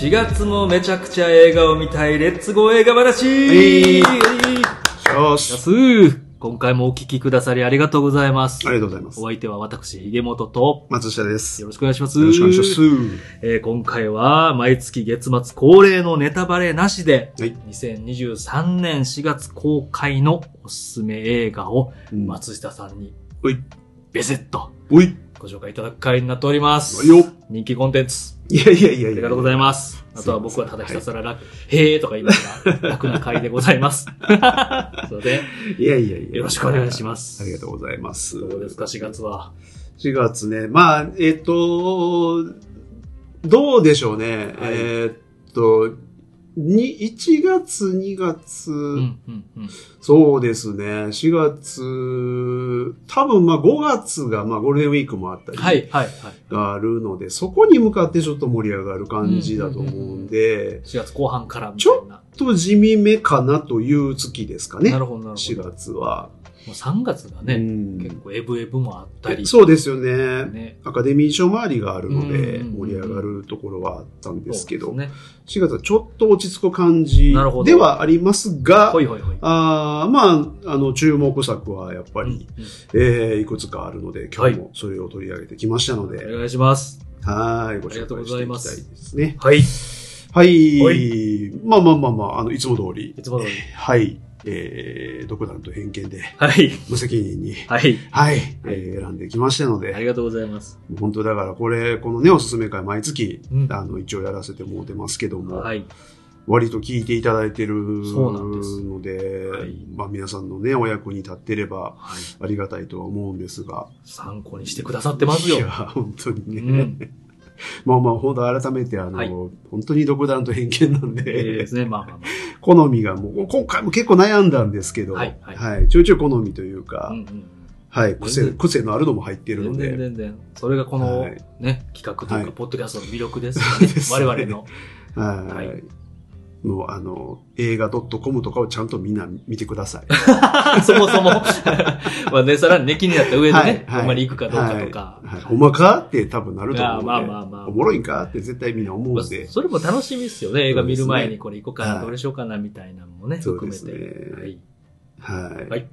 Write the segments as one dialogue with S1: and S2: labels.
S1: 4月もめちゃくちゃ映画を見たいレッツゴー映画話、
S2: いよし
S1: や。すー今回もお聞きくださりありがとうございます。
S2: ありがとうございます
S1: お。相手は私、ひげもとと、
S2: 松下です。
S1: よ
S2: よ
S1: ろしくお願いします。
S2: ろしくお願いします。
S1: えー今回は毎月月末恒例のネタバレなしで、
S2: はい
S1: 2023年4月公開のおすすめ映画を
S2: うん
S1: 松下さんに
S2: おい、
S1: ベセッと
S2: おい、
S1: ご紹介いただく回になっております。
S2: よっ
S1: 人気コンテンツ、
S2: いやいやいや
S1: あ
S2: い
S1: り
S2: や。
S1: がとうございます。あとは僕はただひたすら楽、へーとか言いながら楽な回でござい ます。それ
S2: いやいやいや。
S1: で、よろしくお願いします。
S2: ありがとうございます。
S1: どうですか、4月は。
S2: 4月ね。まあ、えっ、と、どうでしょうね。
S1: はい
S2: えっ、と、に、1月、2月、
S1: うん、うん、うん。
S2: そうですね。4月、多分まあ5月がまあゴールデンウィークもあったり、
S1: はい、はい、はい。
S2: があるので、そこに向かってちょっと盛り上がる感じだと思うんで、
S1: 4月後半からみ
S2: ち
S1: た
S2: ょ
S1: いな。
S2: ちょっと地味めかなという月ですかね。
S1: なるほど、なるほ
S2: 4
S1: ど。も
S2: 月は。
S1: う3月がね、
S2: うん
S1: 結構エブエブもあったり。
S2: そうですよね。
S1: ね。
S2: アカデミー賞周りがあるので、
S1: うん
S2: 盛り上がるところはあったんですけど、
S1: そうですね。
S2: 4月はちょっと落ち着く感じ
S1: なるほど
S2: ではありますが
S1: ほ、いほいほい。
S2: あーまあ、あの、注目作はやっぱ
S1: うん
S2: り、えーいくつかあるので、今日もそれを取り上げてきましたの
S1: う
S2: で、
S1: んお願いします。
S2: はーい、ご
S1: ありが
S2: 紹
S1: とうござい
S2: 介していき
S1: ま
S2: た
S1: す
S2: いですね。
S1: はい。い
S2: はい。
S1: は
S2: まあまあまあまあ、あの、いつも通り、
S1: つも 通り。
S2: はい、えー、独断と偏見で、
S1: はい。
S2: 無責任に、
S1: はい。
S2: はい、えー選んできましたので、
S1: ありがとうございます。
S2: 本当だからこれ、このね、おすすめ会毎月、
S1: うん
S2: あの、一応やらせてもうてますけども、
S1: はい。
S2: 割と聞いていただいてる
S1: そうなんです
S2: ので、
S1: はい
S2: まあ皆さんのね、お役に立ってれば
S1: はい。
S2: ありがたいとは思うんですが。
S1: 参考にしてくださってますよ
S2: いや、。本当に
S1: う
S2: ね。
S1: ん。
S2: まあまあ、本当改めて、あの、
S1: はい
S2: 本当に独断と偏見なん
S1: えーで
S2: で、
S1: すね。まあまあま
S2: 好みがもう、今回も結構悩んだんですけど、
S1: はいはい
S2: ちょいちょい好みというか、
S1: あ。うんうん。
S2: はい、癖、
S1: 全然
S2: 癖のあるのも入ってる
S1: 全
S2: の
S1: 然
S2: で、
S1: 全然。それがこ
S2: は
S1: の
S2: い
S1: ね、企画という
S2: は
S1: か、
S2: い
S1: ポッドキャストの魅力です
S2: そうです
S1: よ
S2: ね
S1: ね。我々の。
S2: はい。
S1: は
S2: もう、あの、映画 .com とかをちゃんとみんな見てください。
S1: そもそ も。まあね、さらにね、気になった上でね、
S2: はいはい
S1: あんまり行くかどうかとか。
S2: はいはいほんまかって多分なると思うので、
S1: まあまあまあまあ
S2: おもろいんかって絶対みんな思うん
S1: ま
S2: で
S1: あ、それも楽しみですよね。映画見る前にこれ行こうか
S2: は
S1: な、
S2: い
S1: どれしようかな、みたいなのもね、
S2: そう
S1: 含
S2: で
S1: め
S2: す
S1: て。
S2: ね
S1: はい。
S2: はい。
S1: はい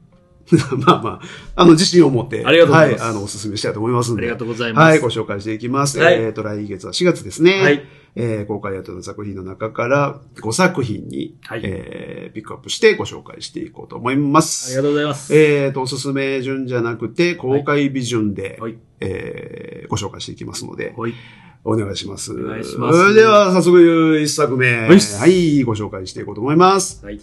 S2: まあまあ、あの、自信を持って、
S1: ありがとうございます
S2: はい、あの、おすすめしたいと思いますん
S1: あ
S2: で。
S1: りがとうございます。
S2: はい、ご紹介していきます。
S1: はい
S2: えっ、と、来月は4月ですね。
S1: はい。
S2: えー公開予定の作品の中から5作品に、
S1: はい
S2: えーピックアップしてご紹介していこうと思いま
S1: あり
S2: す。
S1: がとうございます。
S2: えっ、と、おすすめ順じゃなくて、公開日順で、
S1: はい。
S2: えーご紹介していきますので、
S1: はい。
S2: お願いします。お
S1: 願いします
S2: では、早速、1作目。はいい、ご紹介していこうと思います。
S1: はい。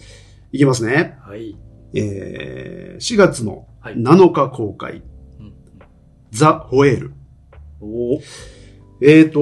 S2: いきますね。
S1: はい。
S2: えー4月の
S1: はい。
S2: 7日公開、
S1: うん
S2: ザ・ホエール。
S1: おお。
S2: えーと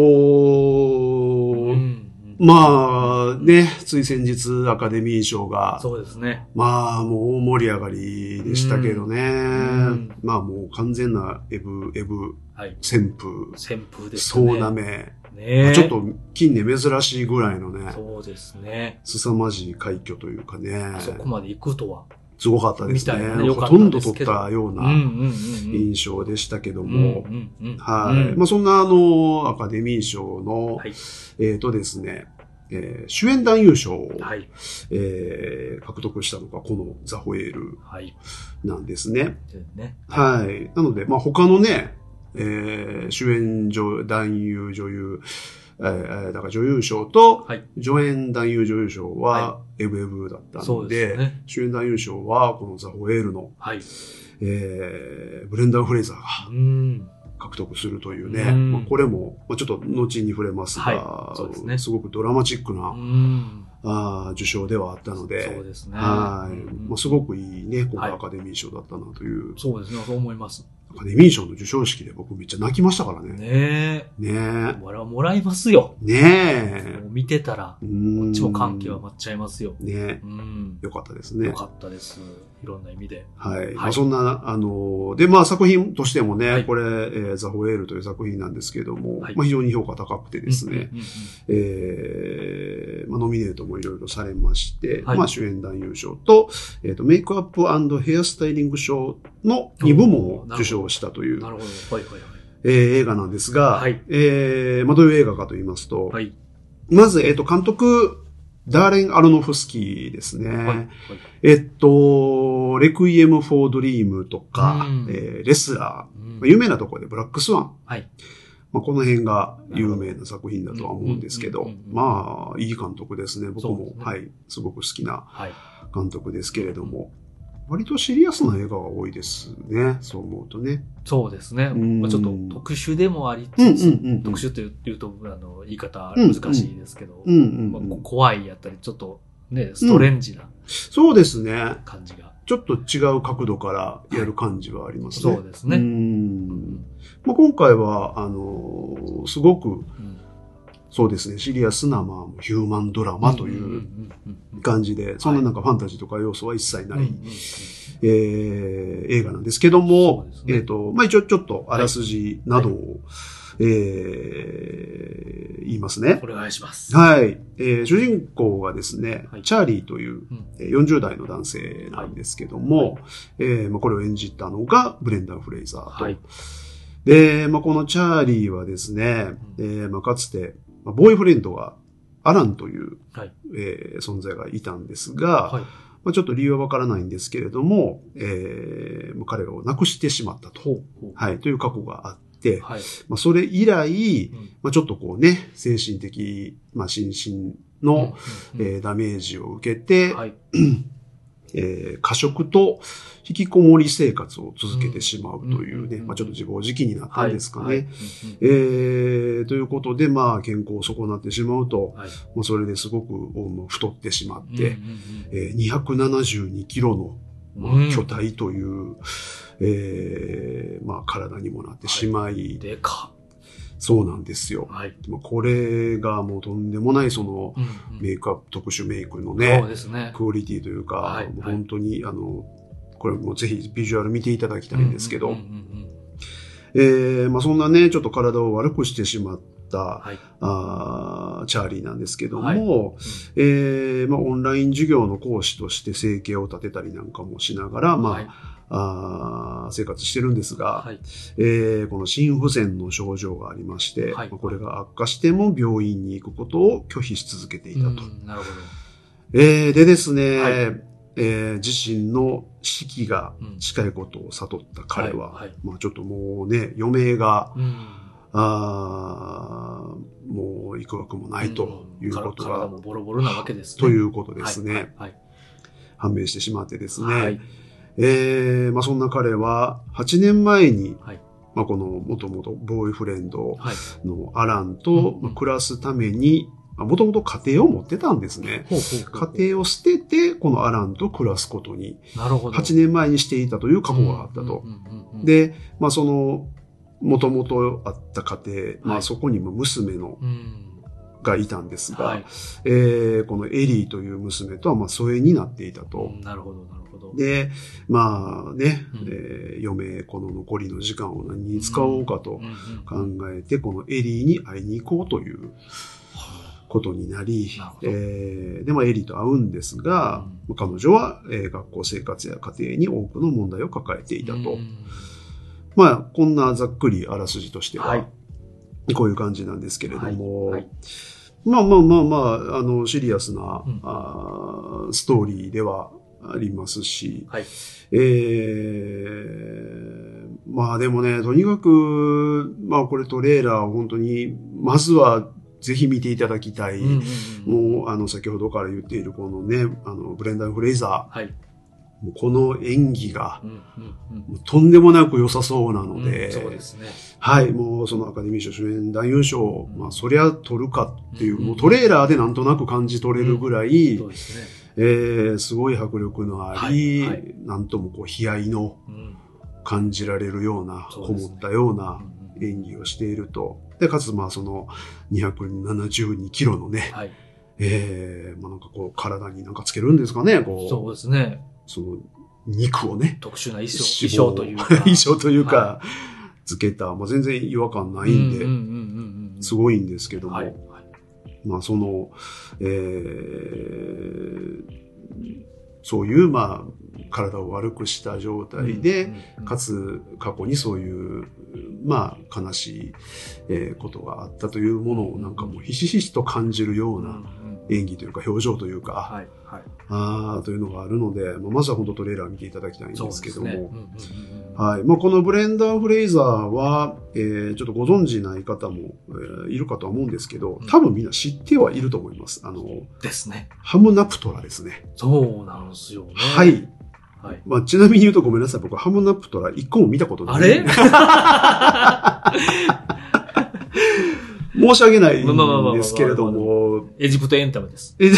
S1: うん
S2: ー、
S1: うん
S2: まあね、つい先日アカデミー賞が、
S1: そうですね。
S2: まあもう大盛り上がりでしたけどね。
S1: ん
S2: まあもう完全なエブ、エブ、
S1: はい。
S2: 旋風、
S1: 旋風ですね。
S2: そうなめ。
S1: ねえ
S2: ちょっ。と近年珍しいぐらいのね、
S1: そうですね。
S2: 凄まじい快挙というかね
S1: あ、そこまで行くとは。
S2: すごかったです
S1: みたい
S2: ね。
S1: なね良か
S2: ほ
S1: ったです
S2: と
S1: けど
S2: んど取ったよ
S1: うんう
S2: う
S1: ん
S2: な
S1: うんうん。
S2: 印象でしたけど
S1: うん
S2: も、
S1: うんうん。
S2: はい。
S1: うん
S2: まあ、そんな、あの、アカデミー賞の、
S1: はい
S2: えっ、とですね、えー主演男優賞を、
S1: はい。
S2: えー獲得したのが、このザ・ホエール
S1: はい。
S2: なんですね。
S1: でね。
S2: はい。なので、まあ、他のね、えー主演女、男優、女優、えーえーだから女優賞と
S1: はい、
S2: 助演男優女優賞は、エブエブだった
S1: そ
S2: の
S1: う
S2: で、
S1: ですね。
S2: 主演男優賞は、このザ・ホエールの、
S1: はい。
S2: えーブレンダー・フレイザーが
S1: うん。
S2: 獲得するというね、
S1: うん
S2: まあ、これも、まあ、ちょっと後に触れますが、
S1: はいそうですね
S2: ごくドラマチックな、
S1: うん。
S2: あー受賞ではあったので、
S1: そうですね。
S2: は
S1: う
S2: い、
S1: ん
S2: まあ、すごくいいね、今
S1: はい
S2: 回アカデミー賞だったなという、
S1: そうですね。そう思います。
S2: アカデミー賞の授賞式で僕めっちゃ泣きましたからね。
S1: ね
S2: ね
S1: え。もらもらいますよ。
S2: え。ねえ。
S1: もう見てたら、
S2: こ
S1: こっちも歓喜は待っちゃいますよ。
S2: ねえ。
S1: うん。
S2: よかったです
S1: よ
S2: ね。
S1: かったです。いろんな意味で。
S2: はい。ま
S1: は
S2: あ、
S1: い
S2: そんな、あのー、で、まあ作品としてもね、
S1: はい
S2: これ、えーザ・ホエールという作品なんですけれども、
S1: はい
S2: まあ非常に評価高くてですね、
S1: うんうんうん
S2: えーまあ、ノミネートもいろいろされまして、
S1: はい
S2: まあ、主演男優賞と,、えー、とメイクアップヘアスタイリング賞の2部門を受賞したという
S1: な、るほど。はいはいはい。
S2: えー映画なんですが、
S1: はい
S2: えーまあ、どういう映画かと言いますと、
S1: はい。
S2: まず、えっと、監督、ダーレン・アロノフスキーですね。
S1: はいはい
S2: えっと、レクイエム・フォー・ドリームとか、
S1: うん
S2: えーレスラ
S1: う
S2: ー、
S1: ん
S2: まあ有名なところでブラック・スワン。
S1: はい。
S2: まあ、この辺が有名な作品だとは思うんですけ
S1: うんう
S2: ど
S1: んうんう、ん
S2: まあ、いい監督ですね。僕
S1: そうで
S2: も、
S1: すね
S2: はい、すごく好きな
S1: はい。
S2: 監督ですけれども、割とシリアスな映画が多いですね。そう思うとね。
S1: そうですね。
S2: ん
S1: まあ、ちょっと特殊でもあり
S2: うんう
S1: つ
S2: ん
S1: つ、
S2: うん。
S1: 特殊という言うと、あの、言い方難しいですけど、
S2: うんうん
S1: まあ
S2: うん
S1: こ怖いやったり、ちょっとね、ストレンジな
S2: そうですね。
S1: 感じが。
S2: ちょっと違う角度からやる感じはありますね。
S1: そうです
S2: う
S1: ね。
S2: ん。まあ、今回は、あのーすごく、
S1: うん
S2: そうですね、シリアスな、まあ、ヒューマンドラマと
S1: ん
S2: いうん
S1: うんうん
S2: 感じで、そんななんかファンタジーとか要素は一切ない、
S1: うんうんうん
S2: えー映画なんですけども、
S1: そうですね
S2: えっ、と、まあ、一応ちょっとあらすじなどを、えー言いますね。
S1: お願いします。
S2: はい。えー主人公がですね、
S1: はい
S2: チャーリーという
S1: うん
S2: えー40代の男性なんですけども、
S1: はい
S2: えーまあ、これを演じたのがブレンダー・フレイザーと。
S1: はい
S2: で、まあ、このチャーリーはですね、えーまあ、かつて、まあボーイフレンドがアランという、
S1: はい
S2: えー存在がいたんですが、
S1: はい。
S2: まあ、ちょっと理由はわからないんですけれども、えーまあ、彼を亡くしてしまったと。
S1: ほうほう。
S2: はい、という過去があって、
S1: はい。
S2: まあ、それ以来、
S1: うん
S2: まあ、ちょっとこうね、精神的、まあ、心身の、
S1: うんうん
S2: えーダメージを受けて、
S1: はい。
S2: えー過食と引きこもり生活を続けてしまうというね、
S1: うん
S2: まあ、ちょっと自暴自棄になった
S1: はい
S2: んですかね。
S1: はいうん
S2: えーということで、まあ、健康を損なってしまうと
S1: う、んはい
S2: まあ、それですごくうん太ってしまって、
S1: うんうん
S2: えー272キロのま
S1: うん
S2: あ巨体という、えーまあ、体にもなってしま
S1: う
S2: い、
S1: んでか。
S2: そうなんですよ。
S1: はい。
S2: まあこれがもうとんでもないその、
S1: うんうん
S2: メイクアップ、特殊メイクの
S1: そ
S2: ね
S1: う、ですね。
S2: クオリティというか、
S1: はい
S2: もう本当に、あの、これもぜひビジュアル見ていただきたいんですけど、
S1: うんうんうんうん
S2: えーまあ、そんなね、ちょっと体を悪くしてしまった、
S1: はい。
S2: あーチャーリーなんですけども、
S1: はい
S2: えーまあ、オンライン授業の講師として生計を立てたりなんかもしながら、まあ、
S1: はい
S2: あー生活してるんですが、
S1: はい。
S2: えーこの心不全の症状がありまして、
S1: はい
S2: まあこれが悪化しても病院に行くことを拒否し続けていたと。
S1: うんなるほど。
S2: えーでですね、
S1: はい
S2: えー自身の死期が
S1: うん
S2: 近いことを悟った彼は、
S1: はいはい
S2: まあちょっともうね、余命が、
S1: うん
S2: あーもう幾くもないということ
S1: うん体
S2: が、
S1: もボロボロなわけですね。
S2: といううことですね、
S1: はい。
S2: 判明してしまってですね、
S1: はい。
S2: えーまあそんな彼は8年前に、
S1: はい
S2: まあこの元々ボーイフレンド
S1: はい。
S2: のアラン
S1: うんう
S2: と
S1: ん
S2: まあ暮らすために、もともと家庭を持ってたんですね。
S1: ほうほうほうほ
S2: 家
S1: う
S2: 庭を捨てて、このアランと暮らすことに
S1: なるほど。
S2: 8年前にしていたという過去があったと
S1: う。んうんうんうん、
S2: で、まあその、もともとあった家庭、ま
S1: は
S2: あ
S1: い
S2: そこにも娘の
S1: うん、
S2: がいたんですが、
S1: はい。
S2: えーこのエリーという娘とはまあ疎遠になっていた
S1: う
S2: と。
S1: んなるほど、なるほど。
S2: で、まあね、
S1: うん
S2: えー余命この残りの時間を何に使おうかと
S1: うんうん
S2: 考えて、このエリーに会いに行こうということになり
S1: なるほ、
S2: え
S1: ど
S2: ーで、まあ、エリーと会うんですが、彼女は、えー学校生活や家庭に多くの問題を抱えていたと。
S1: うん
S2: まあ、こんなざっくりあらすじとしては、
S1: はい
S2: こういう感じなんですけれども、
S1: はいはい
S2: まあまあまあまあ、あの、シリアスな、
S1: うん
S2: あーストーリーではありますし、
S1: はい。
S2: えーまあでもね、とにかく、まあこれトレーラーを本当に、まずはぜひ見ていただきたい。
S1: うんうんうん
S2: もう、あの、先ほどから言っているこのね、あの、ブレンダー・フレイザ
S1: はい。
S2: ー、もうこの演技が、
S1: うんうんうん
S2: もうとんでもなく良さそうなの
S1: う
S2: で、
S1: んそうですね。
S2: はい、もうそのアカデミー賞主演男優賞、
S1: うん
S2: まあそりゃ取るかっていう、
S1: うん
S2: もうトレーラーでなんとなく感じ取れるぐらい、
S1: そうですね。
S2: えーすごい迫力のあり、
S1: はいはい
S2: なんともこう悲哀の
S1: うんうん
S2: 感じられるような、
S1: そう
S2: こ
S1: です
S2: も
S1: ね
S2: ったような
S1: うん
S2: 演技をしていると。で、かつまあその272キロのね、
S1: はい。
S2: えー、まあなんかこう体になんかつけるんですかね、こう、
S1: そうですね。
S2: その肉をね、
S1: 特殊な衣装、衣装
S2: 脂肪を
S1: というか。
S2: 衣装というか、つけた、まあ全然違和感ないんで、
S1: うんうんうんうんうん。
S2: すごいんですけども、
S1: はい。はい
S2: まあその、えーそういう、まあ、体を悪くした状態で、
S1: うん
S2: かつ過去にそういう、まあ、悲しい、えーことがあったというものをなんかもうひしひしと感じるよ
S1: う
S2: う
S1: んう
S2: なん演技というか表情というか、
S1: はい、はい。
S2: ああ、というのがあるので、まあ、まずは本当トレーラー見ていただきたいん
S1: そう
S2: で
S1: です
S2: け
S1: す
S2: ども。
S1: ね。うんうんうん
S2: はい。まあ、このブレンダー・フレイザーは、えーちょっとご存知ない方も、えーいるかとは思うんですけど
S1: うん、
S2: 多分みんな知ってはいると思います。あの、
S1: ですね。
S2: ハムナプトラですね。
S1: そうなんですよね。
S2: は。い。
S1: はい。
S2: まあ、ちなみに言うとごめんなさい。僕、ハムナプトラ一個も見たことな
S1: あ
S2: い。
S1: れ
S2: 申し訳ない
S1: まあまあまあまあ
S2: んですけれども、
S1: エジプトエンタメです。
S2: え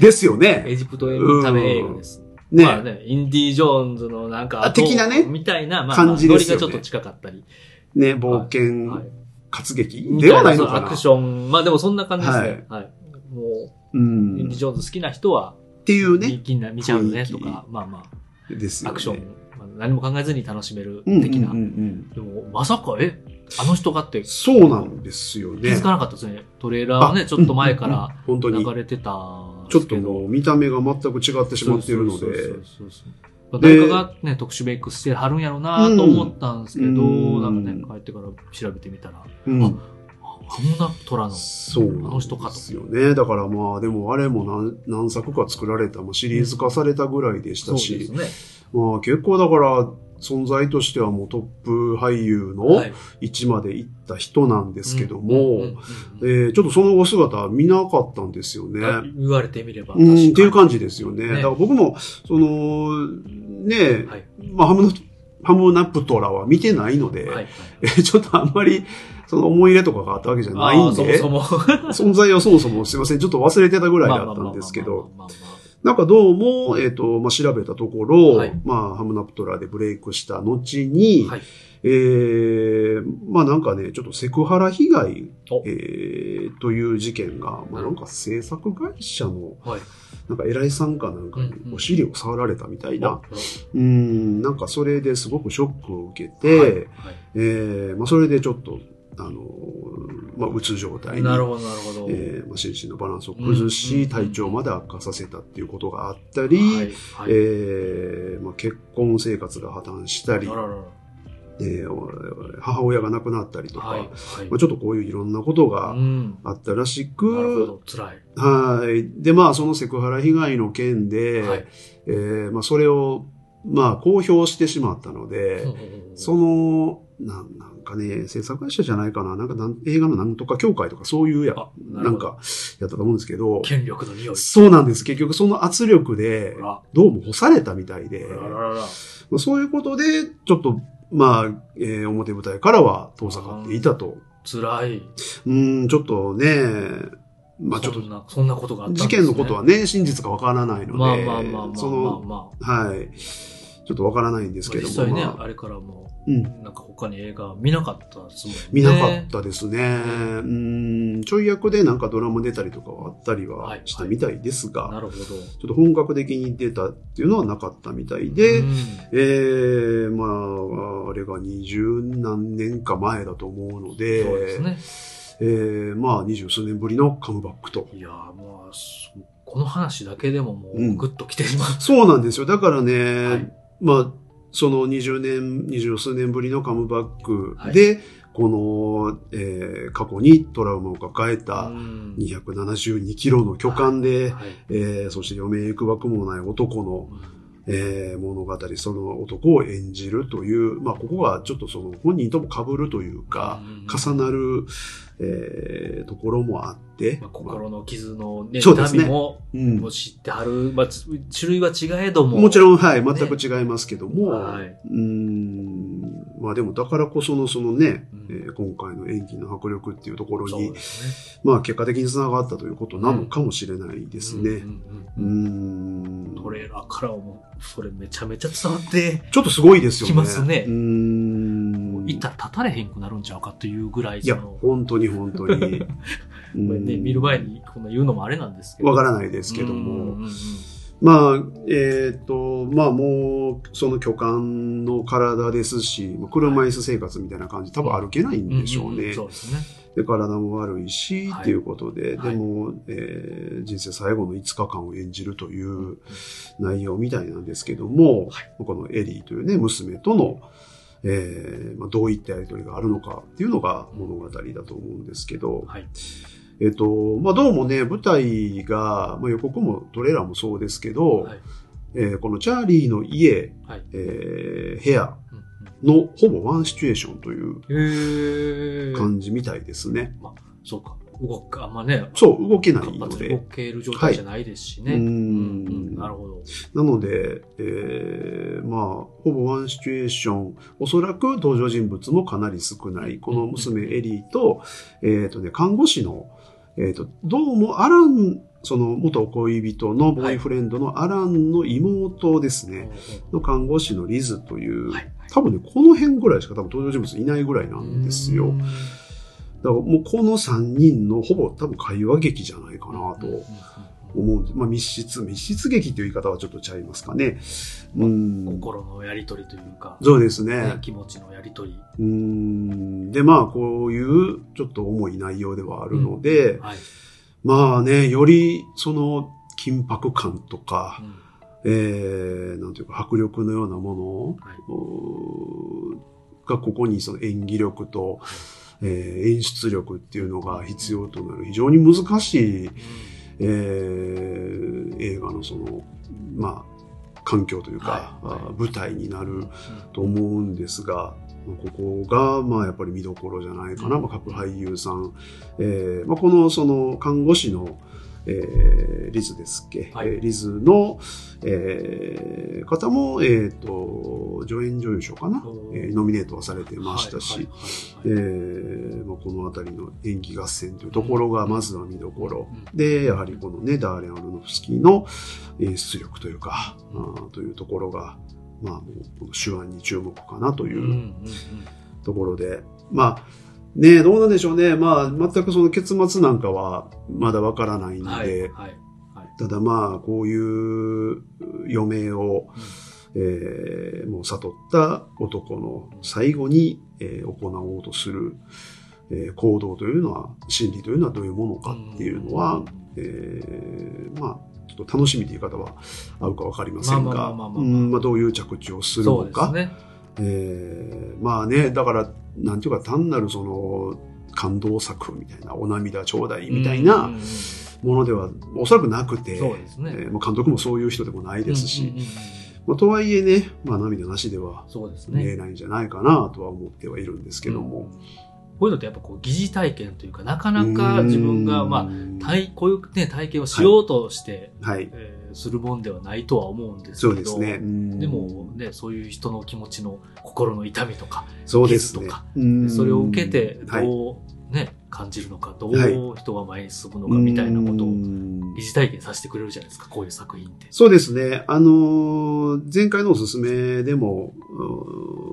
S2: ですよね。
S1: エジプトエンタメ映画です。
S2: ね。
S1: まあね、インディ・ジョーンズのなんか、
S2: あ的なね
S1: みたいな、まあ、
S2: 感じですよね
S1: ノリがちょっと近かったり。
S2: ね、冒険、
S1: はい
S2: 活劇ではないの
S1: みたいそ
S2: かな。
S1: うアクション。まあでもそんな感じですね。はい。も
S2: う
S1: う、イン
S2: ん。
S1: デ
S2: っ
S1: ィ・ジョーンズ好きな人は、
S2: ていうね。
S1: みんな見ちゃうね
S2: 雰囲気
S1: とか、まあま
S2: です
S1: あ、ア
S2: よね。
S1: クション、まあ何も考えずに楽しめる
S2: うんうん
S1: 的な。
S2: うんうん
S1: でも、まさか、え、あの人がって気
S2: そうなんですよね。
S1: づかなかったですね。トレーラーはね、ちょっと前から
S2: 本当
S1: 流
S2: に。
S1: れてたん
S2: ち
S1: で
S2: ょっ
S1: す
S2: と
S1: けど。
S2: もう見た目が全く違ってしまっているの
S1: そうそう
S2: で。
S1: そうそうそう
S2: で
S1: 誰かがね、特殊メイクしてはるんやろうなと思ったんですけど、
S2: うん
S1: なんかね、帰ってから調べてみたら、
S2: うん
S1: ハムナプトラの、
S2: そうなん
S1: あの人かと
S2: ですよね。だからまあ、でもあれも何何作か作られた、まあ、シリーズ化されたぐらいでし
S1: そう
S2: た
S1: で
S2: し
S1: す、ね。
S2: まあ結構だから、存在としてはもうトップ俳優の
S1: はい
S2: 位置まで行った人なんですけど
S1: うんうん
S2: も、え
S1: うん
S2: ーちょっとそのお姿は見なかったんですよね。
S1: あ言われてみれば。
S2: うん、っていう
S1: 確か
S2: 感じですよね。
S1: ね
S2: だから僕も、その、ね、
S1: はい
S2: まあハムナ、ハムナプトラは見てないので、
S1: にはいはい。
S2: え ちょっとあんまり、その思い入れとかがあったわけじゃないん
S1: あーそ
S2: で、
S1: もそも。
S2: 存在をそもそもすいません、ちょっと忘れてたぐらいだったんですけど、
S1: まあまあまあまあまあまあまあまあ
S2: なんかどうも、えっ、と、まあ、調べたところ、
S1: はい
S2: まあ、ハムナプトラでブレイクした後に、
S1: はい
S2: えーまあなんかね、ちょっとセクハラ被害
S1: お、
S2: えーという事件が、ま
S1: う
S2: あ
S1: ん
S2: なんか制作会社の、
S1: はい
S2: なんか偉いさんかなんかに
S1: うんうん
S2: お尻を触られたみたいな、
S1: まあ
S2: うん、なんかそれですごくショックを受けて、
S1: はい
S2: えーまあ、それでちょっと、あのーまあ、うつ状態に、
S1: なるほど、なるほど。
S2: えーまあ、心身のバランスを崩
S1: うんうんう
S2: し、
S1: ん
S2: 体調まで悪化させたっていうことがあったり、
S1: はいはい
S2: えーまあ、結婚生活が破綻したり
S1: あ、ららら
S2: えーお母親が亡くなったりとか、
S1: はいはい
S2: まあ、ちょっとこういういろんなことが
S1: うん
S2: あったらし
S1: なるほ
S2: く、
S1: ど、辛い。
S2: はい。で、まあ、そのセクハラ被害の件で、
S1: はい
S2: えーまあ、それを、まあ、公表してしまったので、
S1: うんうんうん
S2: その、なんなんかね、制作会社じゃないかな、なんかなん映画のなんとか協会とかそういうや、
S1: あ
S2: な
S1: なるほど
S2: んか、やったと思うんですけど、
S1: 権力の匂い。
S2: そうなんです。結局その圧力で
S1: あ、ら
S2: どうも干されたみたいで、
S1: あらららら
S2: まあそういうことで、ちょっと、まあ、えー表舞台からは遠ざかっていたと。
S1: 辛い。
S2: うん、ちょっとね、まあちょっ
S1: そ
S2: と、
S1: んな、そんなことがあったんです
S2: 事
S1: ね
S2: 件のことはね、真実がわからない
S1: ま
S2: の
S1: あ
S2: で
S1: まあまあまあ、
S2: そ
S1: まあ
S2: の、
S1: まあ。
S2: はい、ちょっとわからないんですけ
S1: 実
S2: ども、
S1: 際ね、
S2: まあ
S1: あれからもう、
S2: うん
S1: なんか他に映画見なかったですもんね。
S2: 見なかったですね。うん、ちょい役でなんかドラマ出たりとかはあったり
S1: は
S2: はいしたみたいですが、
S1: なるほど。
S2: ちょっと本格的に出たっていうのはなかったみたいで、
S1: うん
S2: えー、まあ、あれが二十何年か前だと思うので、
S1: そうですね。
S2: えー、まあ二十数年ぶりのカムバックと。
S1: いやーまあ、そうこの話だけでもも
S2: う
S1: うんグッと来てしまう。
S2: そうなんですよ。だからね、
S1: はい
S2: まあ、その20年、20数年ぶりのカムバックで、この、えー過去にトラウマを抱えた、
S1: うん
S2: 272キロの巨漢で、
S1: はい
S2: えーそして余命行くばくもない男の、
S1: うん
S2: えー物語、その男を演じるという、まあ、ここがちょっとその本人とも被るというか、
S1: うん
S2: 重なる、えーところもあって、
S1: まあ、
S2: まあ
S1: 心の傷の、ね、
S2: そうですね
S1: 痛みも
S2: うん
S1: もう知ってはる、まあ、つ種類は違えども。
S2: もち
S1: ん。
S2: ろん、はい、全く違いますけども、
S1: はい。
S2: うん、まあでもだからこそのそのね、
S1: うん
S2: えー今回の演技の迫力っていうところ
S1: そう
S2: に、
S1: です
S2: まあ結果的につながったということなのかもしれないで
S1: ね。
S2: すね。
S1: うんう
S2: うん
S1: うん
S2: ん
S1: トレーラーからはもう、それめちゃめちゃ伝わって、
S2: ちょっとすごいですよね。
S1: きますね
S2: うーん。
S1: いた立たれへんくなるんちゃうかっていうぐらい、
S2: いや、
S1: その
S2: 本当に 本当に。
S1: これね、見る前
S2: で
S1: にこんな言うのもあれなんですけど。
S2: わかららないですけども。
S1: うんうんうん
S2: まあ、えっ、と、まあもう、その巨漢の体ですし、まあ車椅子生活みたいな感じ、多分歩けないんでしょうね。
S1: んんんそうですね。
S2: で、体も悪いし、
S1: はい
S2: っていうことで、
S1: はい
S2: でも、えー人生最後の5日間を演じるという内容みたいなんですけども、
S1: は
S2: このエリーというね、娘との、えーまあ、どういったやりとりがあるのかっていうのが物語だと思うんですけど、
S1: はい。
S2: えっと、まあ、どうもね、舞台が、まあ、予告もトレーラーもそうですけど、
S1: はい
S2: えーこのチャーリーの家、
S1: はい
S2: えー部屋
S1: うん
S2: のほぼワンシチュエーションという
S1: うんへー。
S2: 感じみたいですね。
S1: そうか。動く、あんまね、
S2: そう、動けない
S1: 活
S2: の
S1: 発に
S2: で。
S1: 動ける状態じゃないですしね。
S2: うーん
S1: うんなるほど。
S2: なので、えーまあ、ほぼワンシチュエーション、おそらく登場人物もかなり少ない、この娘エリーと、えっ、とね、看護師の、えっ、と、どうもアラン、その元恋人のボーイフレンドのアランの妹ですね、の看護師のリズという、
S1: はい。
S2: 多分ね、この辺ぐらいしか多分登場人物いないぐらいなんですよ。
S1: うん。
S2: だからもうこの3人のほぼ多分会話劇じゃないかなと。
S1: うんうんうん
S2: 思うんで、まあ、密室、密室劇という言い方はちょっとちゃいますかね。うん。
S1: 心のやりとりというか、
S2: そうです
S1: ね
S2: ね。
S1: 気持ちのやりとり。
S2: うん。で、まあ、こういうちょっと重い内容ではあるので、
S1: はい。
S2: まあね、よりその緊迫感とか
S1: う、ん
S2: えー、なんていうか迫力のようなも
S1: はい
S2: のうーがここにその演技力と、えー演出力っていうのが必要となる非常に難しいえー映画のその、まあ、環境というか、
S1: はいはい
S2: あ舞台にな
S1: うん
S2: ると思うんですが、ここが、まあ、やっぱり見どころじゃないかな、
S1: うん
S2: まあ、各俳優さん、えーまあ、この、その、看護師の、えーリズですっけ、
S1: はい
S2: えーリズの、えー方も、えっ、と、助演女優賞かな、
S1: おー
S2: えーノミネートはされてましたし、
S1: はい
S2: え
S1: はいはいはい
S2: ーまあ、この辺りの演技合戦というところがまずは見どころ、
S1: う
S2: でやはりこのねダーレン・アルノフスキーの演出力というか、
S1: うん
S2: あーというところが、まあ、もうこの手腕に注目かなとい
S1: うん
S2: う
S1: うん
S2: ところで、まあねどうなんでしょうね、まあ、全くその結末なんかはまだわからないん
S1: うん
S2: で、
S1: はい。はい。
S2: ただまあこういう余命を、えーもう悟った男の最後に、えー行おうとする、えー行動というのは心理というのはどういうものかっていうのは、えーまあちょっと楽しみという言い方は合うかわかりません
S1: まあ
S2: が
S1: まあまあまあまあ
S2: うんまあどういう着地をする
S1: そ
S2: の
S1: うで
S2: か
S1: す。ね。
S2: えーまあねだからなんていうか単なるその感動作みたいなお涙ちょうだいみたい
S1: うんうん
S2: な
S1: うん
S2: ものではおそらくなくて、
S1: そうですね。
S2: えーまあ、監督もそういう人でもないですし、
S1: うんうんうんうん
S2: まあ、とはいえね、まあ、涙なしでは
S1: そうです
S2: 見
S1: ね。
S2: えないんじゃないかなとは思ってはいるんですけど
S1: うん
S2: も。
S1: こういうのってやっぱこう疑似体験というか、なかなか自分が、まあ、体、こういうね、体験をしようとして、
S2: あ、はい、
S1: えーするもんではないとは思うんですけ
S2: そ
S1: ど。
S2: うですね。うん
S1: でも、ね、そういう人の気持ちの心の痛みとか、
S2: そうですね
S1: 傷とか。
S2: うん
S1: それを受けて
S2: はい
S1: どう、ね、感じるのか、ど
S2: は
S1: う人が前に進むのかみたいなこと
S2: う
S1: を
S2: ん
S1: 疑似体験させてくれるじゃないですか、こういう作品って。
S2: そうですね。あのー前回のおすすめでも、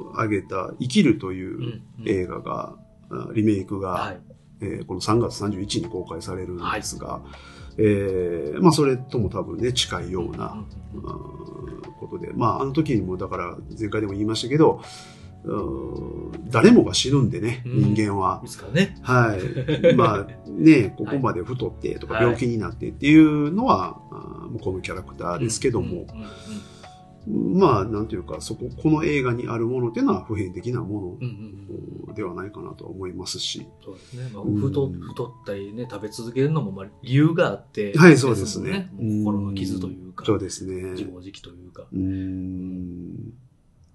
S2: うん挙げた、生きるといううん
S1: うん
S2: 映画が、あリメイクが、
S1: はい。
S2: えーこの3月31日に公開されるんですが、えーまあ、それとも多分ね、近いような、
S1: うんうんうん
S2: ことで、まあ、あの時にも、だから、前回でも言いましたけど、うーん誰もが死ぬんでね、
S1: うん
S2: 人間は。
S1: ですからね。
S2: はい。まあ、ね、ここまで太ってとか、
S1: はい
S2: 病気になってっていうのは、あーもうこのキャラクターですけど
S1: うんうん
S2: も、
S1: うん
S2: まあ、なんていうか、そこ、この映画にあるものっていうのは普遍的なも
S1: うんうんうん
S2: のではないかなとは思いますし、
S1: そうですね。まあ、
S2: うん
S1: 太太ったりね、食べ続けるのも、まあ、理由があって、
S2: はいそうですね
S1: もんもう心の傷というか、
S2: そうですね。
S1: 自暴自棄というか。
S2: うーん。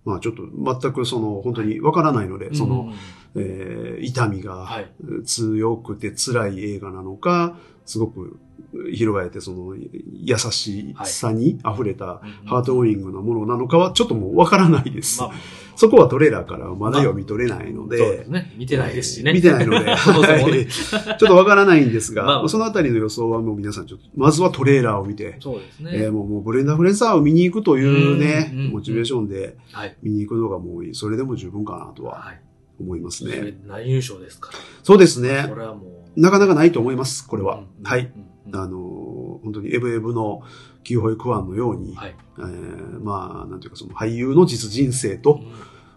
S2: まあ、ちょっと全くその、本当にわからないので、そ
S1: うんう
S2: の、
S1: んうん、
S2: えー痛みが、
S1: はい。
S2: 強くて辛い映画なのか、すごく広がえてその優しさに溢れたハートウィングなものなのかはちょっともうわからないです。
S1: まあ、
S2: そこはトレーラーからはまだ読み取れないの
S1: そうで
S2: で、
S1: すね。見てないですしね。
S2: 見てないので、
S1: そもそも
S2: は い
S1: ね。
S2: ちょっとわからないんですが、
S1: まあ
S2: まあそのあたりの予想はもう皆さんちょっと、まずはトレーラーを見て、
S1: そうですね。
S2: えーもうもうブレンダー・フレザーを見に行くというね、
S1: うんうんうん
S2: モチベーションで
S1: はい。
S2: 見に行くのがもうそれでも十分かなとは
S1: はい。
S2: 思います
S1: それ
S2: ね。
S1: 内優勝ですから。
S2: そうですね。
S1: これはもう。
S2: なかなかないと思います、これ
S1: う
S2: は
S1: ん。
S2: はい。。
S1: うんうん
S2: あの、本当にエブエブのキーホイクワンのように、
S1: はい。
S2: えーまあ、なんていうかその俳優の実人生と、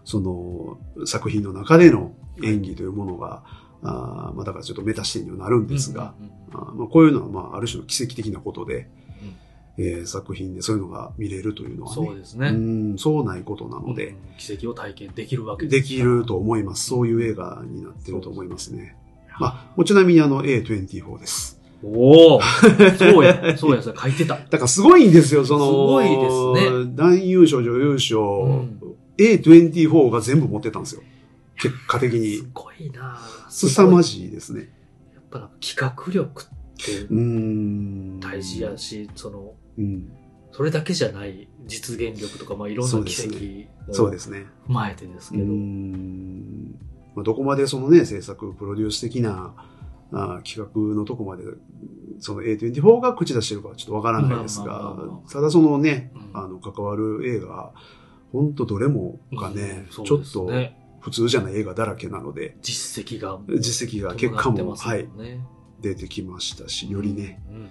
S2: その作品の中での演技というものが、あーまあ、だからちょっとメタ視点にはなるんですが、
S1: うんうん
S2: あーまあ、こういうのは、まあ、ある種の奇跡的なことで、えー作品でそういうのが見れるという
S1: うん
S2: のは
S1: そう
S2: ね、
S1: ですね。
S2: うんそうないことなの
S1: う
S2: で
S1: ん、奇跡を体験できるわけ
S2: できる
S1: と。
S2: と思います。そういう映画になってると思いますね。まあ、もうちなみにあの A24 です。
S1: おおそうや、そうや、それ書いてた。
S2: だからすごいんですよ、その、
S1: すごいです
S2: ね。男優賞、女優賞、
S1: うん
S2: A24 が全部持ってたんですよ。結果的
S1: す
S2: に。
S1: ごいな
S2: 凄ま
S1: じ
S2: じいですね。
S1: やっぱなんか企画力って
S2: うーん。
S1: 大事やし、その、
S2: うん。
S1: それだけじゃない実現力とか、まあいろん
S2: そう
S1: な
S2: で
S1: 奇
S2: す
S1: 跡
S2: ねそ
S1: を
S2: う
S1: 踏
S2: ですね。
S1: まえてです
S2: う
S1: けど。
S2: ーん。まあ、どこまでそのね、制作、プロデュース的な、あー企画のとこまで、その A24 が口出してるかはちょっとわからないです
S1: まあまあ
S2: が
S1: まあま、あ
S2: ただそのね、
S1: うん
S2: あの、関わる映画、ほんとどれもがね、
S1: うん
S2: ち
S1: そ
S2: ょ
S1: うで
S2: っ
S1: す
S2: と
S1: ね
S2: 普通じゃない映画だらけなので、
S1: 実績が。
S2: 実績が結果
S1: 伴って
S2: も、
S1: ます
S2: はい、
S1: んね。
S2: 出てきましたし、よりね。
S1: うんうんうんうん。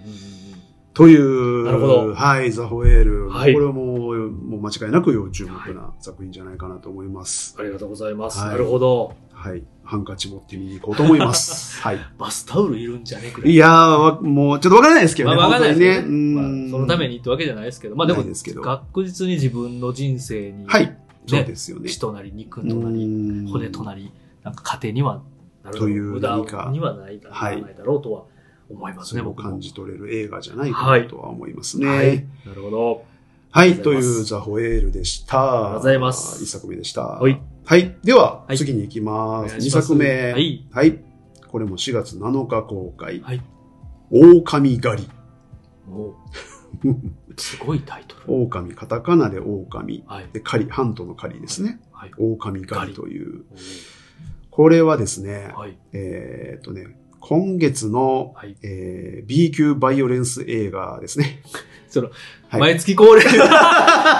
S2: という、
S1: なるほど
S2: はい、ザ・ホエール。
S1: はい
S2: これも、もう間違いなく要注目な作品じゃないかなと思います。
S1: ありがとうございます。
S2: はい
S1: なるほど。
S2: はい。ハンカチ持って見に行こうと思いま す。はい。
S1: バスタオルいるんじゃねくらい。
S2: いやー、わもうちょっとわからないですけど
S1: まあ、
S2: ね。
S1: わかんないですけどね
S2: 本当に
S1: ま
S2: ね
S1: あ、そのために。言ったわけじゃないですけど、まあで
S2: な
S1: も
S2: いですけど、
S1: 確実に自分の人生に、
S2: はい。そうですよね。
S1: 血となり、肉
S2: う
S1: となり、
S2: ん
S1: 骨となり、なんか糧にはなる
S2: という
S1: 無駄
S2: 何か
S1: にはないだ,、
S2: はい
S1: ないだろうとは思います
S2: そ
S1: ね、
S2: れを
S1: 僕も。
S2: 感じ取れる映画じゃないかなとは思いますね。は
S1: はいい。。なるほど。
S2: というザ・ホエールでした。あり
S1: がとうございます
S2: 一作目でした。
S1: は。
S2: はいはい。では、
S1: はい
S2: 次に行きま
S1: お
S2: す。
S1: 願い
S2: 二
S1: します
S2: 作目。
S1: はい。
S2: これも4月7日公開。
S1: はい。
S2: 狼狩り。
S1: も う、すごいタイトル。
S2: 狼、カタカナで狼。
S1: はい。
S2: で、狩り、ハントの狩りですね。
S1: はい。
S2: 狼狩りという。これはですね、
S1: はい。
S2: えーっとね、今月の、
S1: はい。
S2: えー B 級バイオレンス映画ですね。
S1: その、
S2: はい
S1: 毎月恒 例。 確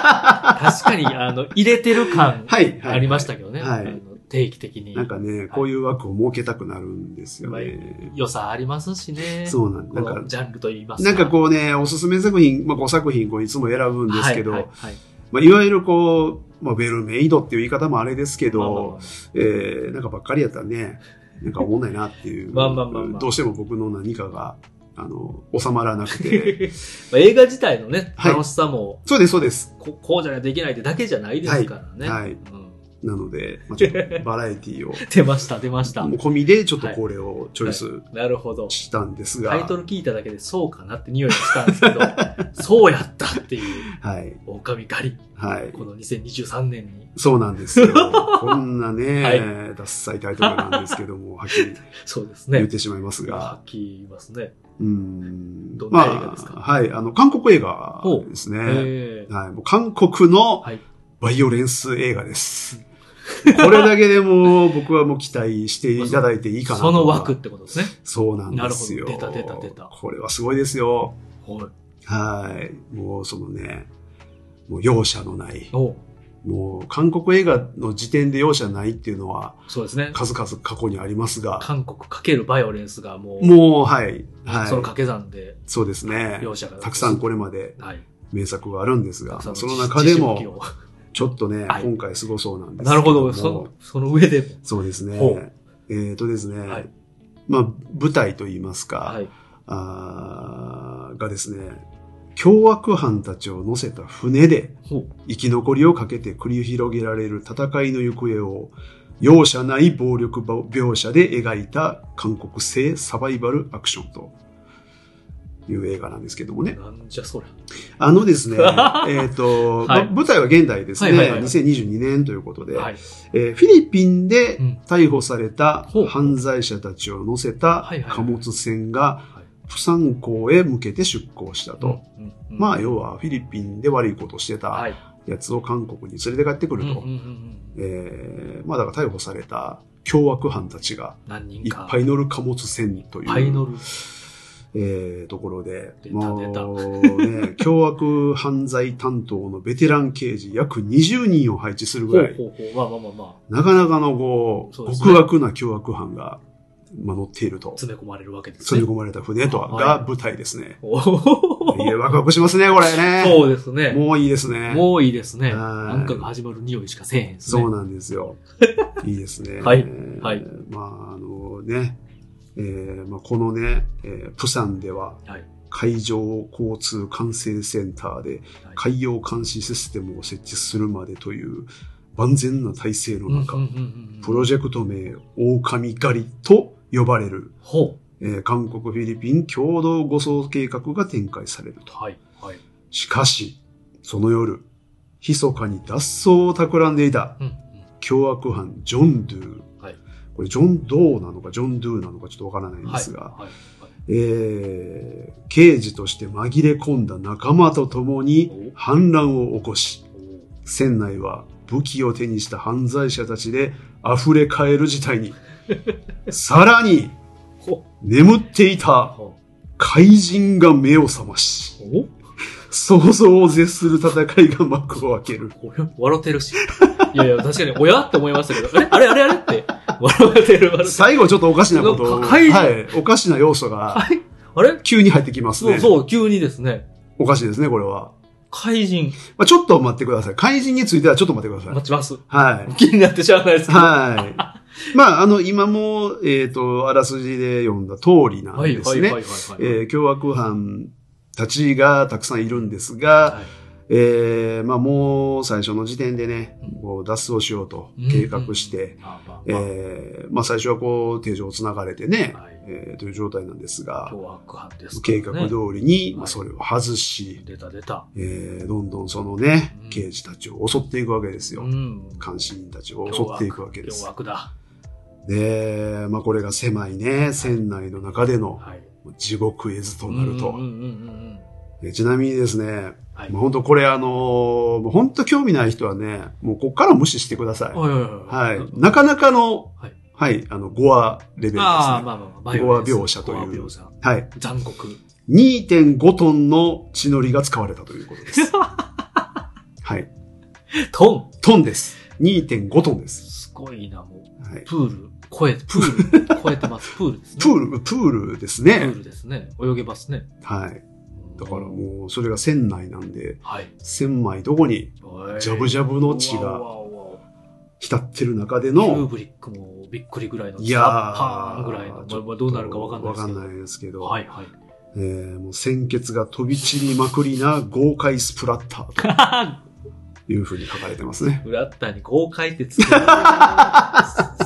S1: かに、あの、入れてる感
S2: はい。はい
S1: ありましたけどね。
S2: はい
S1: あの定期的に。
S2: なんかね、こういう枠を設けたくなるんですよ
S1: は
S2: ね。
S1: 良さありますしね。う。
S2: そうなんなんか、
S1: ジャンルといいます
S2: なんかこうね、おすすめ作品、まあ、5作品こういつも選ぶん
S1: う
S2: ですけ
S1: はい
S2: ど、
S1: はいはい
S2: まあ、いわゆるこう、まあ、ベルメイドっていう言い方もあれですけ
S1: まあまあま。
S2: ど、えー、なんかばっかりやったらね、なんか思んないなっていう
S1: まあまあまあまあ
S2: どうしても僕の何かが、あの、収まらなく
S1: あ
S2: て。
S1: まあ映画自体のね、
S2: はい
S1: 楽しさも、
S2: そうです、そうです。
S1: ここうじゃないといけないってだけじゃないですからね。
S2: はいはい
S1: うん
S2: なので、まあ、ちょ っとバラエティを、
S1: 出ました、出ました
S2: もう。込みでちょっとこれをチョイス
S1: なるほど。
S2: したんですが、
S1: タイトル聞いただけでそうかなって匂いがしたんですけど、 そうやったっていう、
S2: はい、
S1: 狼狩り。
S2: はい。
S1: この2023年に、
S2: そうなんです よ。こんなね、
S1: はい
S2: ダッサいタイトルなんですけども、はっきり
S1: そうです
S2: 言っ
S1: ね。
S2: てしまいますが
S1: は、っきり言いますね。
S2: うーん
S1: どんな映画ですか
S2: まあ、はい、あの、韓国映画ですね。
S1: ええ
S2: はい、もう韓国の
S1: はい
S2: バイオレンス映画です。これだけでも 僕はもう期待していただいていいかなと
S1: その枠っ。てことですね。
S2: そうなんですよ。
S1: なるほど出た出た出た
S2: これはすごいですよ。
S1: はい。
S2: はい。もうそのね、もう容赦のない。
S1: お
S2: もう韓国映画の時点で容赦ないっていうのは
S1: そうですね。
S2: 数々過去にありますが、
S1: 韓国かけるバイオレンスがもう、
S2: もう、はい。はい。
S1: その掛け算で、
S2: そうですね。
S1: 容赦が。
S2: たくさんこれまで
S1: はい。
S2: 名作があるんです
S1: た
S2: が
S1: くさ、ん
S2: その中で
S1: 知識
S2: も、
S1: を
S2: ちょっとね、
S1: はい
S2: 今回すごそうなんですけ
S1: なるほ
S2: も
S1: ど。その、その上でも。
S2: そうですね
S1: ほう。
S2: えっ、とですね、
S1: はい
S2: まあ、舞台といいますか、
S1: はい。
S2: あーがですね、凶悪犯たちを乗せた船で
S1: ほう。
S2: 生き残りをかけて繰り広げられる戦いの行方を容赦ない暴力描写で描いた韓国製サバイバルアクションという映画なんですけどもね。
S1: なんじゃそりゃ。
S2: あのです ね、えっと、
S1: はい
S2: ま舞台は現代ですね、
S1: はいはいはいはい
S2: 2022年ということで、
S1: はい。
S2: えーフィリピンで
S1: うん
S2: 逮捕された
S1: ほう
S2: 犯罪者たちを乗せた
S1: はいはいはい
S2: 貨物船が
S1: い
S2: 釜山港へ向けて出港したと。
S1: うん、うん
S2: まあ、要はフィリピンで悪いことをしてた
S1: はい。
S2: やつを韓国に連れて帰ってくると。
S1: うんうんうんうん
S2: えーまあだから逮捕された凶悪犯たちが
S1: 何人
S2: いっ
S1: か。
S2: ぱい乗る貨物船と
S1: いっぱい
S2: い
S1: 乗
S2: う、
S1: る。
S2: えーところで、
S1: 出た
S2: もう ね、凶悪犯罪担当のベテラン刑事約20人を配置する
S1: ほ
S2: ぐら
S1: う
S2: い、
S1: ほうほう。まあまあまあまあ、
S2: なかなかのこう、
S1: そうですね
S2: 極悪な凶悪犯が、まあ、乗っていると、
S1: 詰め込まれるわけです
S2: 詰
S1: ね。
S2: め込まれた船とは、
S1: はい
S2: が舞台ですね。
S1: おほほ
S2: いや、ワクワクしますね、これね。
S1: そうですね。
S2: もういいですね。
S1: もういいですね。
S2: はい
S1: なんかが 始まる匂いしかせえへんですね。
S2: そうなんですよ。いいですね。
S1: はいはい
S2: まあ、あの、いうね、えーまあ、このね、えー、プサンでは
S1: はい
S2: 海上交通管制センターで
S1: はい
S2: 海洋監視システムを設置するまでという万全な体制の中、
S1: うんうんうんうん
S2: プロジェクト名狼狩りと呼ばれる、
S1: ほ
S2: えー韓国フィリピン共同護送計画が展開される
S1: う。
S2: と。
S1: はい。はい。
S2: しかし、その夜、密かに脱走を企んでいた
S1: うんうん。
S2: 凶悪犯ジョン・ドゥ。
S1: はい
S2: これジョン・ドーなのかジョン・ドゥなのかちょっとわからないんで
S1: はい。
S2: すが、
S1: はい。はい
S2: えー刑事として紛れ込んだ仲間と共に反乱を起こし、船内は武器を手にした犯罪者たちで溢れ返る事態に。 さらに、
S1: ほ。
S2: 眠っていうた
S1: ほ
S2: 怪人が目を覚まし、
S1: う。お
S2: 想像を絶する戦いが幕を開ける。
S1: おや笑ってるし。いやいや、確かに、おやって思いましたけど、あれあれあれあれって。笑ってる、笑ってる。
S2: 最後ちょっとおかしなことを、
S1: か 怪人
S2: はい、おかしな要素が
S1: はい。あれ
S2: 急に入ってきます
S1: そ
S2: ね
S1: う。そう、急にですね。
S2: おかしいですね、これは。
S1: 怪人、
S2: まあ、ちょっと待ってください。怪人についてはちょっと待ってくださ
S1: 待
S2: い。
S1: ちます。
S2: はい。
S1: 気になってしゃあないですけど。
S2: はい。まあ、あの、今も、えっ、と、あらすじで読んだ通りなん
S1: はい、
S2: で
S1: は
S2: す
S1: い、はい、は
S2: ね。
S1: い。
S2: えー凶悪犯たちがたくさんいるんですが、
S1: はい
S2: えーまあ、もう最初の時点でね
S1: う、ん
S2: こう脱走しようと計画して、、
S1: うんあまあ
S2: え
S1: まあ
S2: ーまあ、最初はこう、手錠をつながれてね、
S1: はい
S2: えーという状態なんですが、
S1: 凶悪犯ですから
S2: 計
S1: ね。
S2: 画通りに、ま
S1: は
S2: あ、
S1: い
S2: それを外し、
S1: 出た、出た。
S2: えーどんどんそのね
S1: うん、
S2: 刑事たちを襲っていくわけですよ。
S1: ん
S2: 監視員たちを襲っていくわけです
S1: 凶。悪だ。
S2: で、まあこれが狭いね、船内の中での
S1: はい。
S2: 地獄絵図となると。
S1: うんうんうんうん
S2: えちなみにですね、
S1: はい
S2: まあ、本当これあのーもう本当興味ない人はね、もうこっから無視してください。
S1: うん。はいはい
S2: はいい
S1: はい。。
S2: なかなかの、
S1: はい
S2: はい、あの、5話レベルですね。
S1: ああ、まあまあまあ、バイオレンス
S2: 語は描写という
S1: 語は描写
S2: はい。
S1: 残酷。
S2: 2.5トンの血のりが使われたということ です。はい。
S1: トン
S2: トンです。2.5トンです。
S1: すごいな、もう。
S2: はい。
S1: プール、超え、プー ル、超えてます。プールですね。
S2: プール、プールです
S1: プ
S2: ね
S1: ー。ルですね。泳げますね。
S2: はい。だから
S1: うん
S2: もう、それが船内なんで、
S1: はい。
S2: 船内どこにジャブジャブの血が
S1: うわうわうわ
S2: 浸ってる中で
S1: キュー
S2: の、
S1: ブリックもびっくりぐらいの、
S2: いやー
S1: パーンぐらいの、まあまあ、どうなるかわかんないですけど。
S2: わかんない
S1: はい
S2: ですけど
S1: はい。
S2: えーもう鮮血が飛び散りまくりな豪快スプラッター
S1: 。
S2: というふうに書かれてますね
S1: フラッターに豪快ってつ ける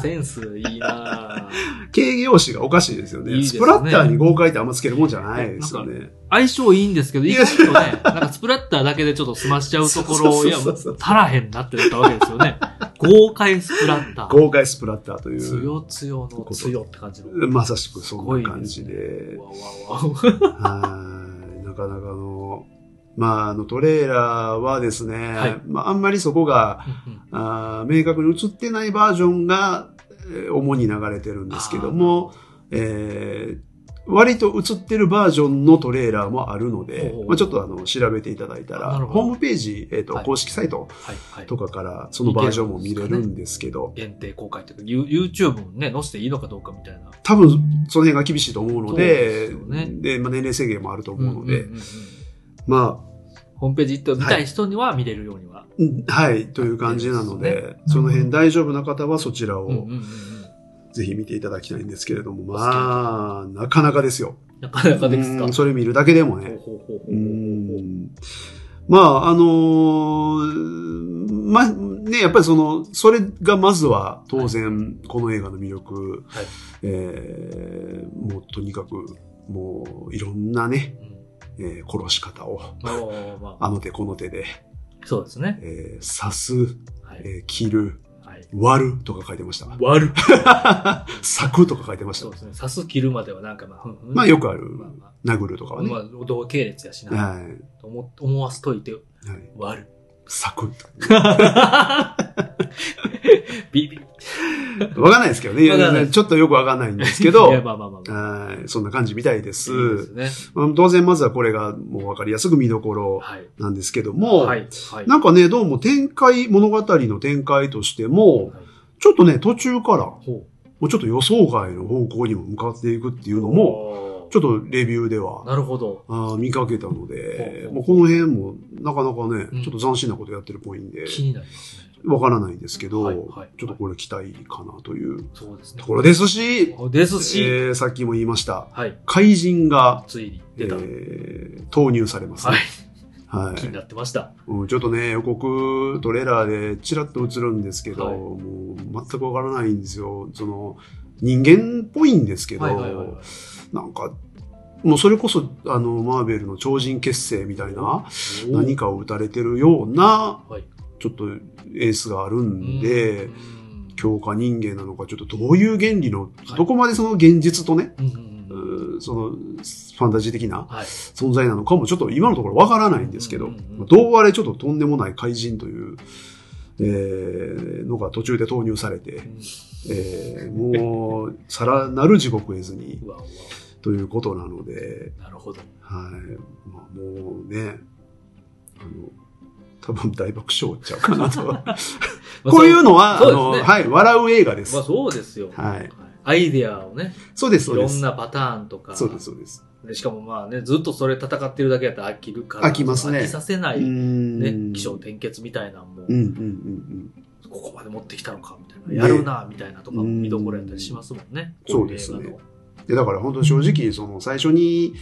S1: センスいいなぁ
S2: 形容詞がおかしいですよね
S1: いいです
S2: ス
S1: ね
S2: プラッターに豪快ってあんまつけるもんじゃないですよね。
S1: 相性いいんですけど、意外とね、なんかスプラッターだけでちょっと済ましちゃうところを、
S2: そう
S1: いや、
S2: そうそう
S1: 足らへんなってなったわけですよ ね。豪快スプラッター。
S2: 豪快スプラッターという、
S1: 強強の強って感じの。
S2: まさしくそんな感じで、
S1: うわうわうわ
S2: はいなかなかの、まあ、あのトレーラーはですね、
S1: はい
S2: まあ、あんまりそこが、
S1: うんうん
S2: あー明確に映ってないバージョンが、えー主に流れてるん ですけども、えー割と映ってるバージョンのトレーラーもあるので
S1: おうお、う
S2: まあ、ちょっとあの調べていただいた
S1: な
S2: ら、
S1: るほど
S2: ホームページ、えーと
S1: はい
S2: 公式サイト
S1: はいはい。
S2: とかからそのバージョンも見れるんですけど、
S1: 限定公開というか、ユ YouTube もね、載せていいのかどうかみたいな。
S2: 多分その辺が厳しいと思う
S1: そ
S2: ので、
S1: うですよね
S2: でまあ、年齢制限もあると思うので、
S1: うんうんうんうん
S2: まあ、
S1: ホームページ行って見たい人には見れるようには。
S2: うんはい、という感じなの
S1: そう
S2: で、その辺大丈夫な方はそちら
S1: うんうん
S2: を
S1: うん
S2: ぜひ見ていただきたいんですけれども、まあ、なかなかですよ。
S1: うんなかなかです
S2: う
S1: か
S2: ん。それ見るだけで
S1: ほ
S2: も
S1: う
S2: ね。
S1: ほうほうほう
S2: うんまあ、あのーまあね、やっぱりその、それがまずは当然、この映画の魅力、
S1: はい
S2: えーもうとにかく、もういろんなね、
S1: うん
S2: えー殺し方を、
S1: まあまあまあま
S2: あの手この手で、
S1: あそうですね。
S2: えー刺す、
S1: はい。
S2: えー切る、
S1: はい。
S2: 割るとか書いてました。
S1: 割る。
S2: 裂くとか書いてまし
S1: そ
S2: た
S1: う。ですね。刺す切るまではなんかまあ、ふんふん
S2: まあよくある
S1: まあま
S2: 殴るとか
S1: あ、
S2: はね。
S1: ま
S2: は
S1: あ、同系列やし
S2: い。
S1: な。
S2: はい。
S1: と思思わせといて割る。
S2: 裂く。
S1: ビビ。
S2: わかんないですけどね。い
S1: わかんない
S2: やちょっとよくわかんないんですけど
S1: い や、まあまあまあまあ。
S2: はいそんな感じみたいで
S1: い
S2: す。
S1: いですね。
S2: まあ当然、まずはこれがもうわかりやすく見どころ
S1: はい。
S2: なんですけども、
S1: はい。はい。
S2: なんかね、どうも展開、物語の展開としても、
S1: はい
S2: ちょっとね、途中から、も
S1: ほ
S2: うちょっと予想外の方向にも向かっていくっていう
S1: う。
S2: のも、
S1: ど。
S2: ちょっとレビューでは、
S1: なるほど。
S2: あー見かけたので、
S1: ほう
S2: もうこの辺もなかなか
S1: うん
S2: ね、ちょっと斬新なことやってるっぽいんで、
S1: 気になりますね。
S2: わからないんですけど、
S1: はいはい
S2: ちょっとこれ期待かなという
S1: そうですね。
S2: ところですし、
S1: ですし、
S2: えーさっきも言いました、
S1: はい。
S2: 怪人が、
S1: ついに
S2: え
S1: 出た。
S2: ー投入されます、
S1: はい。
S2: はい
S1: 気になってました。
S2: うんちょっとね、予告トレーラーでちらっと映るんですけど、
S1: はい
S2: もう全くわからないんですよ。その、人間っぽいんですけど、
S1: はいはいはいはい。
S2: なんか、もうそれこそ、あの、マーベルの超人結成みたいな、
S1: おー
S2: 何かを打たれてるような、
S1: はい
S2: ちょっとエースがあるんで、
S1: うん
S2: 強化人間なのか、ちょっとどういう原理の、
S1: い
S2: どこまでその現実とね、
S1: うんうんうん
S2: うんその、ファンタジー的な
S1: はい。
S2: 存在なのかも、ちょっと今のところわからないんですけど、
S1: うんうんうん
S2: どうあれちょっととんでもない怪人という、えーのが途中で投入されて、えーもう、さらなる地獄絵図に
S1: う、わうわ
S2: ということなので、
S1: なるほど。
S2: はい。まあ、もうね、あの、多分大爆笑ちゃう かなと。こういうのは、
S1: そう
S2: あ
S1: そう
S2: の、
S1: ですね
S2: はい、笑う映画です。
S1: まあそうですよ。
S2: はい。
S1: アイデアをね、
S2: そうです、
S1: い
S2: そうで
S1: ろん
S2: す。
S1: なパターンとか。
S2: そうです、そうです。
S1: でしかもまあね、ずっとそれ戦ってるだけやったら飽きるから。
S2: 飽きますね
S1: 飽きさせな
S2: う
S1: い、ね、
S2: ん
S1: 気象転結みたいなんも、
S2: うん、うん、うん、
S1: ここまで持ってきたのか、みたい
S2: ね
S1: な。やるな、みたいなとかも見どころやったりしますもんね。
S2: う
S1: こ
S2: ん
S1: い映画の
S2: そうでうん。で、だから本当正直、その、最初に、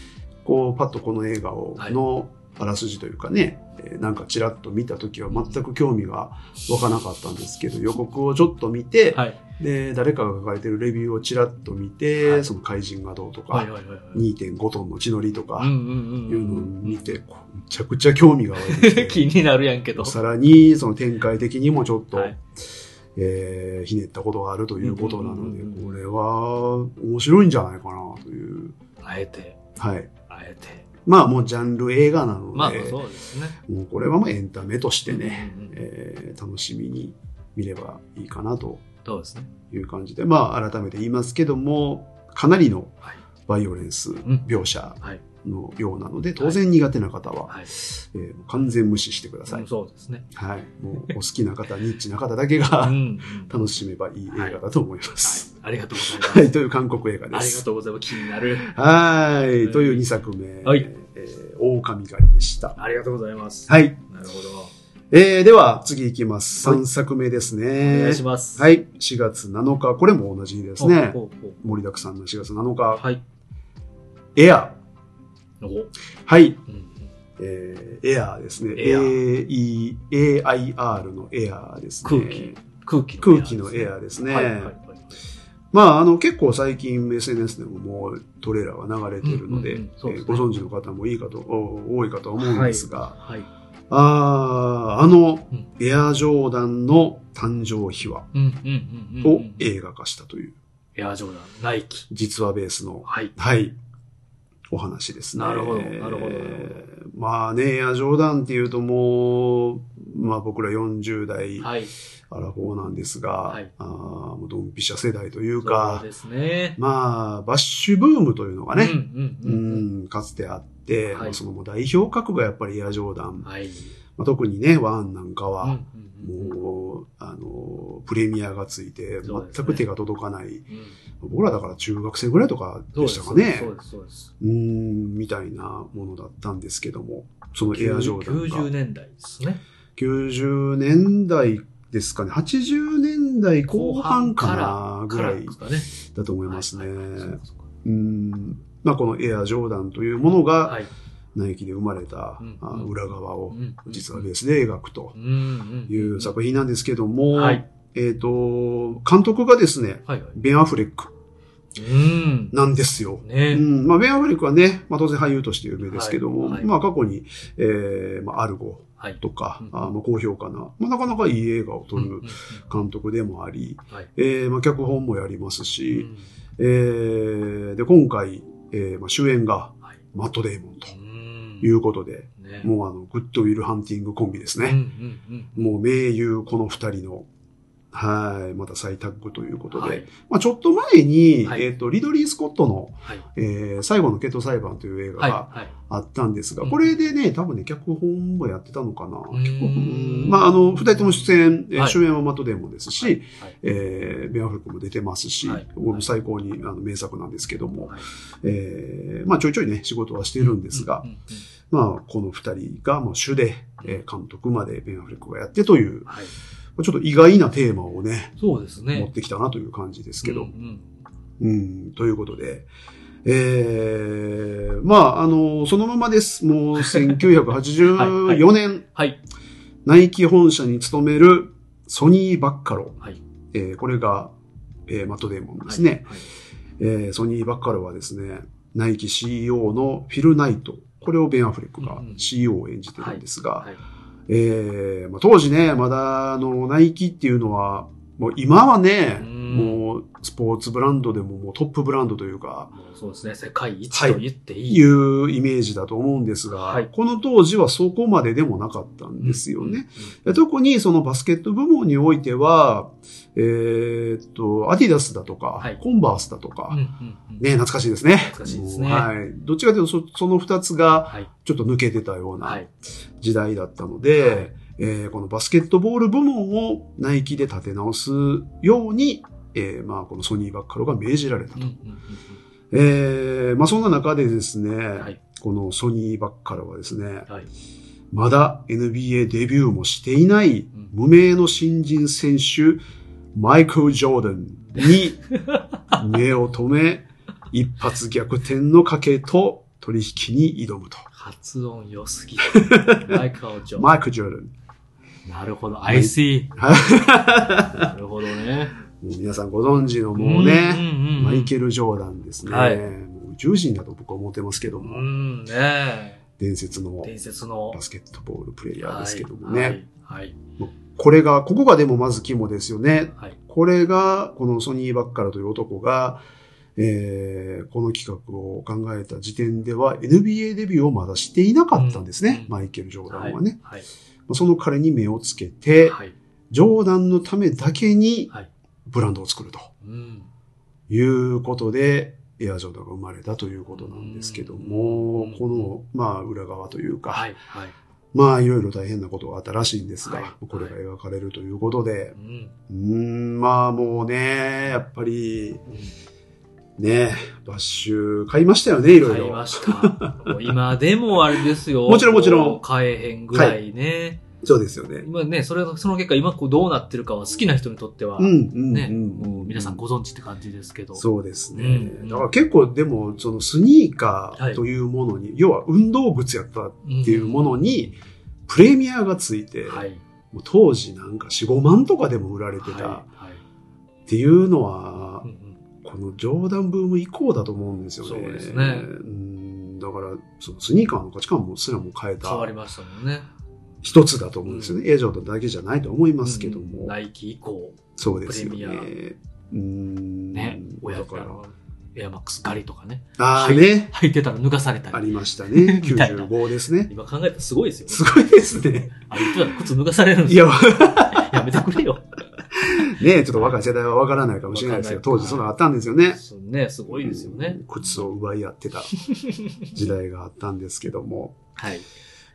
S2: こう、パッとこの映画を、
S1: はい
S2: の、あらすじというかね、えーなんかちらっと見た時は全く興味が湧かなかったんですけど、予告をちょっと見て、
S1: はい。
S2: で、誰かが書かれてるレビューをちらっと見て、
S1: はい
S2: その怪人がどうとか、
S1: はいはいはいはい。
S2: 2.5トンの血のりと
S1: うん
S2: か、
S1: うん
S2: い
S1: うんう
S2: うのを
S1: ん。
S2: 見て、こうむちゃくちゃ興味が湧 いて
S1: 気
S2: き
S1: になるやんけど
S2: て、。さらにその展開的にもちょっと、
S1: はい
S2: えーひねったことがあるということなので、
S1: うんうんうんうん
S2: これは面白いんじゃないかなという。
S1: あえて、
S2: はい。
S1: あえて。
S2: まあもうジャンル映画なので、
S1: まあまあそうですね。
S2: もうこれはもうエンタメとしてね、
S1: うんうんうん。
S2: えー楽しみに見ればいいかなと
S1: そうですね。
S2: いう感じで、まあ、改めて言いますけども、かなりの
S1: はい
S2: バイオレンス
S1: ん
S2: 描写
S1: はい
S2: のようなので、当然苦手な方は、
S1: はい。
S2: えー完全無視してください。
S1: そうですね。
S2: はい、もうお好きな方、ニッチな方だけ
S1: う
S2: が
S1: んうん。
S2: 楽しめばいい映画だと思います。
S1: はい。ありがとうございます。
S2: はい、という韓国映画で
S1: ありが
S2: す。
S1: とうございます。気になる。
S2: はい、という2作目、
S1: はい
S2: えー狼狩りでした。
S1: ありがとうございます。
S2: はい、
S1: なるほど。
S2: えーでは次いきます。
S1: はい
S2: 3作目です
S1: お願
S2: ね
S1: いし。ます。。
S2: はいい、4月7日、これも同じですね。
S1: ほうほう
S2: 盛りだくさんの4月7
S1: ほう
S2: 日、
S1: はい。
S2: エア。
S1: おうん
S2: はい、
S1: うん。
S2: えー、エアーですね。
S1: エア
S2: AE AIR のエアーですね。
S1: 空気。空気
S2: 空気のエアーですね。
S1: はいはいはいはい。
S2: まあ、あの、結構最近 SNS でももうトレーラーが流れてるの
S1: う
S2: で、
S1: んうんうんそうですね
S2: えーご存知の方もいいかと、お多いかと思うんですが、
S1: はい。
S2: あーあの
S1: うん、
S2: エアジョーダンの誕生秘話
S1: うんうんうんうん。
S2: を映画化したという、
S1: エアジョーダン、ナイキ。
S2: 実話ベースの、
S1: はい。
S2: はい、お話ですね。
S1: なるほどなるほどなる
S2: まあね、エアジョーダンっていうともう、まあ僕ら40代、
S1: はい。
S2: アラフォーなんですが、
S1: はい
S2: あーもうドンピシャ世代という
S1: そう
S2: か、
S1: ですね。
S2: まあ、バッシュブームというのが
S1: うん
S2: ね、
S1: う
S2: うん
S1: ん
S2: かつてあっ
S1: は
S2: て、
S1: い
S2: まあそのもう代表格がやっぱりエアジョーダン、
S1: うん。はい。
S2: まあ、特にね、ワンなん
S1: う
S2: か
S1: んう
S2: は、
S1: んうん
S2: もう、あの、プレミアがついて、
S1: そうです
S2: 全
S1: ね
S2: く手が届かない、
S1: うん
S2: 僕らだから中学生ぐらいとか
S1: そうで
S2: でし
S1: す
S2: たかね
S1: そ。うです、そうです。
S2: うーん、みたいなものだったんですけども、そのエアジョーダンが
S1: 90年代ですね。
S2: 90年代ですかね、80年代後半かなぐ
S1: かららで
S2: い
S1: すかね。
S2: だと思いますね。
S1: はいはいそうか
S2: う
S1: そうか
S2: んまあ、このエアジョーダンというものが、
S1: はい。
S2: ナイキで生まれた
S1: うん
S2: あ
S1: うん
S2: 裏側を
S1: うん
S2: 実はベースで描くと
S1: うんうん。
S2: いう作品なんですけども、
S1: はい
S2: えっ、と、監督がですね、
S1: はいはい。
S2: ベン・アフレック
S1: うん。
S2: なんですよ。う
S1: ね
S2: んまあ、ベン・アフレックはね、まあ、当然俳優として有名ですけども、
S1: はいはい
S2: まあ、過去に、えーまあ、アルゴ
S1: はい。
S2: とか、
S1: うん
S2: あまあ、高評価な、まあ、なかなかいい映画を撮
S1: うんうん
S2: る
S1: うん
S2: 監督でもあり、
S1: はい
S2: えーまあ、脚本もやりますし、
S1: うん
S2: えーで、今回、えーまあ、主演が
S1: はい
S2: マット・デイモンと
S1: うん
S2: いうことで、
S1: ね
S2: もうあの、グッド・ウィル・ハンティングコンビです
S1: うんう
S2: ね。
S1: んうん
S2: もう名優この二人の、はい。また再タッグということで。
S1: はい。
S2: まあ、ちょっと前に、
S1: はい
S2: えっ、と、リドリー・スコットの、
S1: はい。
S2: えー最後のケト裁判という映
S1: は
S2: 画
S1: い。
S2: が
S1: はい。
S2: あったんですが、
S1: うん
S2: これでね、多分ね、脚本もやってたのかな。
S1: うーん
S2: 脚本まあ、あの、二人とも出演、えー
S1: はい
S2: 主演はマット・デーモンですし、
S1: はい
S2: えー、ベアフルクも出てますし、
S1: はい
S2: 僕も最高にあの名作なんですけども、
S1: はい
S2: えーまあ、ちょいちょいね、仕事はしてるんですが
S1: う、んうんうん
S2: まあ、この二人がもう主で、えー監督までベン・アフレックがやってという、
S1: はい。
S2: ちょっと意外なテーマをね、
S1: そうですね。
S2: 持ってきたなという感じですけど、
S1: うんうん
S2: うん、ということで。ええまあ、あの、そのままです。もう、
S1: はい
S2: 1984年、
S1: はい。
S2: ナイキ本社に勤めるソニー・バッカロ。
S1: はい。
S2: えーこれが、えーマット・デーモンですね、
S1: はい。
S2: えーソニー・バッカロはですね、ナイキ CEO のフィル・ナイト。これをベン・アフレックが
S1: うんうん
S2: CEO を演じてるんですが、
S1: はい。
S2: えーまあ、当時ね、まだ、あの、ナイキっていうのは、もう今はね、
S1: うん
S2: もう、スポーツブランドでももうトップブランドというか、
S1: もうそうですね。世界一
S2: はい
S1: と言ってい
S2: い
S1: い。
S2: うイメージだと思うんですが、
S1: はい
S2: この当時はそこまででもなかったんですよね。で特にそのバスケット部門においては、えーっと、アディダスだとか、
S1: はい
S2: コンバースだとか、
S1: うん。うんうんうん
S2: ね、懐かしいですね。
S1: 懐かしいですね
S2: もうはい。どっちかというとそ、その二つが
S1: はい。
S2: ちょっと抜けてたよう
S1: は。
S2: ない時代だったので、
S1: はい
S2: えーこのバスケットボール部門をナイキで立て直すように、えーまあ、このソニーバッカロが命じられた
S1: うん
S2: と。
S1: うんうん
S2: えーまあ、そんな中でですね、
S1: うんはい。
S2: このソニーバッカロはですね、
S1: はい。
S2: まだ NBA デビューもしていない
S1: うん
S2: 無名の新人選手、マイクル・ジョーダ ンに目を留め、一発逆転の賭けと取引に挑むと。
S1: 発音良すぎる。マイカオジョン。
S2: マイク・ジョーダン。
S1: なるほど。I see. なるほどね。
S2: もう皆さんご存知のもうね、
S1: んうんうん
S2: マイケル・ジョーダンですね。
S1: はい
S2: もう宇宙人だと僕は思ってますけど
S1: う
S2: も、
S1: ん、ね
S2: 伝説の
S1: 伝説の
S2: バ。スケットボールプレイヤー
S1: は
S2: で
S1: い
S2: すけどもね。。
S1: はい。
S2: これが、ここがでもまず肝ですよね。
S1: はい。
S2: これが、このソニー・バッカラという男が、えーこの企画を考えた時点では NBA デビューをまだしていなかったんですね。
S1: うん
S2: マイケル・ジョーダ
S1: はい。
S2: ンはね。
S1: はい。
S2: まあその彼に目をつけて、
S1: はい。
S2: ジョーダンのためだけに
S1: はい
S2: ブランドを作ると
S1: うん。
S2: いうことで、エアジョーダンが生まれたということなんですけども、
S1: うん
S2: この、まあ、裏側というか、
S1: はい。はい。
S2: まあ、いろいろ大変なことがあったらしいんですが、
S1: はい
S2: これが描かれるということで
S1: う、ん。
S2: うーん、まあもうね、やっぱり、ね、バッシュ買いましたよね、いろい
S1: 買い
S2: ろ
S1: ま。した。もう今でもあれですよ。
S2: もちろんもちろん
S1: こう買えへんぐらいね。
S2: そうですよね。
S1: 今ね、それの、その結果今こうどうなってるかは好きな人にとっては、
S2: うん、うん。
S1: ね、
S2: うん
S1: もう皆さんご存知って感じですけど。
S2: そうですね。
S1: うん
S2: だから結構でも、そのスニーカーというものに、要は運動靴やった
S1: うん。
S2: っていうものに、プレミアがついて、
S1: はい。
S2: もう当時なんか4、5万とかでも売られて
S1: はい。
S2: た
S1: はい
S2: っていうのは
S1: うん、うん
S2: このジョーダンブーム以降だと思うんですよね。
S1: そうですね
S2: うん、だから、そのスニーカーの価値観もすらも変えた。
S1: 変わりましたもんね。
S2: 一つだと思うんですよね。エージョントだけじゃないと思いますけども。
S1: うんナイキ以降、
S2: そうですよ
S1: プレ
S2: ね。
S1: ミア
S2: うーん。
S1: ね、親
S2: だ
S1: か
S2: からら。、
S1: エアマックス狩りとかね、
S2: ああね、
S1: 履いてたら脱がされた
S2: あ
S1: り。
S2: りましたね。
S1: みたいな
S2: 95ですね。
S1: 今考えたらすごいですよね。
S2: すごいです ね。
S1: あ、言ってたら靴脱がされるんで
S2: い
S1: すよ。
S2: や、
S1: やめてくれよ。
S2: ねちょっと若い世代はわからないかもしれないですけど、
S1: わかんな
S2: 当
S1: い
S2: 時そんなのあったんですよね。
S1: そうね、すごいですよね
S2: う。ん靴を奪い合ってた時代があったんですけども。
S1: はい。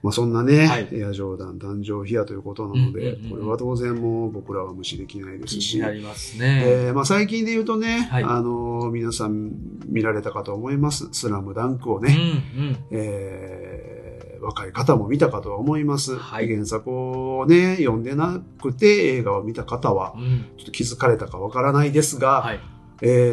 S2: まあそんなね、
S1: はい
S2: エアジョーダン誕生日やということなので、
S1: うんうんうん
S2: これは当然もう僕らは無視できないで
S1: 気
S2: すし。
S1: になりますね。
S2: えーまあ、最近で言うとね、
S1: はい
S2: あのー皆さん見られたかと思います。スラムダンクを
S1: うん
S2: ね、
S1: うん。
S2: えー若い方も見たかとは思います。
S1: はい
S2: 原作をね、読んでなくて映画を見た方は、
S1: うん。
S2: ちょっと気づかれたかわからないですが、
S1: はい。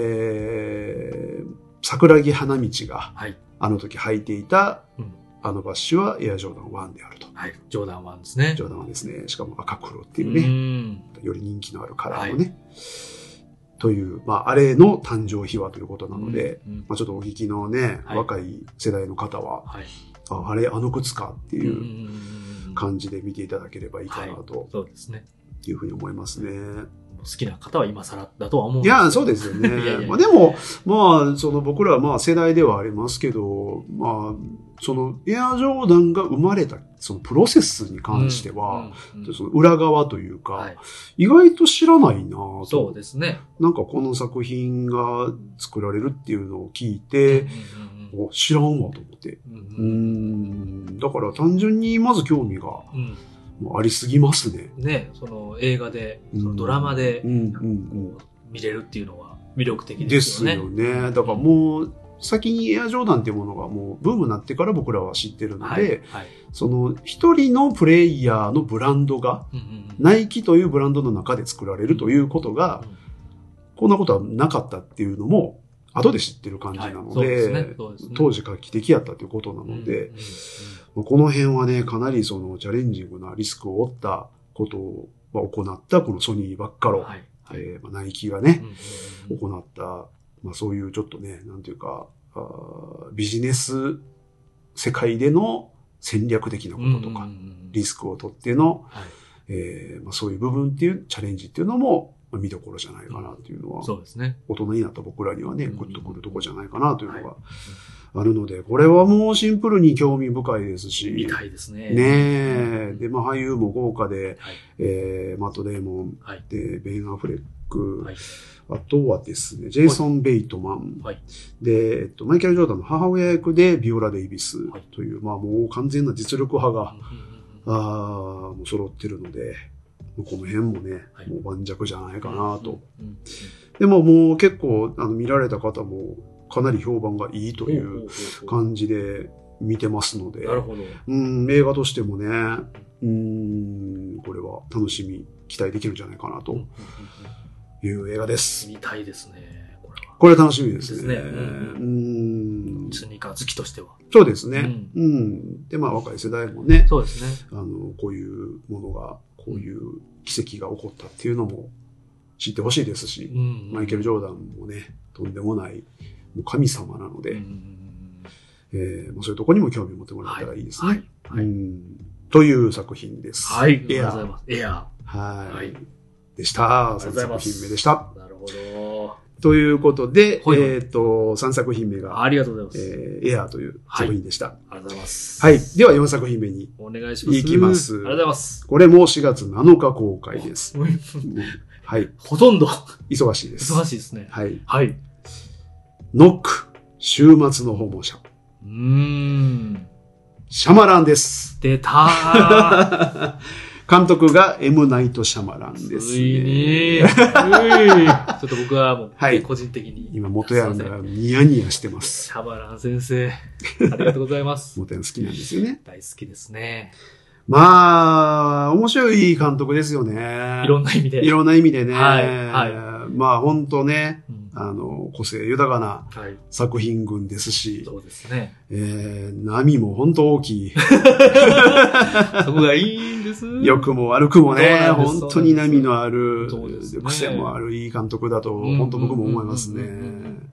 S2: えー桜木花道が
S1: はい。
S2: あの時履いていた、
S1: うん
S2: あのバッシュはエアジョーダン1であると。
S1: はい。ジョーダン1ですね
S2: ジ。ョーダンはですね、しかも赤黒って
S1: う
S2: いうね、
S1: ん。
S2: より人気のあるカラーのね、という、まあ、あれの誕生秘話ということなので、
S1: うん、
S2: まあ、ちょっとお聞きのね、
S1: はい
S2: 若い世代の方は、
S1: はい。
S2: ああれ、あの靴かって
S1: うん
S2: い
S1: うん
S2: う
S1: うんうん
S2: 感じで見ていただければいいかなと
S1: そうですね。
S2: いうふうに思いますね。
S1: もうきな方は今更だとは思うん
S2: いや、そう
S1: で
S2: ですよね。
S1: いやいや
S2: まあでも、まあ、その僕らはまあ世代ではありますけど、まあ、そのエアジョーダンが生まれたそのプロセスに関しては、、
S1: うんうん
S2: その裏側というか、
S1: はい
S2: 意外と知らないなぁ
S1: そう
S2: と。
S1: ですね。
S2: なんかこの作品が作られるっていうのを聞いて、
S1: う
S2: お知らんわと思って。
S1: んうん
S2: うー
S1: うん
S2: ん。だから単純にまず興味が
S1: うん
S2: ありすぎますね。
S1: うんね、その映画で、
S2: うん
S1: そのドラマで
S2: うんうん
S1: こう見れるっていうのは魅力
S2: う
S1: 的
S2: ん。
S1: で
S2: ですす
S1: よね。
S2: よね。だからもう、先にエアジョーダンっていうものがもうブームになってから僕らは知ってるので、
S1: はい。はい
S2: その一人のプレイヤーのブランドが、
S1: うんうんうん
S2: ナイキというブランドの中で作られるということが、こんなことはなかったっていうのも、後で知ってる感じなの
S1: はいそうで
S2: で、
S1: すねそうですね
S2: 当時画期的やったということなので、
S1: うん
S2: まあこの辺はね、かなりそのチャレンジングなリスクを負ったことをまあ行った、このソニーばっか
S1: うんうん
S2: ろ、
S1: はいはい
S2: えーまあ、ナイキがね
S1: う、んうんうん
S2: 行った、まあそういうちょっとね、なんていうか、あービジネス世界での戦略的なこととか、
S1: うんうんうん
S2: リスクを取っての、
S1: はい
S2: えーまあ、そういう部分っていうチャレンジっていうのもまあ見どころじゃないかなっていうのは、
S1: そうですね。
S2: 大人になった僕らにはね、
S1: うん
S2: グッとくるとこじゃないかなというのがあるので、これはもうシンプルに興味深いですし、
S1: 見たいですね。
S2: ね
S1: う
S2: え。
S1: ん
S2: で、まあ俳優も豪華で、
S1: はい
S2: えーマット・デーモン、
S1: はい
S2: で、ベン・アフレック、
S1: はい
S2: あとはですね、ジェイソン・ベイトマン、
S1: はい
S2: で、えっと、マイケル・ジョーダンの母親役でビオラ・デイビス
S1: はい
S2: という、まあもう完全な実力派が、
S1: うんうんうんうん
S2: あーもう揃ってるので、もうこの辺もね、
S1: はい
S2: もう盤石じゃないかなと。。
S1: うんうん
S2: でももう結構あの見られた方もかなり評判がいいとい
S1: ほうほ
S2: う
S1: うほうほう
S2: 感じで見てますので、
S1: なるほど。
S2: うん、映画としてもね、うん、これは楽しみ、期待できるんじゃないかな
S1: うんう
S2: と
S1: んうん
S2: いう映画です。
S1: 見たいですね。これは。
S2: これ楽しみですね。
S1: ですねう
S2: うん、
S1: スニーカー好きとしては。
S2: そうですね、
S1: う
S2: うん。で、まあ若い世代もね、
S1: そうですね。
S2: あの、こういうものが、こういう奇跡が起こったっていうのも知ってほしいですし、
S1: うん
S2: マイケル・ジ
S1: ョ
S2: ョーダンもね、とんでもない、もう神様なので、えーまあそういうところにも興味を持ってもらえたらいいですね。
S1: はい。は
S2: う
S1: い。
S2: んという作品です。
S1: はい。あり
S2: エ
S1: が
S2: ア
S1: とうございます。エア
S2: はい。
S1: はい
S2: でした。
S1: ありがと
S2: 3
S1: うござい
S2: 作
S1: ます
S2: 品目でした。
S1: ー。なるほど。
S2: ということで、
S1: はいはい
S2: えっ、と、3作品目が、
S1: ありがとうございます。
S2: えー、エアーという作品でした。は
S1: ありがとうございます。
S2: い。。では4作品目に。
S1: お願いします。
S2: いきます
S1: ありがとうございます。
S2: これも4月7日公開です。うんはい。
S1: ほとんど
S2: 忙しいです。
S1: 忙しいですね。
S2: はい。
S1: はい。う
S2: ノック、週末の訪問者。
S1: ーん。
S2: シャマランです。
S1: 出たー。
S2: 監督が M. ナイト・シャマラン です、
S1: ついに。ういちょっと僕はもう、
S2: はい
S1: 個人的に。
S2: 今、元ヤン
S1: すいま
S2: がニヤニヤしてま
S1: せん
S2: す。
S1: シャバラン先生、ありがとうござい ます。
S2: 元ヤン好きなんですよね。
S1: 大好きですね。
S2: まあ、面白い監督ですよね。
S1: いろんな意味で。
S2: いろんな意味でね。
S1: はいはい
S2: まあ本当ね、
S1: うん
S2: あの、個性豊かな
S1: はい。
S2: 作品群ですし、
S1: そうですね。
S2: えー、波も本当大きい。
S1: そこがいいんです。
S2: 良くも悪くもね、
S1: そうなんです
S2: 本当に波のある、
S1: そうですね
S2: 癖もあるいい監督だと、
S1: うん
S2: 本当僕も思いますね
S1: うんうんうんうん。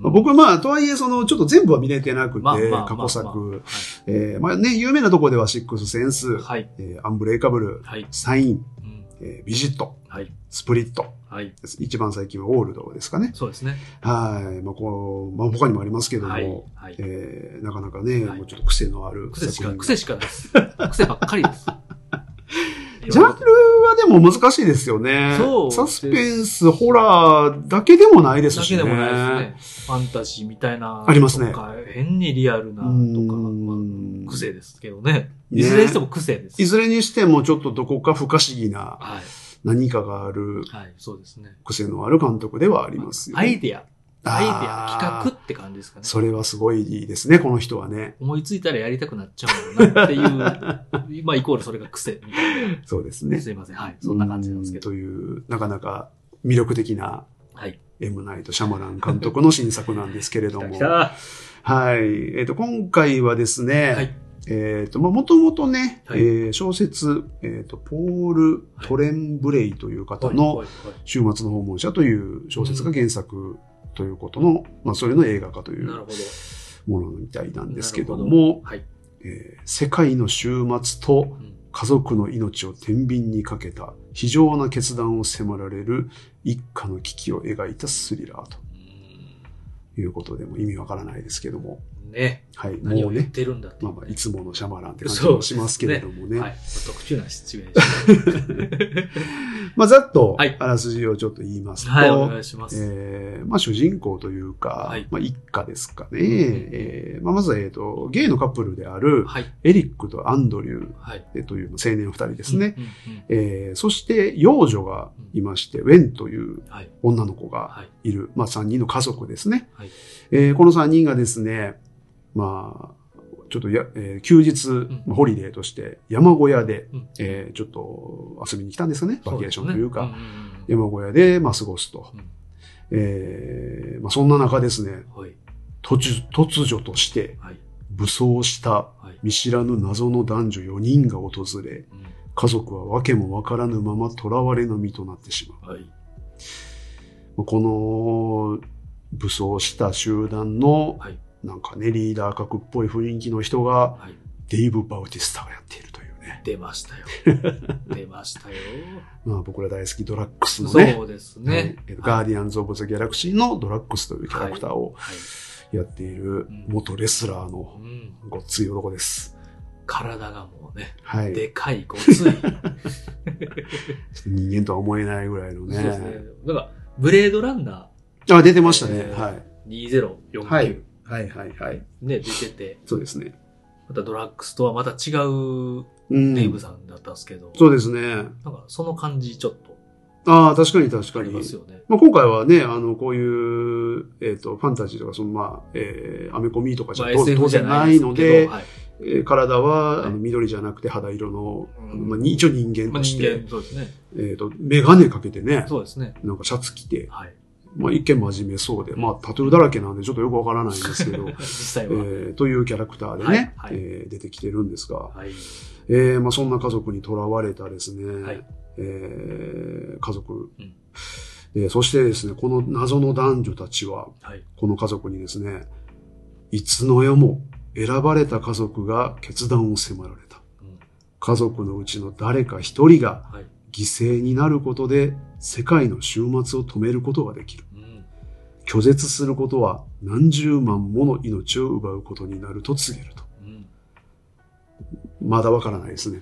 S2: まあ僕はまあ、とはいえ、その、ちょっと全部は見れてなくて、
S1: まあまあまあ
S2: 過去作、
S1: は
S2: えー、まあね、有名なとこでは、シックスセンス、
S1: い。はい。
S2: えーアンブレイカブル、
S1: はい。
S2: サイン、
S1: うん
S2: えービジット、
S1: はい。
S2: スプリット、
S1: はい。
S2: 一番最近はオールドですかね。
S1: そうですね。
S2: はい。まあ、こう、まあ、他にもありますけども、
S1: はい。はい。
S2: えー、なかなかね、
S1: はい
S2: もうちょっと癖のある
S1: 癖し
S2: 作
S1: か、
S2: 品
S1: 癖しかないです。癖ばっかり です。
S2: ジャンルはでも難しいですよね。
S1: そう
S2: サスペンス、ホラーだけでもないです
S1: だ
S2: し
S1: け
S2: ね。
S1: でもないですね。ファンタジーみたいな。
S2: ありますね
S1: とか変にリアルなとか、
S2: う
S1: ま
S2: ん
S1: あ、癖ですけどね。
S2: ね
S1: いずれにしても癖です。
S2: いずれにしてもちょっとどこか不可思議な
S1: はい。
S2: 何かがある
S1: はい、そうですね。
S2: 癖のある監督ではありますよ、
S1: アイディア。アイデ
S2: あ
S1: ア、
S2: ー
S1: 企画って感じですかね。
S2: それはすごいいいですね、この人はね。
S1: 思いついたらやりたくなっちゃうんだ なっていう、まあ、イコールそれが癖みたい
S2: そうです
S1: な。
S2: ね。
S1: すいません。はい。そんな感じなんですけど。
S2: うという、なかなか魅力的な
S1: はい。
S2: M. ナイト・シャマラン監督の新作なんですけれ
S1: 来
S2: ど
S1: た
S2: も。
S1: 来た。
S2: はい。えっ、と、今回はですね、
S1: はい
S2: えっ、と、まあ、もともとね、
S1: はい
S2: えー小説、えっ、と、ポール・トレンブレイという方
S1: は
S2: の
S1: い
S2: 週末の訪問者という小説が原作ということの、まあ、それの映画化とい
S1: なる
S2: う
S1: ほど。
S2: ものみたいなんですけど
S1: なるほ
S2: も、
S1: はい。
S2: えー世界の週末と
S1: うん
S2: 家族の命を天秤にかけた非常な決断を迫られる一家の危機を描いたスリラーということで、もう意味わからないですけども。
S1: ね。
S2: はい。
S1: 何
S2: も
S1: を
S2: う
S1: 言っ
S2: ね、
S1: てるんだって。
S2: まあまあ、いつものシャマランって感じ
S1: そう
S2: も
S1: です
S2: し
S1: ね
S2: ますけれどもね。
S1: はい。特殊なシチュエーシ
S2: まあ、ざっと
S1: はい、
S2: あらすじをちょっと言います
S1: ョン。
S2: と、
S1: はい、お願いします。
S2: えーまあ、主人公というか、
S1: はい
S2: まあ、一家ですかね。
S1: ん
S2: えーまあ、まずは、えっ、と、ゲイのカップルである、
S1: はい。
S2: エリックとアンドリュ
S1: はい。
S2: ーという青年二人ですね。
S1: うん。うんうん
S2: えーそして、幼女がいまして、ウェンという
S1: はい。
S2: 女の子が
S1: はい。
S2: いる、まあ、三人の家族ですね。
S1: はい
S2: えーこの三人がですね、まあ、ちょっとや、えー休日、
S1: ん
S2: まあホリデーとして、山小屋で、
S1: うん
S2: えーちょっと遊びに来たんですね。バケーションという
S1: そ
S2: か。
S1: ですねんうん
S2: 山小屋で、まあ、過ごすと。
S1: うん
S2: えーまあ、そんな中ですね、
S1: うんはい。
S2: 突如突如として
S1: はい。
S2: 武装した
S1: はい。
S2: 見知らぬ謎の男女4人が訪れ、
S1: うん
S2: 家族は訳もわからぬまま囚われの身となってしまう。
S1: はい。
S2: まあこの武装した集団の、
S1: はい
S2: なんかね、リーダー格っぽい雰囲気の人が、
S1: はい。
S2: デイブ・バウティスタがやっているというね。
S1: 出ました よ。出ましたよ。
S2: まあ僕ら大好きドラッグスのね、
S1: そうですね
S2: はい。
S1: は
S2: ガーディアンズ・オブ・ザ・ギャラクシーのドラッグスというキャラクターを
S1: い。
S2: やっている
S1: うん
S2: 元レスラー
S1: う
S2: の
S1: ん。
S2: ごっつい男です。
S1: 体がもうね、
S2: はい。
S1: でかい、ご つい。
S2: 人間とは思えないぐらいのね。
S1: そうですね。なんか、ブレードランナ
S2: あ、出てましたね。
S1: えー
S2: はい。
S1: ー2049、
S2: はいはいはいはい。
S1: ね、出てて、
S2: そうですね。
S1: またドラッグスとはまた違う
S2: うん。
S1: デイブさんだったんですけど、
S2: そうですね。
S1: なんかその感じちょっと
S2: ああ、確かに確
S1: あ
S2: か
S1: り
S2: に。
S1: ますよね。
S2: まあ、今回はね、あの、こういう、えっ、と、ファンタジーとか、その、まあ、えー、アメコミとかじゃ
S1: まあ
S2: 当
S1: SF
S2: 当
S1: じゃ
S2: 然な
S1: ない
S2: い
S1: で
S2: の
S1: すけ
S2: で
S1: ど、、はい
S2: えー体は、
S1: はい
S2: あの緑じゃなくて肌色の、
S1: うん
S2: まあ、に一応人間
S1: まあ
S2: とし
S1: 人
S2: て、
S1: 間、そうですね。
S2: えっ、と、メガネかけてね、
S1: そうですね。
S2: なんかシャツ着て、
S1: はい。
S2: まあ、一見真面目そうで、まあ、タトゥーだらけなんでちょっとよくわからないんです けど、
S1: 実際
S2: え
S1: は。
S2: ーというキャラクターでね、
S1: はいはい
S2: えー出てきてるんですが、
S1: はい。
S2: えーまあ、そんな家族にとらわれたですね、
S1: はい
S2: えー家族、
S1: うん
S2: えーそしてですね、この謎の男女たちは、
S1: はい。
S2: この家族にですね、いつの世も選ばれた家族が決断を迫られた。
S1: うん
S2: 家族のうちの誰か一人が
S1: はい。
S2: 犠牲になることで世界の終末を止めることができる。
S1: うん。
S2: 拒絶することは何十万もの命を奪うことになると告げると。
S1: うん。
S2: まだわからないですね。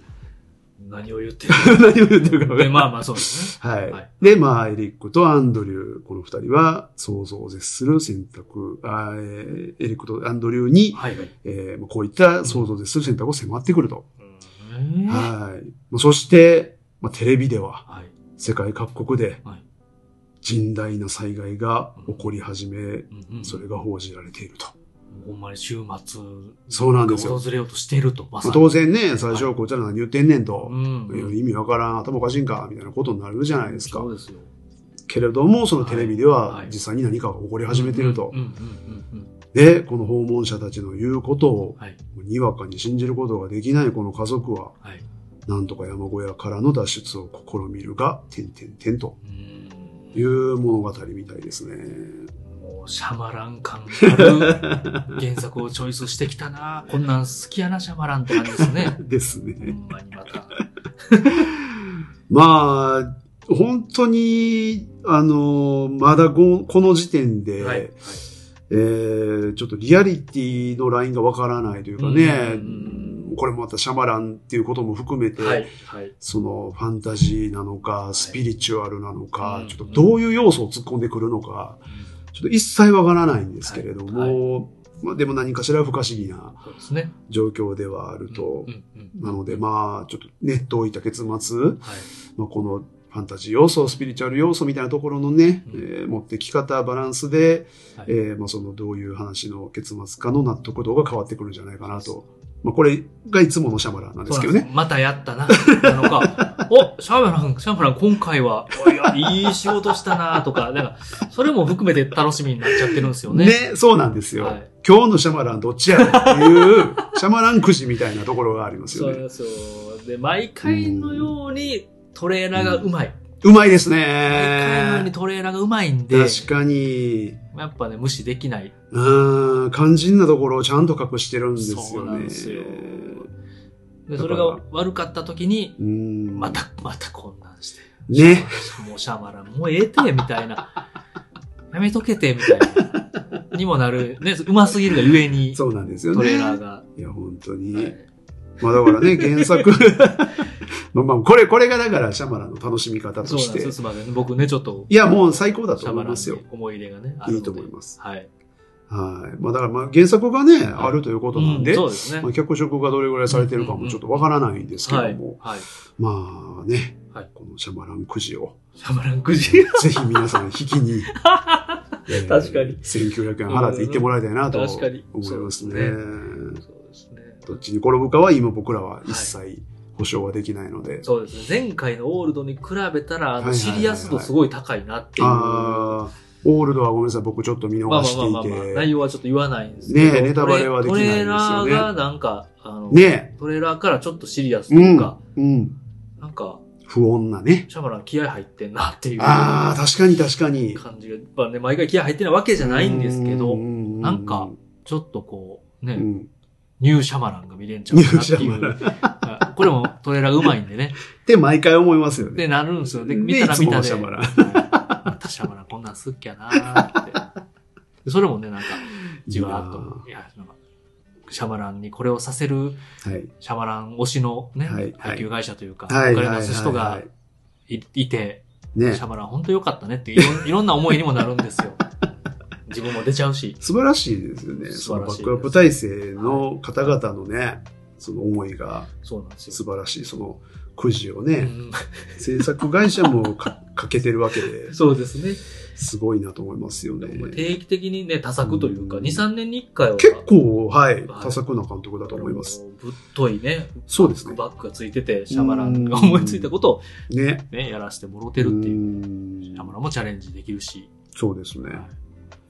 S1: 何を言ってる
S2: 何を言ってるかわから
S1: で
S2: ない。
S1: まあまあそうですね。
S2: はい。
S1: はい
S2: で、まあ、エリックとアンドリュー、この二人は想像を絶する選択、あーえーエリックとアンドリューに、
S1: はいはい。
S2: えーまあこういった想像を絶する選択を迫ってくると。
S1: うん
S2: はい。まあそして、まあ、テレビでは
S1: はい。
S2: 世界各国で
S1: はい
S2: 甚大な災害が起こり始め、
S1: うんうん
S2: それが報じられていると。
S1: ほんまに週末、
S2: そうなんですよ
S1: 訪れようとしていると、ま
S2: まあ
S1: さに。
S2: 当然ね、最初はこいつら何言ってんねんと
S1: う。ん
S2: いや意味わからん、頭おかしいんか、みたいなことになるじゃないですか
S1: そ。うですよ。
S2: けれども、そのテレビで
S1: は
S2: はい実際に何かが起こり始めていると。
S1: うんうんうんうん
S2: で、この訪問者たちの言うことを
S1: うん。、はい。
S2: にわかに信じることができないこの家族は、
S1: はい。
S2: なんとか山小屋からの脱出を試みるが、てんてんてんと
S1: うん
S2: いう物語みたいですね。。
S1: もう、シャマラン感ある原作をチョイスしてきたな。こんなん好きやな、シャマランって感じですね
S2: です
S1: ほ
S2: ね。
S1: んまにまた。
S2: まあ、本当に、あの、まだごこの時点で、
S1: はい。はい
S2: えーちょっとリアリティのラインがわからないというかね、
S1: うんうん
S2: これもまたシャマランっていうことも含めて、
S1: はい。はい。
S2: そのファンタジーなのか、スピリチュアルなのか、
S1: うん
S2: ちょっとどういう要素を突っ込んでくるのか、ちょっと一切わからないんですけれども、まあでも何かしら不可思議な
S1: そうですね。
S2: 状況ではあると
S1: う、んうん
S2: なのでまあちょっとね、どういった結末、
S1: はい。
S2: まあ、このファンタジー要素、スピリチュアル要素みたいなところのね、
S1: うん
S2: えー持ってき方、バランスで、
S1: はい
S2: えーまあ、そのどういう話の結末かの納得度が変わってくるんじゃないかなと。まあ、これがいつものシャマランなんですけどね。
S1: またやったな、なの か、お、シャーマラン、シャーマラン今回は、おいやいい仕事したなとか、なんか、それも含めて楽しみになっちゃってるんですよね。
S2: ねそうなんですよ、
S1: はい
S2: 今日のシャマランどっちやろっていう、シャマランくじみたいなところがあります
S1: そ
S2: よ
S1: う
S2: ね。
S1: ですよ。で、毎回のようにトレーラーがうまい。
S2: うまいです
S1: 毎回のように
S2: ね。
S1: トレーラーがうまいんで、
S2: 確かに。
S1: やっぱね、無視できない。
S2: うん、肝心なところをちゃんと隠してるんですよね。
S1: そうなんですよで、
S2: だか
S1: そ
S2: ら
S1: れが悪かった時に、
S2: うーん。
S1: ま。た、またこんなんして。
S2: ね。
S1: もうシャマラン、もうええて、みたいな。やめとけて、みたいな。にもなる。ね、うますぎるがゆえ に、ト
S2: そうなんですよね。
S1: レーラーが。
S2: いや、本当に。
S1: はい
S2: まあだか らね、原作 の、まあこれ、これがだからシャマランの楽しみ方
S1: そ
S2: と
S1: うな
S2: し
S1: んで
S2: て。
S1: す。すいません。僕ね、ちょっと、
S2: いや、もう最高だ
S1: シ
S2: と
S1: ャ
S2: 思
S1: マ
S2: い
S1: ラン
S2: ますよ
S1: に。思い入れがね、ある
S2: い
S1: ので
S2: いと思います。
S1: はい。
S2: はい。まあだからまあ原作がね、あるということなん
S1: う
S2: で、
S1: そうですね
S2: ま。あ、脚色がどれぐらいされてるかもちょっとわからないんですけども、
S1: はい。はい。
S2: まあね、
S1: はい
S2: このシャマランくじを、
S1: シャマランく じ。
S2: ぜひ皆さん引きに、 えー
S1: 確かに
S2: 1900円払って行ってもらいたいなと
S1: 確かに
S2: 思います
S1: そう
S2: ね。
S1: ですそうですね。
S2: どっちに転ぶかは今僕らは一切保証はできないので。
S1: そうですね。前回のオールドに比べたら、あ
S2: はいはいはいは
S1: の、
S2: い
S1: シリアス度すごい高いなっていう。
S2: ああ、オールドはごめんなさい、僕ちょっと見
S1: まあ
S2: 逃
S1: ま
S2: し
S1: あまあまあ
S2: て
S1: まあ、
S2: い
S1: 内
S2: て。
S1: 容はちょっと言わないんですけど。
S2: ねえネタバレはできないんですよ
S1: トレ
S2: ね
S1: ーラーがなんか、あの、
S2: ね
S1: トレーラーからちょっとシリアスというか、
S2: うん。
S1: なんか、
S2: 不穏なね。
S1: シャマラン気合入ってんなっていう感
S2: ああ、確かに確かに。
S1: じが、まあね、毎回気合入ってないわけじゃないんですけ
S2: う
S1: ど、
S2: うう
S1: なんか、ちょっとこう、
S2: う
S1: ね、
S2: ん。
S1: ニューシャマランが見れんちゃうかなってい
S2: ニューシャマラ
S1: う。はい これもトレーラーうまいんでね。
S2: って毎回思いますよね。
S1: で、なるんですよ。で、
S2: で
S1: 見たら見た
S2: いつ
S1: で。
S2: もシャマラン
S1: はいまたシャマランこんなんすっきゃなーって。でそれもね、なんか、じわーっと。いや、なんか、シャマランにこれをさせる
S2: はい。
S1: シャマラン推しのね、
S2: はい
S1: 配給会社というか、
S2: はい。
S1: お金出す人
S2: はいは
S1: が
S2: いはい
S1: いいて、
S2: ね
S1: シ。ャマラン本当良かったねってい ろん、いろんな思いにもなるんですよ。自分も出ちゃうし。
S2: 素晴らしいですよね。
S1: 素
S2: そ
S1: 晴
S2: の
S1: ら
S2: バ
S1: しいです
S2: ックアップ体制の方々のね、その思いが
S1: そうなんです
S2: 素
S1: よ。
S2: 晴らしい。そのくじを
S1: う
S2: ね、
S1: ん
S2: 制作会社も かかけてるわけで、
S1: そうですね。
S2: すごいなと思いますよね。
S1: 定期的にね、多作というか、
S2: うん
S1: 2、3年に1回は。
S2: 結構、はい、
S1: はい
S2: 多作な監督だと思います。。
S1: ぶっといね、
S2: そうですね。
S1: バックがついてて、シャマランが 思いついたことを
S2: ね。
S1: ね、やらせてもろてるっていう。
S2: うん
S1: シャマランもチャレンジできるし、
S2: そうですね。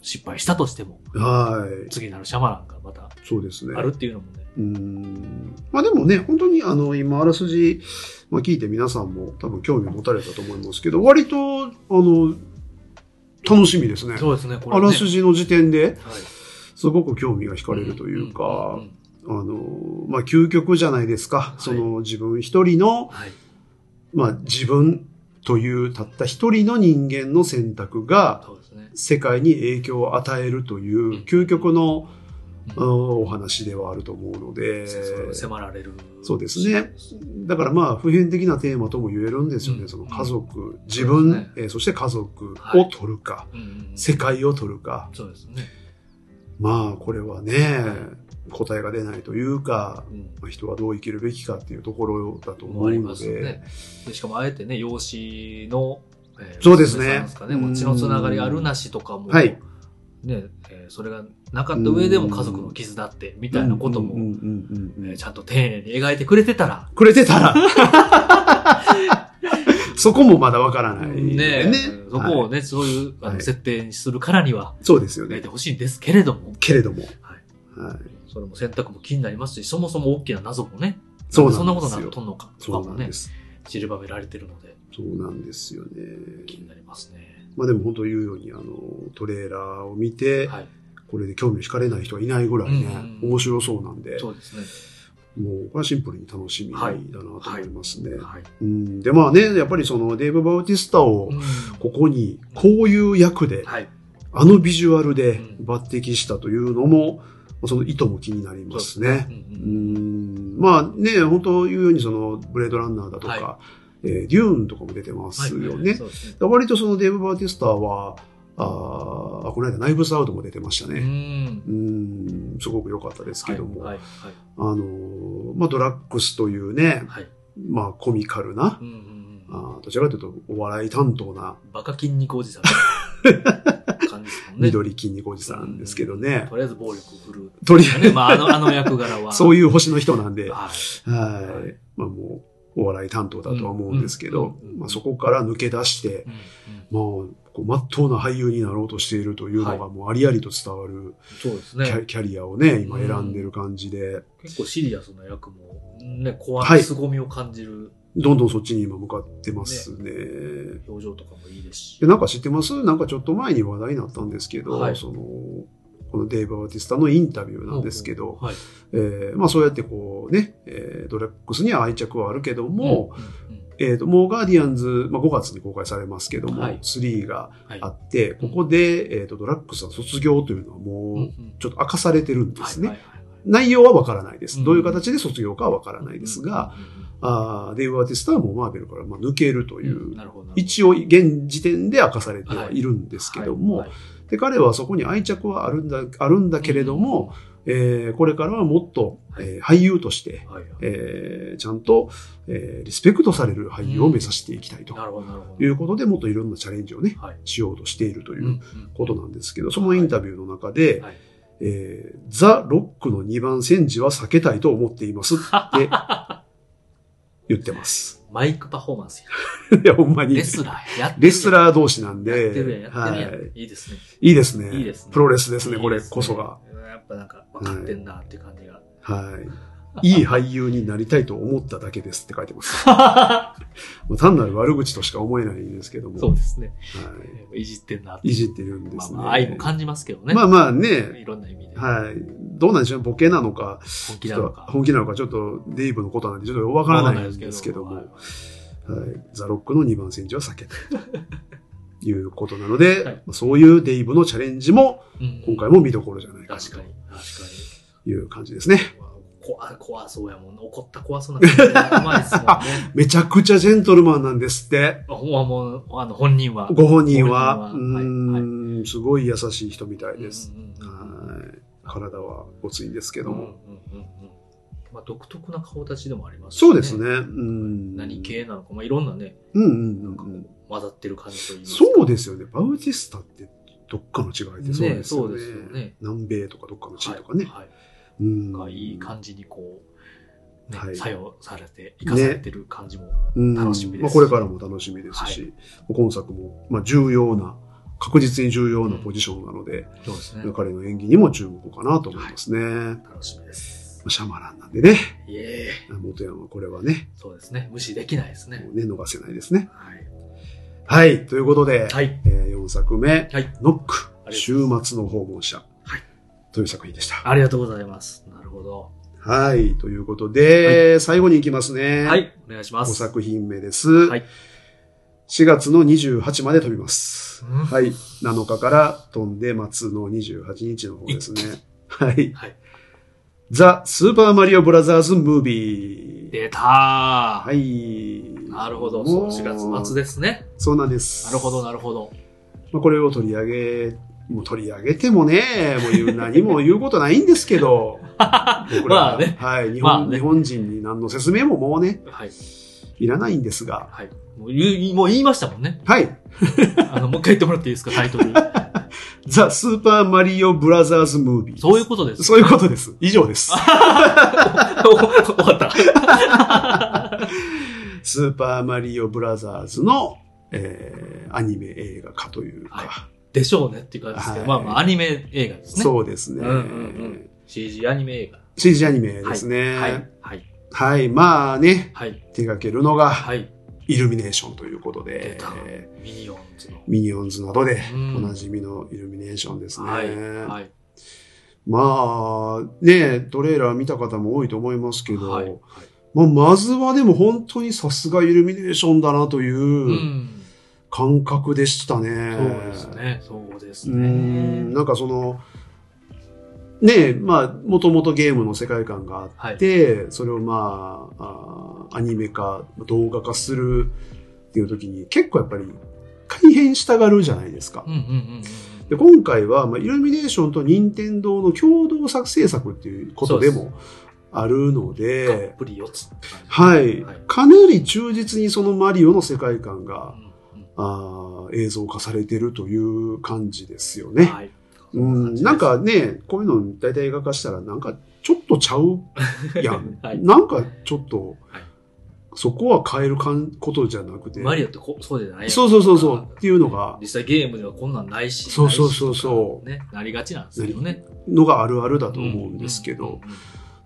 S1: 失敗したとしても、
S2: はい。
S1: 次なるシャマランがまた
S2: そうですね。
S1: あるっていうのもね、
S2: うーんまあでもね、本当にあの、今、あらすじ、まあ、聞いて皆さんも多分興味持たれたと思いますけど、割と、あの、楽しみですね。
S1: そうですね、これ、
S2: あ
S1: ね。
S2: らすじの時点で
S1: はい、
S2: すごく興味が惹かれるというか
S1: んん、ん
S2: あの、まあ、究極じゃないですか。
S1: い
S2: その自分一人の、
S1: はい。
S2: まあ、自分というたった一人の人間の選択が、
S1: そうですね。
S2: 世界に影響を与えるという究極の、あのお話ではあると思うので。
S1: それを迫られる。
S2: そうですね。だからまあ普遍的なテーマとも言えるんですよね。
S1: うん
S2: その家族、自
S1: そう
S2: 分、
S1: ですね
S2: えーそして家族
S1: はい
S2: を取るか、
S1: うんうん。
S2: 世界を取るか。
S1: そうですね。
S2: まあこれはね、答えが出ないというか、
S1: うん。
S2: まあ人はどう生きるべきかっていうところだと思
S1: も
S2: う
S1: あり
S2: の
S1: ますよ
S2: で。
S1: ね。でしかもあえてね、養子の、えー
S2: そうですね
S1: 娘さんかね、もう血のつながりあるなしとかも、
S2: はい
S1: ね、えーそれがなかった上でも家族の絆って、み
S2: み
S1: たいなことも、えーちゃんと丁寧に描いてくれてたら、
S2: くれてた ら。そこもまだわからないん
S1: ね
S2: で
S1: え
S2: ね。
S1: そこ
S2: は
S1: をね、そういうあ
S2: は
S1: の
S2: い
S1: 設定にするからには、
S2: いそうですよ
S1: 描い
S2: ね
S1: て。ほしいんですけれども、
S2: けれども。
S1: は
S2: はい
S1: それも選択も気になりますし、そもそも大きな謎もね、
S2: そう
S1: そんな
S2: なん
S1: こ
S2: で
S1: と
S2: す
S1: になっ
S2: よ。
S1: とんのか、と
S2: そ
S1: か
S2: うな
S1: も
S2: んで
S1: ね、
S2: す。
S1: 散りばめられてるので、
S2: そうなんですよね。
S1: 気になりますね。
S2: まあでも本当言うように、あの、トレーラーを見て、
S1: はい。
S2: これで興味を惹かれない人はいないぐらいね、
S1: うん
S2: 面白そうなんで、
S1: そうですね。
S2: もうこれはシンプルに楽しみだ
S1: はい
S2: なと思いますね。
S1: はい。
S2: うん、で、まあね、やっぱりそのデーブ・バウティスタを
S1: うん
S2: ここに、こういう役で、
S1: はい。
S2: あのビジュアルで
S1: うん
S2: 抜擢したというのも、その意図も気になりますね。
S1: うん
S2: う
S1: うん
S2: ん、まあね、本当言うようにそのブレードランナーだとか、
S1: は
S2: えーデューンとかも出てますよね。
S1: そうですね。
S2: 割とそのデーブ・バーティスターは、あーこの間ナイブスアウトも出てました
S1: う
S2: ね。
S1: ん。
S2: うん、すごく良かったですけども、
S1: はい。
S2: あのー、まあ、ドラッグスというね、
S1: はい。はい。
S2: まあ、コミカルな
S1: う、んうんうん。
S2: あーどちらかというとお笑い担当な
S1: バカ筋肉おじさん。感じですもんね。
S2: 緑筋肉おじさんですけどね、
S1: とりあえず暴力を振るう。
S2: とりあえ
S1: ね、まあ、あの、あの役柄は。
S2: ず、 そう
S1: い
S2: いう星の人なんで、は。
S1: はい
S2: まあ、もう、お笑い担当だとは思うんですけど、
S1: うんうん
S2: まあ、そこから抜け出して
S1: い。う、んうん
S2: もう、こう、真っ当な俳優になろうとしているというのが、
S1: は
S2: もう、ありありと伝わる、
S1: そうです
S2: キャ
S1: ね。
S2: キャリアをね、今選んでる感じで、
S1: 結構シリアスな役も、ね、怖
S2: はい
S1: い凄みを感じる
S2: どんどんそっちに今向かってますね。
S1: 表情とかもいいですし
S2: で。なんか知ってますなんかちょっと前に話題になったんですけど、
S1: はい
S2: その、このデイブ・バティスタのインタビューなんですけど、
S1: はい。
S2: えーまあそうやってこうね、えードラッグスには愛着はあるけども、
S1: うん、うん
S2: えっ、と、もうガーディアンズ、まあ5月に公開されますけども、
S1: はい
S2: 3が
S1: はい。
S2: あって、ここで、えっ、と、ドラッグスの卒業というのは
S1: う
S2: もう、
S1: ん
S2: ちょっと明かされてるんですね。
S1: はいはいはい
S2: 内容はわからないです。
S1: うん
S2: どういう形で卒業かはわからないですが、、あーデイブ・アーティスタはもうマーベルからまあ抜けると
S1: と
S2: いう、
S1: なるほどなるほど
S2: 一応現時点で明かされてはいるんですけども、
S1: はいはい
S2: で彼はそこに愛着はあるんだあるんだけれども、えーこれからはもっと、えー俳優として、
S1: はいはい
S2: えーちゃんと、えーリスペクトされる俳優を目指していきたいと
S1: なるほど、なるほど。
S2: いうことで、もっといろんなチャレンジをね、
S1: はい。
S2: しようとしているといううん
S1: うん
S2: ことなんですけど、そのインタビューの中で、
S1: はい
S2: えーザ・ロックの2番戦時は避けたいと思っています って言ってます。
S1: マイクパフォーマンスや。
S2: いや、ほんまに。
S1: レスラーやってるやん。
S2: レスラー同士なん
S1: やってる
S2: で
S1: や、ん、やって
S2: は
S1: るやん。
S2: い。
S1: いいですね。
S2: いいですね。
S1: いいですね
S2: プロレスですね、こ
S1: いい
S2: れ
S1: で
S2: こそが。。
S1: やっぱなんか、分かってんなって感じが。
S2: はい。いい俳優になりたいと思っただけですって書いてます。もう単なる悪口としか思えないんですけども。
S1: そうですね。
S2: はい
S1: じってんなって。
S2: い。いじってるんで
S1: まあ
S2: すね。
S1: まあ、愛も感じますけどね。
S2: まあまあね、
S1: いろんな意味で。
S2: はい。どうなんでしょうボケなのか、
S1: 本気
S2: ち
S1: な
S2: ょ
S1: の
S2: っと
S1: か。
S2: 本気なのか、ちょっとデイブのことなんで、ちょっとわからないんですけども。
S1: わ
S2: は
S1: か
S2: い
S1: んないで。
S2: ザ・ロックの2番戦時は避 けたいということなので、
S1: はい
S2: そういうデイブのチャレンジも、
S1: うん
S2: 今回も見どころじゃないかな
S1: 確かに。確か
S2: という感じですね。
S1: に。怖、怖そうやもん。怒った怖そうな感じがうまいですもんね。
S2: めちゃくちゃジェントルマンなんですって。
S1: あほんまもう、あの、本人は。
S2: ご本人は、
S1: ご本人は
S2: うーん、すごい優しい人みたいです。
S1: うんうんうんうん。
S2: はい。体はごついんですけ
S1: け
S2: ども。
S1: まあ、独特な顔立ちでもありますし
S2: そうですね。うん。
S1: 何系なのか、まあ、いろんなね、
S2: うんうんうんうん。
S1: 混ざってる感じといいますか
S2: そうですよね。バウティスタってどっかの違いってそうですよね。
S1: ねそうですよね
S2: 南米とかどっかの地位とかね。
S1: はい。
S2: う
S1: が
S2: ん。
S1: いい感じにこう、ね
S2: はい
S1: 作用されて、生かされてる感じも。
S2: うん
S1: 楽しみです
S2: まあ、これからも楽しみですし、今作も、まあ、重要な、確実に重要なポジションなので、
S1: そうですね
S2: 彼の演技にも注目かなと思いますね。ま
S1: 楽しみです。
S2: あシャマランなんでね。
S1: いえ、
S2: 元山はこれはね、
S1: そうですね。無視できないですね
S2: も。うね、逃せないですね。
S1: はい。
S2: はい。ということで、
S1: はい。
S2: え4作目、
S1: はい。
S2: ノ
S1: ありがとう
S2: ック、
S1: ございます
S2: 週末の訪問者、
S1: はい
S2: という作品でした。
S1: ありがとうございます。なるほど。
S2: はい。ということで、最後に行きますね。
S1: は。い。お願いしま
S2: 5
S1: す。
S2: 作品目です。
S1: はい
S2: 4月の28まで飛びます。
S1: うん
S2: はい。7日から飛んで、松の28日の方ですね。はい。
S1: はい
S2: ザ・スーパーマリオブラザーズ・ムービー。
S1: 出たー。
S2: はい。
S1: なるほど。そ
S2: も
S1: う、4月末ですね。
S2: そうなんです。
S1: なるほど、なるほど。
S2: まあ、これを取り上げ、もう取り上げてもね、もう言う何も言うことないんですけ ど、僕ら
S1: まあ
S2: は、
S1: ね
S2: はい日本
S1: まあね
S2: 日本人に何の説明ももうね、
S1: はい。
S2: いらないんですが、
S1: はい。もう言うもう言いましたもんね。
S2: はい、
S1: あの、もう一回言ってもらっていいですか、タイトル。
S2: ザ・スーパーマリオブラザーズ・ムービー。
S1: そういうことです。
S2: そういうことです。以上です。
S1: 終わった。
S2: スーパーマリオブラザーズの、えーアニメ映画化というか、
S1: はでしょうねっていう感じですけど、
S2: はい
S1: まあまあ、アニメ映画ですね。
S2: そうですね、
S1: うんうんうん。CG アニメ映画。
S2: CG アニメですね。は
S1: はいい。、はい、
S2: まあね、
S1: はい、
S2: 手掛けるのが
S1: はい。
S2: イルミネーションということ
S1: 出
S2: で、
S1: た。ミニオンズの。
S2: ミニオンズなどで
S1: うん
S2: おなじみのイルミネーションですね。
S1: はい、はい。
S2: まあ、ね、トレーラー見た方も多いと思いますけど、
S1: はいはい
S2: まあ、まずはでも本当にさすがイルミネーションだなと
S1: う。
S2: いうん感覚でしたね。
S1: そうですね。そうです
S2: う
S1: ね
S2: ん、。なんかその、ねまあ、もともとゲームの世界観があって、それをまああ、アニメ化、動画化するっていう時に結構やっぱり改変したがるじゃないですか
S1: うん。うんうんうんう
S2: で
S1: ん。
S2: 今回は、まあ、イルミネーションと任天堂の共同作制作っていうことで
S1: そう
S2: もあるの
S1: たっ
S2: で、
S1: ぷり4つ。
S2: はい
S1: はい。
S2: かなり忠実にそのマリオの世界観が、
S1: うん
S2: あー映像化されてるという感じですよ
S1: うん
S2: ね。
S1: はい。。
S2: うん、なんかね、こういうの大体映画化したらなんかちょっとちゃうやん
S1: はい
S2: なんかちょっと
S1: はい、
S2: そこは変えるかんことじゃなくて、
S1: マリオってこそうじゃない
S2: そうそうそうそうっていうのが
S1: 実際ゲームではこんなんないし。
S2: そうそうそうそう
S1: ないしとかね、なりがちなんですけどね。
S2: のがあるあるだと思うんですけ
S1: うんう
S2: ど
S1: ん、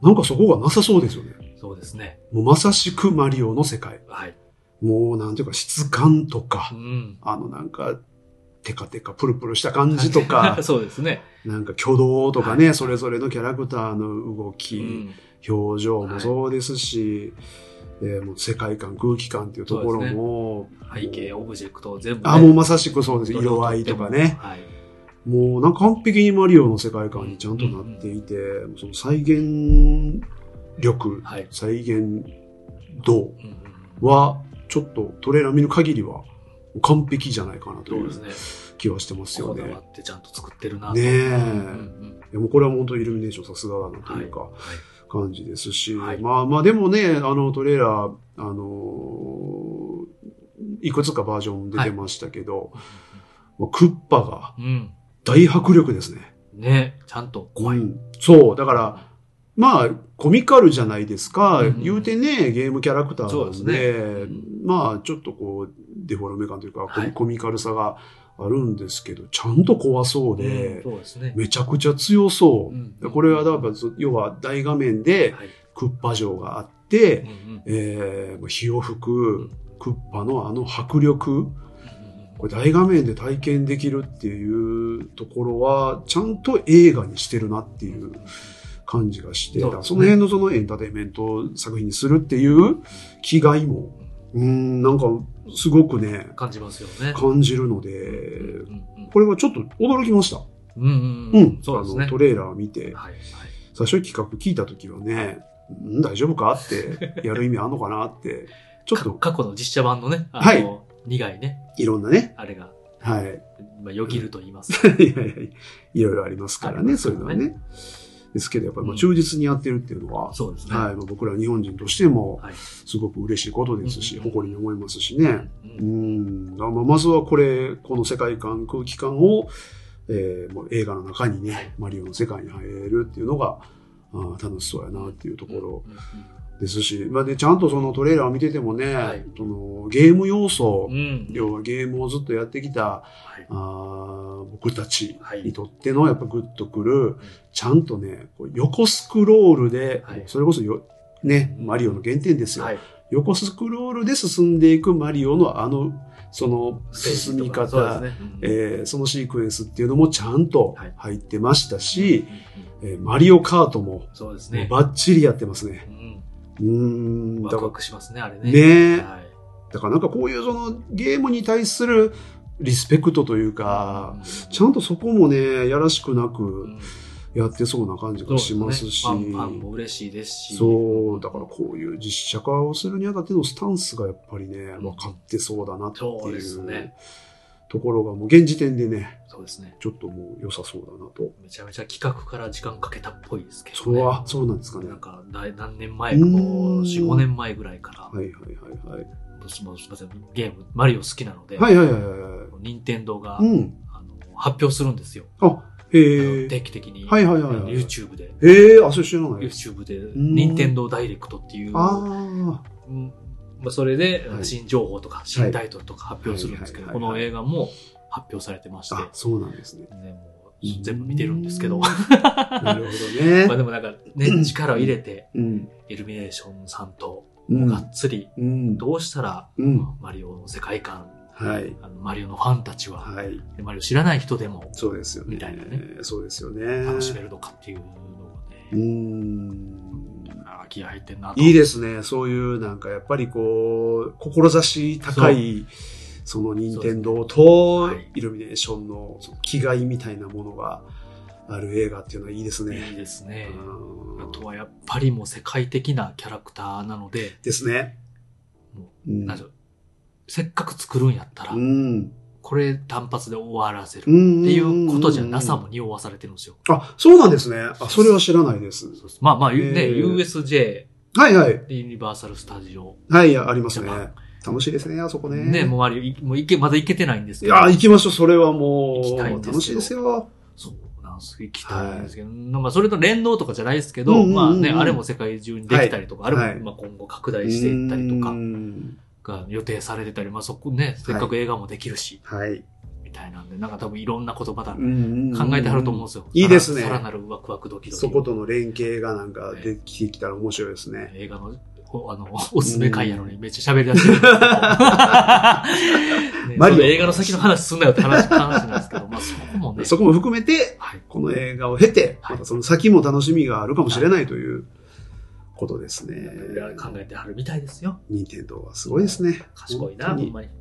S1: う
S2: なんかそこがなさそうですよね。
S1: ん。そうですね。
S2: もうまさしくマリオの世界。
S1: はい。
S2: もうなんていうか質感と
S1: う
S2: か、
S1: ん。、
S2: あのなんかテカテカプルプルした感じとか
S1: そうですね。
S2: なんか挙動とかね、それぞれのキャラクターの動
S1: う
S2: き、
S1: ん。
S2: 表情もそうですし、えーもう世界観、空気感っていうところも、
S1: 背景、オブジェクト、全部ね、
S2: あ、もうまさしくそうです。
S1: どれを
S2: 色合
S1: 取
S2: い
S1: って
S2: と
S1: も
S2: かね。
S1: はい。
S2: もうなんか完璧にマリオの世界観にちゃんとなっていて、その再現力、
S1: はい。
S2: 再現度
S1: うんうん
S2: は、ちょっとトレーラー見る限りは完璧じゃないかなと
S1: そ
S2: いうう
S1: ですね。
S2: 気はしてますよ
S1: こ
S2: ね。
S1: だわってちゃんと作ってるなと
S2: ねえ
S1: うん
S2: いやもうこれは本当イルミネーションさすがだなというか
S1: うんはい
S2: 感じですし、
S1: はい
S2: まあまあでもね、あのトレーラー、あのーいくつかバージョン出てましたけど、もうクッパが
S1: うん。
S2: 大迫力ですね。
S1: ねちゃんと怖い。
S2: うんそう、だから、まあ、コミカルじゃないですか。
S1: うん
S2: 言うてね、ゲームキャラクターなん
S1: そう
S2: で、
S1: ですね
S2: まあ、ちょっとこう、デフォルメ感というか、コ
S1: は
S2: ミ
S1: い
S2: コミカルさがあるんですけど、ちゃんと怖そ
S1: う
S2: う
S1: ん
S2: で、
S1: そうですね。
S2: めちゃくちゃ強そう。
S1: うん
S2: これは、だから、そ要は大画面で
S1: はい
S2: クッパ城があっ
S1: う
S2: て
S1: ん、うん
S2: えー、火を吹くクッパのあの迫力、
S1: うん
S2: これ大画面で体験できるっていうところは、ちゃんと映画にしてるなっていう感じがして、
S1: そ
S2: そう
S1: ですね
S2: の辺のそのエンターテインメントを作品にするっていう気概も、うん、なんかすごくね、
S1: 感じますよね。
S2: 感じるの
S1: うん
S2: で、これはちょっと驚きました。
S1: うんうん。
S2: う
S1: うんん。。そうです
S2: あの
S1: ね
S2: ト。レーラー見て、
S1: はい。はい
S2: 最初に企画聞いた時はね、うん大丈夫かって、やる意味あんのか なって、ちょっ
S1: か
S2: と
S1: 過去の実写版のね、あの
S2: はい
S1: 苦いね、
S2: いろんなね、
S1: あれが、
S2: はい、
S1: まあ、よぎると言いますか。
S2: いやいやいやいろいろありますから
S1: あり
S2: ね、
S1: ま
S2: そ
S1: す
S2: う
S1: か
S2: いう
S1: ら
S2: の
S1: ね
S2: はね。ですけど、やっぱりまあ忠実にやってるっていうのは、
S1: そうですね。
S2: はい、まあ僕ら日本人としても
S1: はい、
S2: すごく嬉しいことですし、
S1: うん
S2: 誇りに思いますしね。
S1: う
S2: うんん、まあまずはこれ、この世界観、空気感を、えーもう映画の中にね、マリオの世界に入れるっていうのが、あー楽しそうやなっていうところ
S1: うん
S2: ですし、まあね、ちゃんとそのトレーラーを見ててもね、
S1: はい
S2: そのゲーム要素
S1: う、ん。
S2: 要はゲームをずっとやってき
S1: は
S2: た
S1: い
S2: あー僕たち
S1: はい
S2: にとってのやっぱグッとくる、ちゃんとね、こう横スクロールで、
S1: はい
S2: それこそよ、ね、
S1: うん
S2: マリオの原点ですよ、
S1: はい。
S2: 横スクロールで進んでいくマリオのあの、その進み方、
S1: そうですね。
S2: えーそのシークエンスっていうのもちゃんと
S1: はい
S2: 入ってました
S1: うん
S2: し、
S1: うんうん
S2: えーマリオカートも
S1: そうです
S2: もう
S1: ね。
S2: バッチリやってますね。
S1: うん
S2: うーん、
S1: ワ
S2: だ
S1: ク
S2: か
S1: ワクしますね、あれ
S2: ら、
S1: ね。
S2: ね
S1: はい
S2: だからなんかこういうそのゲームに対するリスペクトというか、
S1: うん
S2: ちゃんとそこもね、やらしくな
S1: う
S2: く
S1: ん
S2: やってそうな感じ
S1: そう
S2: が
S1: で
S2: しますし、
S1: ね、ファンファンも嬉しいですし。
S2: そう、だからこういう実写化をするにあたってのスタンスがやっぱりね、分かってそうだなって
S1: そう
S2: い
S1: です
S2: う
S1: ね
S2: ところがもう現時点でね、
S1: そうですね。
S2: ちょっともう良さそうだなと。
S1: めちゃめちゃ企画から時間かけたっぽいですけど、
S2: そ
S1: ね。
S2: れは、そうなんですかね。
S1: な
S2: は
S1: んか、だい何年前か、も
S2: うー
S1: うん4、5年前ぐらいから、
S2: いはいはいはい。
S1: 私もすみません、ゲーム、マリオ好きなので、
S2: はいはいはいは
S1: 任天堂が、
S2: い。うん。
S1: あの発表するんですよ。
S2: あ、
S1: あ
S2: へ
S1: の
S2: え。
S1: 定期的に、
S2: はいはいはいはい。
S1: YouTube で、
S2: へえ、あ、それ知らない。
S1: YouTube で、
S2: ん
S1: 任天堂ダイレクトっていう、
S2: あ
S1: うんまあ、それで
S2: はい
S1: 新情報とか新タイトルとか発表するんですけど、
S2: はい
S1: こ
S2: はいはい
S1: の
S2: はい
S1: 映画も発表されてまし
S2: あ。
S1: て、
S2: あ、そうなんです ね。
S1: ね、もう全部見てるんですけど、
S2: うん
S1: ま
S2: な るほど
S1: あ
S2: ね。
S1: でもなんかね、力を入れて、
S2: うん。
S1: イルミネーションさんと、
S2: う
S1: が
S2: ん。
S1: っつり、
S2: うん。
S1: どうしたら、
S2: うん。
S1: マリオの世界観、
S2: はい。
S1: あのマリオのファンたちは、
S2: はい。
S1: でマリオ知らない人でも
S2: そうですよね。
S1: みたいなね
S2: そうですよね。
S1: 楽しめるのかっていうのがね、
S2: うーん。
S1: あー気合入ってんなと。
S2: いいですね。そういうなんかやっぱりこう、志高い、その任天堂
S1: そう
S2: と
S1: ですねはい
S2: イルミネーションのその気概みたいなものがある映画っていうのはいいです
S1: い
S2: ね。
S1: いですね。
S2: うん
S1: あとはやっぱりもう世界的なキャラクターなので、
S2: ですね。うん
S1: なんでしょうせっかく作るんやったら、
S2: うん。
S1: これ単発で終わらせる
S2: て
S1: っていうことじゃ NASA も。匂わされてるんですよ。
S2: あ、そうなんですね。あ、それは知らないです。
S1: そうですまあまあ、ね、
S2: えー
S1: USJ、
S2: はいはい。
S1: ユニバーサル・スタジオ、
S2: はい、ありますね
S1: ジャパ。
S2: 楽しいですね、あそこね。
S1: ね、もうあれ、いもう行け、まだ行けてないんです
S2: い
S1: けど、
S2: やー、行きましょう。それはも
S1: 行き
S2: う、
S1: たいんですけど
S2: 楽しいですよ。
S1: そうなんです、行きたいんですけど、まあそれと連動とかじゃないですけど、
S2: うんうんうんうん
S1: まあね、あれも世界中にできたりとか、
S2: はい
S1: あれもまあ今後拡大していったりと
S2: うー
S1: か
S2: ん
S1: が予定されてたり、まあそこね、せっかく映画もできるし、
S2: はい。
S1: みたいなんで、なんか多分いろんなことまだ
S2: うんうんうん
S1: 考えてはると思うんですよ。
S2: いいですね
S1: さらなるワクワクドキドキ。
S2: そことの連携がなんかできてきたら面白いですね。
S1: 映画のおあの、おすすめ会やのにめっちゃ喋り出 してるんですけど。ね
S2: マリオ
S1: その映画の先の話すんなよって話、話なんですけど、まあそこもね。
S2: そこも含めて、
S1: はい。
S2: この映画を経て、
S1: はい
S2: またその先も楽しみがあるかもしれないということですね。
S1: いや考えてはるみたいですよ。
S2: 任天堂はすごいですね。
S1: 賢いな、ほ
S2: 本当
S1: ん
S2: に
S1: まに。はい。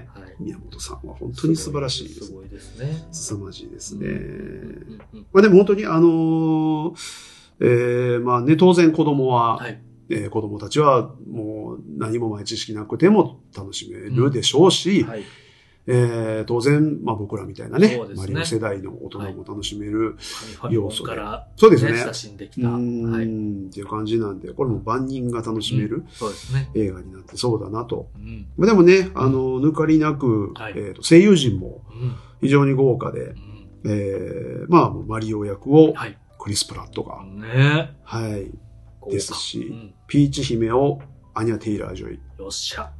S2: ね。宮本さんは本当に素晴らしいです
S1: す。ごいですね。
S2: 凄まじいです
S1: う
S2: ね。
S1: んうんうん
S2: まあでも本当にあのーえーまあね、当然子供は、
S1: はい。
S2: えー子供たちはもう何も前知識なくても楽しめるでしょうし、
S1: はい。
S2: えー当然、まあ僕らみたいなね
S1: そうですね
S2: マリオ世代の大人も楽しめ
S1: フ
S2: る、
S1: ァミコンから、
S2: そうですね。
S1: ね、親しんでき
S2: うー
S1: た。はい。
S2: ん、っていう感じなんで、これも万人が楽しめる
S1: そうですね。
S2: 映画になってそうだなと。
S1: うん。
S2: まあでもね、あの、抜かりなく、
S1: はい
S2: えーと声優陣も
S1: うん。
S2: 非常に豪華で
S1: う、ん
S2: えーまあ、マリオ役を
S1: はい。
S2: クリス・プラットが、
S1: ね
S2: はい、
S1: 豪華
S2: ですし
S1: うん
S2: ピーチ姫をアニャ・テイラー・ジョイ。
S1: よっしゃ。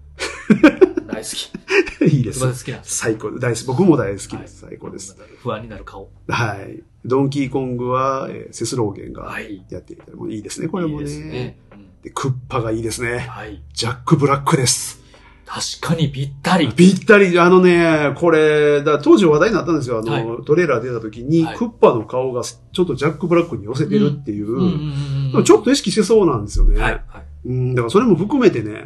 S1: 大好き。
S2: いいで
S1: 一番
S2: す。
S1: 好きなんです
S2: 最高、大好き。僕も大好きです。最高です。。
S1: 不安になる顔。
S2: はい。ドンキーコングは、えーセスローゲンが
S1: はい。
S2: やっていたりもういいですね、これ
S1: いい
S2: もね。
S1: ですね。うん
S2: でクッパがいいですね。
S1: はい。
S2: ジャック・ブラックです。
S1: 確かにぴったり。
S2: ぴったり、あのね、これ、だ当時話題になったんですよ。あの、
S1: は
S2: トレーラー出た時に、
S1: はい
S2: クッパの顔がちょっとジャック・ブラックに寄せてるっていう、
S1: うんうんうん
S2: で
S1: う
S2: も
S1: ん
S2: ちょっと意識してそうなんですよね。
S1: はい。はい。
S2: うん、だからそれも含めてね、
S1: はい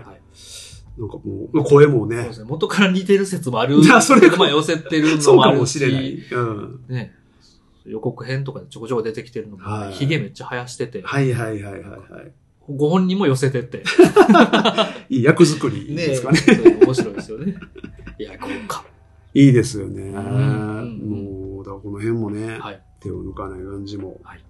S2: なんかもう、声も
S1: そうで
S2: ね、
S1: すね。元から似てる説もある。
S2: いやそれが
S1: まあ寄せてるの
S2: そう
S1: もあ
S2: か
S1: る
S2: もしれない。
S1: し。
S2: うん。
S1: ね。予告編とかでちょこちょこ出てきてるのも
S2: は
S1: ね、
S2: い
S1: ヒゲめっちゃ生やしてて、
S2: はいはいはいはい、は
S1: ご本人も寄せてって。
S2: い。いい役作りですかね。
S1: そう面白いですよね。いや、豪華。
S2: いいですよね。
S1: ん
S2: もう、だからこの辺もね、
S1: はい。
S2: 手を抜かない感じも。
S1: はい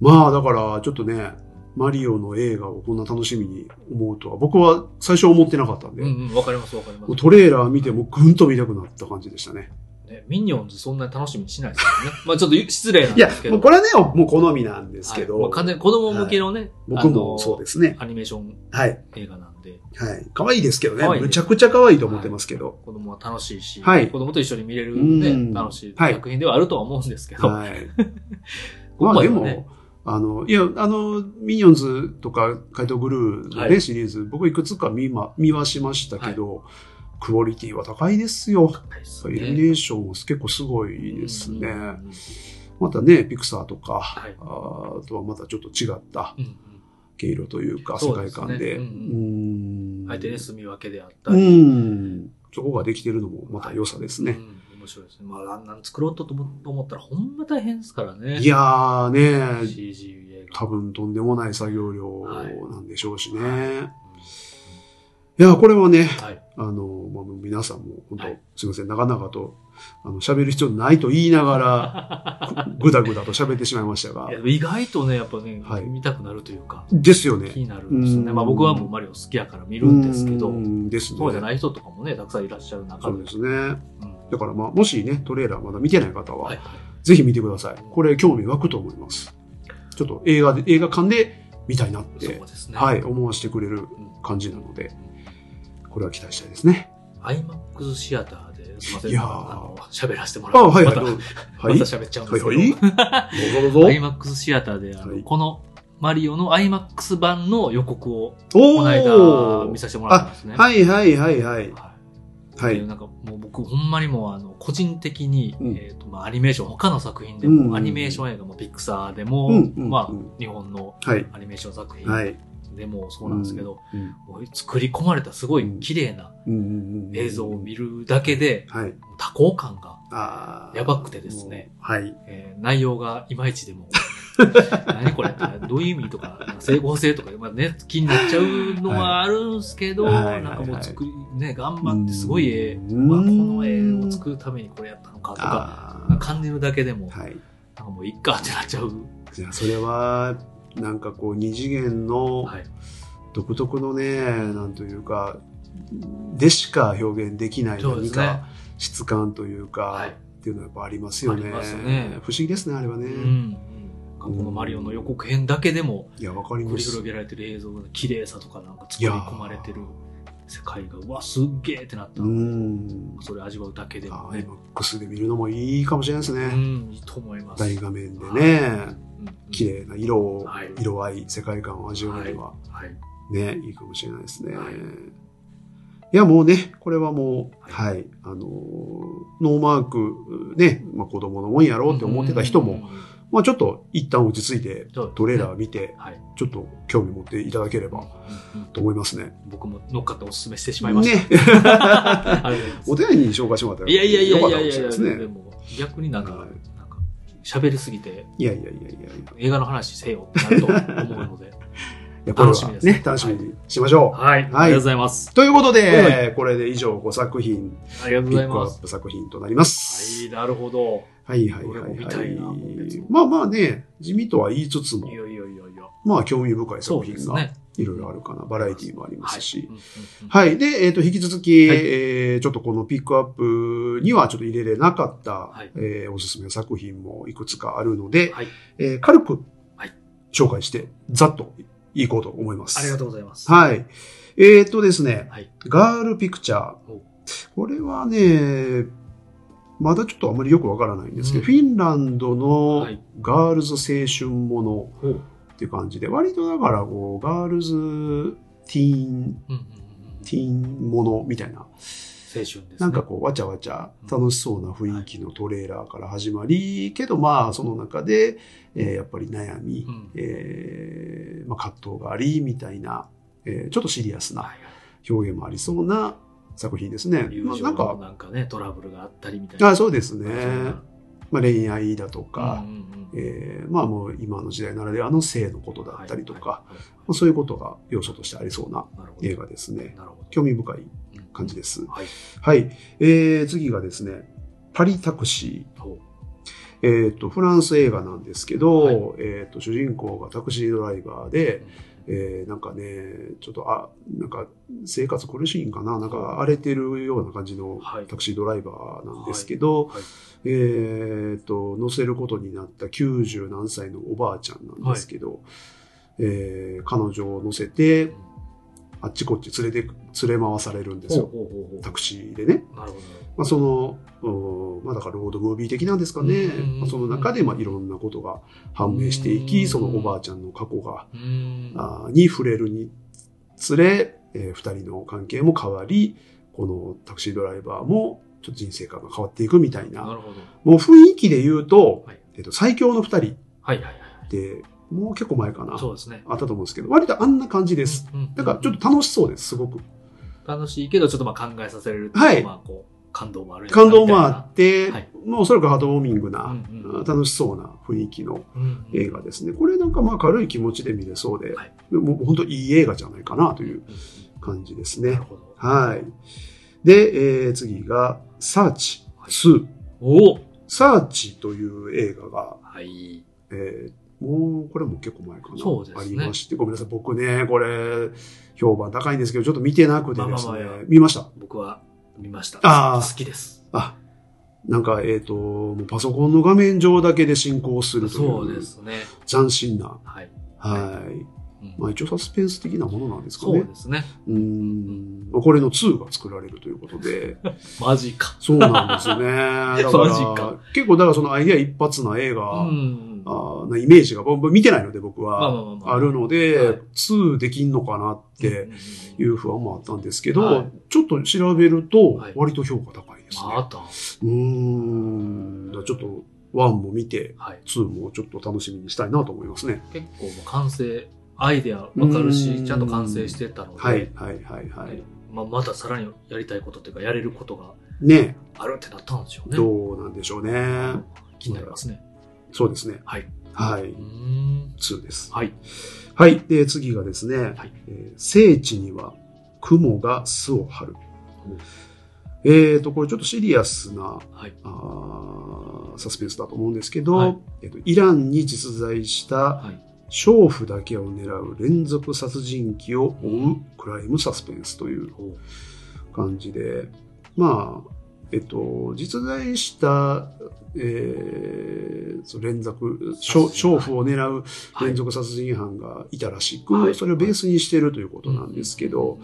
S2: まあ、だから、ちょっとね、マリオの映画をこんな楽しみに思うとは、僕は最初思ってなかったんで、
S1: うんうん、わかりますわかりま
S2: もう
S1: す。
S2: トレーラー見てもぐんと見たくなった感じでしたね。
S1: ね、ミニオンズそんなに楽しみにしないですよね。まあちょっと失礼なん
S2: いや
S1: ですけ、ど。
S2: もうこれはね、もう好みなんですけど、
S1: はいまあ、完全に子供向けのね、
S2: 僕もそう
S1: で
S2: ですね。
S1: アニメーション
S2: はい。
S1: 映画なんで、
S2: はい。可愛いですけどね。
S1: 可愛いです
S2: むちゃくちゃ可愛いと思ってますけど。
S1: 子供は楽しいし、
S2: はい
S1: 子供と一緒に見れる
S2: う
S1: ね
S2: ん、
S1: 楽しい
S2: はい
S1: 作品ではあるとは思うんですけど、
S2: はい。まあでも、
S1: ね、
S2: あの、いや、あの、ミニオンズとか、怪盗グルーの
S1: は
S2: ね、
S1: い
S2: シリーズ、僕いくつか見ま、見はしましたけど、クオリティは高いですよ。イルミネーションも結構すごいですね。
S1: うんうん
S2: またね、ピクサーとか、
S1: はい
S2: あーあとはまたちょっと違った
S1: うん
S2: 毛色というか、世
S1: そう
S2: 界
S1: ですね
S2: 観で。
S1: うんう
S2: う
S1: んん相手ね、住み分けであった
S2: う
S1: り、
S2: ん。そこができてるのもまた良さです
S1: う
S2: ね。
S1: ん面白いですね。まあ、あんなん作ろうとと思と思ったら、ほんま大変ですからね。
S2: いやーね、
S1: CG 映画。
S2: 多分とんでもない作業量
S1: はい
S2: なんでしょうしね。いや、これはね、
S1: うんはい。
S2: あの、まあ、皆さんも、本当、
S1: はい
S2: すいません、長々と、あの、喋る必要ないと言いなが ら、ぐだぐだと喋ってしまいましたが
S1: いや、でも意外とね、やっぱね、
S2: はい
S1: 見たくなるというか、
S2: ですよね
S1: 気。になるんですよね。まあ僕はもうマリオ好きやから見るんですけ
S2: う
S1: ど、
S2: んですね。。
S1: そうじゃないい人とかもね、たくさんいらっしゃる中
S2: そ
S1: で。
S2: うです
S1: う
S2: ね。
S1: ん
S2: だから、まあ、もしね、トレーラーまだ見てない方は、
S1: はい。
S2: ぜひ見てください。これ、興味湧くと思います。ちょっと映画で、映画館で見たいなっ
S1: そう
S2: て、
S1: ですね。。
S2: はいい、思わせてくれる感じなので、これは期待したいですね。
S1: アイマックスシアターで、すみません。
S2: いやー
S1: あの、喋らせても
S2: あ、
S1: らう。
S2: はい、はい、
S1: ま
S2: ど
S1: た
S2: うぞは
S1: ま
S2: い。
S1: た喋っちゃうん
S2: は
S1: で
S2: い、
S1: すけど。
S2: はい。どうぞどう
S1: アイ
S2: ぞ。
S1: マックスシアターで、あの、
S2: はい
S1: このマリオのアイマックス版の予告を、こ
S2: お
S1: の間見させてもらったんですね。
S2: はいはいはいはい。
S1: は。
S2: はいい
S1: で。なんかもう僕、ほんまにもう、あの、個人的に、
S2: うん
S1: えっ、と、まあ、アニメーション、他の作品で
S2: うんうんう
S1: も、
S2: ん
S1: アニメーション映画も、ピクサーでも、
S2: うんうん
S1: まあ
S2: うん、
S1: 日本の
S2: はい。
S1: アニメーション作
S2: は
S1: 品
S2: い。
S1: でもそうなんですけど、
S2: うん
S1: もう作り込まれたすごい綺麗な
S2: うんうん
S1: 映像を見るだけで、
S2: はい。
S1: 多幸感が、
S2: あー
S1: やばくてですね。
S2: はい。
S1: えー内容がいまいち でも、何これってどういう意味とか、整合性とか、まあね、気になっちゃうのはあるんですけど、
S2: はいはいはい
S1: なんかもう作り、ね、頑
S2: ま
S1: 張ってすごい絵、まあ、この絵を作るためにこれやったのかとか、
S2: あ
S1: 感じるだけでも、
S2: ーはい。
S1: なんかもういっかってなっちゃう。
S2: じゃあそれは、なんかこう、二次元の
S1: はい。
S2: 独特のね、なんというか、でしか表現できない
S1: そうで
S2: 何
S1: すね
S2: か。質感という
S1: は
S2: か
S1: い、。
S2: っていうのはやっぱありますよね。
S1: ありますね
S2: 不思議ですね、あれは
S1: うん。う
S2: ね。
S1: んなんかこのマリオの予告編だけでも、
S2: いや、わかり
S1: 繰
S2: ま
S1: り
S2: す
S1: 広。げられてる映像の綺麗さとか、なんか作り込まれてる世界が、うわ、すっげーってなった
S2: う。ん。
S1: それ味わうだけで
S2: あ
S1: も
S2: あ、
S1: ね。
S2: IMAX で見るのもいいかもしれないです
S1: う
S2: ね。
S1: ん、いいと思います。
S2: 大画面でね、
S1: うん
S2: 綺麗な色を、
S1: はい
S2: 色合い、世界観を味わうには、
S1: はい。
S2: ね、いいかもしれないですね。
S1: はい
S2: い、や、もうね、これはもう、
S1: は
S2: はい、あのー、ノーマーク、ね、まあ子供のもんやろうって思ってた人も、。まあちょっと一旦落ち着いて、トレーラー
S1: ー。
S2: 見て、
S1: はい。
S2: ちょっと興味持っていただければ
S1: うんうん
S2: と思いますね。
S1: 僕も乗っかってお勧めしてしまいました。
S2: ね。
S1: ありがとうご
S2: お
S1: ざいま
S2: 手紙に紹介してもらった
S1: す
S2: ら
S1: いやいやいやい
S2: よかっ
S1: や
S2: た
S1: い
S2: かも
S1: や
S2: し
S1: い
S2: れ
S1: や、
S2: ないです
S1: で
S2: ね。
S1: も逆になんか、
S2: は
S1: ないんか喋りすぎて
S2: いやいやいやいやいや。
S1: 映画の話せよってなると思うので。
S2: いやこれ
S1: 楽しみ
S2: は
S1: ですね
S2: ね、楽しみにしましょう。
S1: はい。ありがとうございます。
S2: ということ
S1: は
S2: で、これで以上5作品、
S1: ありがとう
S2: ピ
S1: ござい
S2: ックア
S1: ます
S2: ッ。プ作品となります。
S1: はい、なるほど。
S2: はいはいは
S1: 俺も
S2: い
S1: 見
S2: は
S1: たい
S2: い
S1: なもう別に。
S2: まあまあね、地味とは言いつつも
S1: い、やいやいやいや。
S2: まあ興味深い
S1: そ
S2: 作
S1: うで
S2: 品
S1: す
S2: が
S1: ね。
S2: いろいろあるかな。バラエティもありま
S1: は
S2: す
S1: い。
S2: し
S1: うん。うんうん
S2: はい。で、えっ、と、引き続き、
S1: はい
S2: えーちょっとこのピックアップにはちょっと入れれなかった、
S1: い
S2: えーおすすめの作品もいくつかあるので、
S1: はい
S2: えー軽く
S1: はい
S2: 紹介して、ざっといこうと思います。
S1: ありがとうございます。
S2: はい。えっ、とですね、
S1: はい
S2: ガールピクチャー
S1: お。
S2: これはね、まだちょっとあまりよくわからないんですけど、
S1: うん
S2: フィンランドの
S1: はい
S2: ガールズ青春もの
S1: ほう
S2: っていう感じで、割とだからこう、ガールズティー
S1: う
S2: ン
S1: んうんうん
S2: ティーンものみたいな、
S1: 青春ですね。
S2: なんかこう、わちゃわちゃ楽しそうな雰囲気のトレーラーから始まり、けどまあ、その中で、えーやっぱり悩み
S1: う、ん。
S2: えーまあ、葛藤があり、みたいな、えーちょっとシリアスな
S1: はい
S2: 表現もありそうな作品です
S1: は
S2: ね
S1: い。
S2: まあ、
S1: 友
S2: な
S1: 情
S2: ん
S1: の
S2: か、
S1: なんかね、トラブルがあったりみたいな。
S2: あそうですね。
S1: ね。
S2: まあ、恋愛だと
S1: うん
S2: か、
S1: うんうん
S2: えーまあもう今の時代ならではの性のことだったりとか、
S1: はいはい
S2: まあそういうことが要素としてありそうな
S1: なるほど。
S2: 映画ですね。
S1: なるほど。
S2: 興味深い感じ
S1: で
S2: です。
S1: はい。
S2: はい。えー、次がですね、パリタクシ
S1: ほ
S2: ー。えっ、と、フランス映画なんですけど、
S1: はい
S2: えっ、と、主人公がタクシードライバー
S1: う
S2: で、えーなんかね、ちょっと、あ、なんか、生活苦しいんかななんか荒れてるような感じの
S1: はい
S2: タクシードライバーなんですけど、
S1: はいはい
S2: えっ、と、乗せることになった90何歳のおばあちゃんなんですけど、えー彼女を乗せて、あっちこっち連れて、連れ回されるんです
S1: ほうほ
S2: よ。
S1: うほうほ
S2: タクシーでね。
S1: う。なるほど。
S2: まあ、その、うんまあ、だからロードムービー的なんですかね。
S1: うん
S2: まあ、その中で、まあ、いろんなことが判明していき、
S1: うん
S2: そのおばあちゃんの過去が、
S1: うーん。
S2: あーに触れるにつれ、えー二人の関係も変わり、このタクシードライバーも、ちょっと人生観が変わっていくみたい
S1: な
S2: な。
S1: るほど。
S2: もう雰囲気で言うと、
S1: はい
S2: えっと、最強の二人っ
S1: はいはいはい
S2: て、もう結構前か
S1: は
S2: な。
S1: い。そうですね。
S2: あったと思うんですけど、割とあんな感じです。
S1: うんうんうん。
S2: だから、ちょっと楽しそうです、すごく。
S1: 楽しいけど、ちょっとまあ考えさせられるってう
S2: はい
S1: まあこう、感動もあるんやな
S2: 感動もあって、
S1: はい
S2: もうおそらくハードウォーミングな、
S1: うんうん
S2: 楽しそうな雰囲気
S1: み
S2: の
S1: たいなうんうん
S2: 映画ですね。これなんかまあ軽い気持ちで見れそうで、
S1: はい
S2: もう本当いい映画じゃないかなという
S1: うん
S2: 感じです
S1: うんな
S2: ね
S1: る。ほど。
S2: はい。で、えー次が、サーチ
S1: はい
S2: 2。
S1: お
S2: サーチという映画が、
S1: はい。
S2: えーもうこれも結構前かな。
S1: そうですね
S2: ありまして、ごめんなさい。僕ね、これ、評判高いんですけど、ちょっと見てなくてですね、
S1: まあまあまあ
S2: 見ました。
S1: 僕は見ました。
S2: あー
S1: 好きです。
S2: あ、なんか、えっ、と、もうパソコンの画面上だけで進行するという。
S1: そうで。すね。
S2: 斬新な。
S1: はい。
S2: はい。
S1: うん
S2: まあ一応サスペンス的なものなんですか
S1: そ
S2: ね
S1: う。ですね。
S2: うーん。これの2が作られるということで。
S1: マジか。
S2: そうなんですよ ね。だ
S1: マ
S2: か
S1: ジ
S2: ら
S1: か、
S2: 結構だからそのアイデア一発な映
S1: う
S2: 画、
S1: ん。
S2: あーなイメージが僕見てないので僕
S1: まあまあ
S2: は。
S1: まあまあ。
S2: あるの
S1: は
S2: で
S1: い、
S2: 2できんのかなって
S1: うんうん
S2: い
S1: うん
S2: う不安もあったんですけど、
S1: はい
S2: ちょっと調べると
S1: はい
S2: 割と評価高いですね。
S1: また。
S2: うーん。だからちょっと1も見て、
S1: はい。
S2: 2もちょっと楽しみにしたいなと思いますね。
S1: 結構まあ完成、アイデアわかる
S2: う
S1: し、
S2: ん
S1: ちゃんと完成してたので、
S2: はい、はい、はい、はい。
S1: まあ、またさらにやりたいことっていうか、やれることが
S2: ね
S1: あるってなったんでしょうね。
S2: どうなんでしょうね。
S1: 気になりますね。
S2: そうですね。
S1: はい。
S2: は
S1: う
S2: い
S1: ー。ん。
S2: 2です。
S1: はい。
S2: はい。で、次がですね、
S1: はい
S2: えー聖地には雲が巣を張る。えーと、これちょっとシリアスな
S1: はい。
S2: あーサスペンスだと思うんですけど、
S1: はい
S2: えーとイランに実在した
S1: はい。
S2: 娼婦だけを狙う連続殺人鬼を追うクライムサスペンスという
S1: ほう
S2: 感じで、まあ、えっと、実在した、えー、その連続、
S1: 殺人
S2: 娼娼婦を狙う
S1: はい
S2: 連続殺人犯がいたらしく、
S1: はい
S2: それをベースにしてるということなんですけど、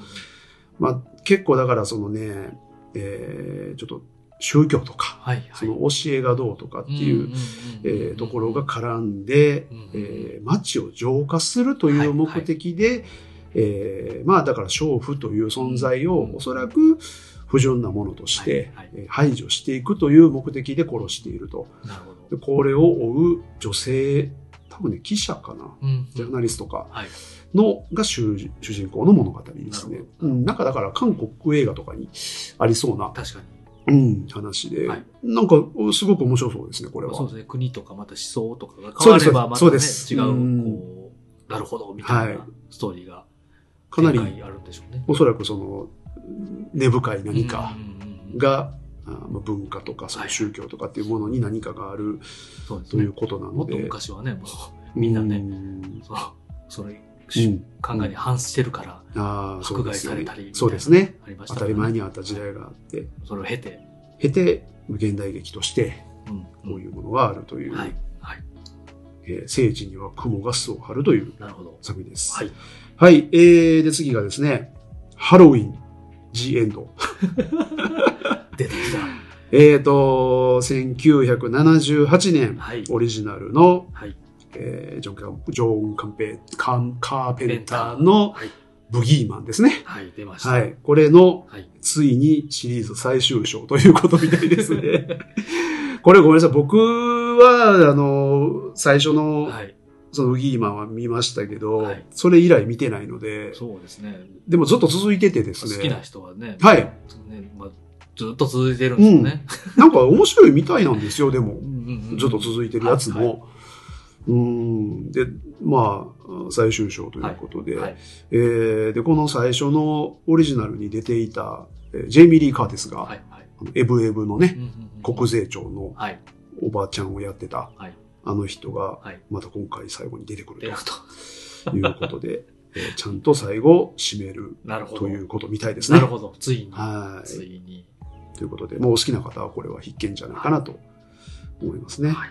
S2: まあ、結構だからそのね、えーちょっと宗教とか、
S1: はいはい。
S2: その教えがどうとかっていう、
S1: んんんん
S2: えーところが絡んで、
S1: うん
S2: えー街を浄化するという目的で、ええーまあだから娼婦という存在を
S1: うん
S2: おそらく不純なものとして
S1: はいはい
S2: えー排除していくという目的で殺していると。
S1: なるほど。
S2: でこれを追う女性、多分ね、記者かな。
S1: うん。
S2: ジャーナリストか
S1: はい。
S2: のが主主人公の物語ですね
S1: なる。ほ
S2: う
S1: ど
S2: ん、なんかだから韓国映画とかにありそうな、
S1: 確かに。
S2: うん、話で、
S1: はい
S2: なんかすごく面白そうですね、これは。
S1: そうですね。国とかまた思想とかが変
S2: そう
S1: わ
S2: で
S1: れ
S2: す
S1: ば、また
S2: そう
S1: ね、
S2: です
S1: 違う
S2: うん、
S1: こう、なるほど、みたいな
S2: は
S1: ストーリーが
S2: かな
S1: 展
S2: り
S1: 開あるんでしょうね。
S2: おそらくその根深い何か
S1: うんうんうんうん。
S2: が、あまあ文化とかその
S1: はい
S2: 宗教とかっていうものに何かがある
S1: そうです
S2: という
S1: ね。
S2: ことな
S1: も
S2: の
S1: っ
S2: で、
S1: と昔はね、もう、みんなね
S2: うん
S1: その、その、
S2: うん
S1: 考えに反してるから、
S2: ああそ
S1: 迫
S2: うで
S1: 害
S2: す
S1: さ
S2: ね
S1: れたり、
S2: そうですね。
S1: ありました
S2: 当た
S1: から
S2: り
S1: ね
S2: 前にあった時代があって
S1: それを経て、
S2: 経て現代劇として
S1: うん。
S2: こう
S1: い
S2: いうものがあるという、
S1: はい。はい。
S2: えー聖地には雲が巣を張るという
S1: なるほど。
S2: 作品です。
S1: はい。
S2: はい、えー、で次がですね、ハロウィン、ジ・エンド。
S1: 出てきた。
S2: えーと、1978年、
S1: はい。
S2: オリジナルの、
S1: はい
S2: えージョンカンジョーンカンペカンカーペンター
S1: の、
S2: の
S1: はい。
S2: ブギーマンですね。
S1: はい、出ました。
S2: は。い。これの、
S1: はい。
S2: ついにシリーズ最終章ということみたいです ね。これごめんなさい。僕は、あの、最初の、
S1: はい。
S2: そのブギーマンは見ましたけど、
S1: はい
S2: それ以来見てないので、
S1: そうですね。
S2: でもずっと続いててです
S1: 好き
S2: ね。
S1: な人はね、
S2: はい
S1: ねまあ、ずっと続いてるんですよね。
S2: なんか面白いみたいなんですよ、でも
S1: う。んうんうん
S2: ずっと続いてるやつも。
S1: はいう
S2: ーん。で、まあ、最終章ということで、
S1: はい。
S2: えーで、この最初のオリジナルに出ていた、えージェイミー・リー・カーティスが、
S1: はい。はい。
S2: あのエブエブの
S1: う
S2: ね、
S1: んうんうん
S2: 国税庁の
S1: はい。
S2: おばあちゃんをやってた、
S1: はい
S2: あの人が、
S1: はい。
S2: また今回最後に出てく
S1: 出
S2: る
S1: ると。
S2: ということで、えーちゃんと最後締める
S1: なるほど。
S2: ということみたいですね。
S1: なるほど。ついに。
S2: は
S1: つ
S2: い。
S1: いに。
S2: ということで、もうお好きな方はこれは必見じゃないかなと思いますね。
S1: はい。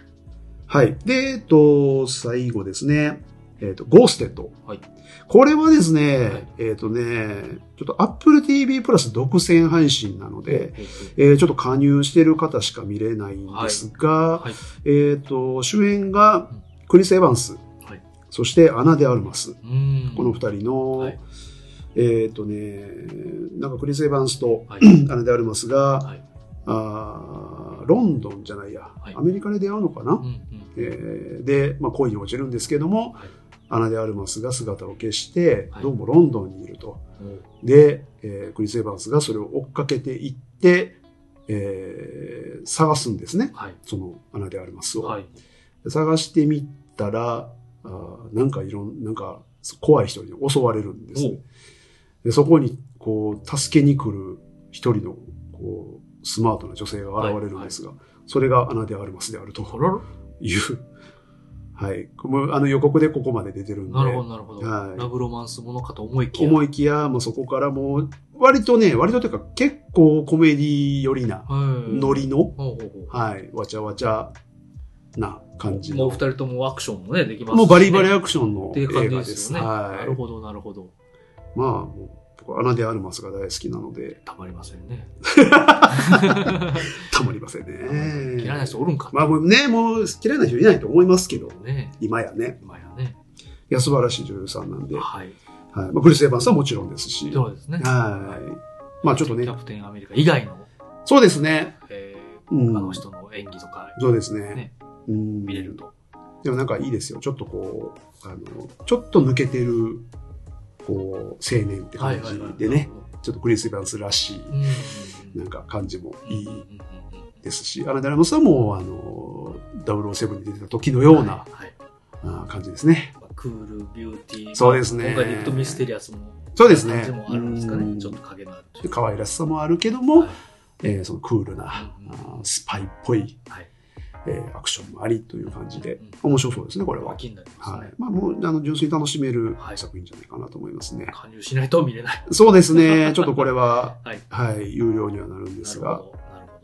S2: はい。で、えっと、最後ですね。えっ、と、ゴーステッド。
S1: はい
S2: これはですね、
S1: はい
S2: えっ、とね、ちょっと Apple TV プラス独占配信なので、
S1: ほうほ
S2: えーちょっと加入してる方しか見れないんですが、
S1: うはい。
S2: えっ、と、主演が
S1: うん
S2: クリス・エヴァンス、
S1: はい
S2: そしてアナ・デ・アルマス。
S1: うん。
S2: この二人の、
S1: はい
S2: えっ、とね、なんかクリス・エヴァンスと
S1: はい。
S2: アナ・デ・アルマスが、
S1: はい
S2: あーロンドンじゃないや、
S1: はい
S2: アメリカで出会うのかな、
S1: うんうん。
S2: えーで、まあ、恋に落ちるんですけども、
S1: はい
S2: アナ・デ・アルマスが姿を消して、
S1: はい
S2: どうもロンドンにいると。
S1: お
S2: で、えークリス・エヴァンスがそれを追っかけていって、えー探すんですね。
S1: はい。
S2: そのアナ・デ・アルマスを。
S1: はい。
S2: 探してみたら、あーなんかいろん、なんか怖い人に襲われるんですね、でそこに、こう、助けに来る一人の、こう、スマートな女性が現れるんですが、それがアナ・デ・アルマスであると。
S1: ほろろ
S2: いう。はい。これもあの予告でここまで出てるんで。
S1: なるほど、なるほど。
S2: はい
S1: ラブロマンスものかと思いきや。
S2: 思
S1: い
S2: いきや、もうそこからもう、割とね、割とというか結構コメディ寄りな、
S1: はい。
S2: ノリの、
S1: ほうほうほう。
S2: はい、わちゃわちゃな感じ
S1: も
S2: の。
S1: う二人ともアクションもね、できますしね
S2: もうバリバリアクションの
S1: ってい
S2: 映
S1: う感じ
S2: 画で
S1: です
S2: す。
S1: よね。なる
S2: は
S1: ほど、なるほど。
S2: い。まあ、もう僕、アナデアルマスが大好きなので、
S1: たまりませんね。
S2: たまりませんね。
S1: 嫌いな人おるんか。
S2: まあもうね、もう嫌いな人いないと思いますけど、
S1: ね。
S2: 今やね。
S1: 今やね。
S2: いや、素晴らしい女優さんなんで、はい
S1: はい。
S2: まあ、クリス・エヴァンスはもちろんですし、
S1: そうですね。
S2: はい。まあちょっとね
S1: キャ、プテンアメリカ以外の、
S2: そうですね。
S1: え
S2: う
S1: ー
S2: ん。
S1: あの人の演技とか
S2: そうですね。
S1: ね
S2: うん。
S1: 見れる。と。
S2: でもなんかいいですよ。ちょっとこう、あの、ちょっと抜けてる、こう、青年って感じでね、ちょっとクリス・エヴァンスらし
S1: うん。
S2: い、なんか感じもい
S1: うんうんう
S2: い
S1: ん
S2: ですし、アナダラムスはもう、あの、007に出てた時のような、
S1: はいはい
S2: あー感じですね。
S1: まあクールビューティー。
S2: そうですね
S1: 今回リットミステリアスも。
S2: そうですね
S1: 感じもあるんですか
S2: うん
S1: ね。ちょっと影のあるというか。
S2: 可愛らしさもあるけども、
S1: はい
S2: えーそのクールな、
S1: うんうん
S2: あースパイっぽい、
S1: はい
S2: えーアクションもありという感じで、
S1: うん
S2: 面白そうですね、これは。
S1: 気になります
S2: はい
S1: ね。。
S2: まあ、もう、あの、純粋に楽しめる
S1: はい
S2: 作品じゃないかなと思いますね。
S1: 加入しないと見れない。
S2: そうで すね。ちょっとこれは、
S1: はい。
S2: はい、有料にはなるんで
S1: な
S2: す
S1: る
S2: が。
S1: ほど。なるほど。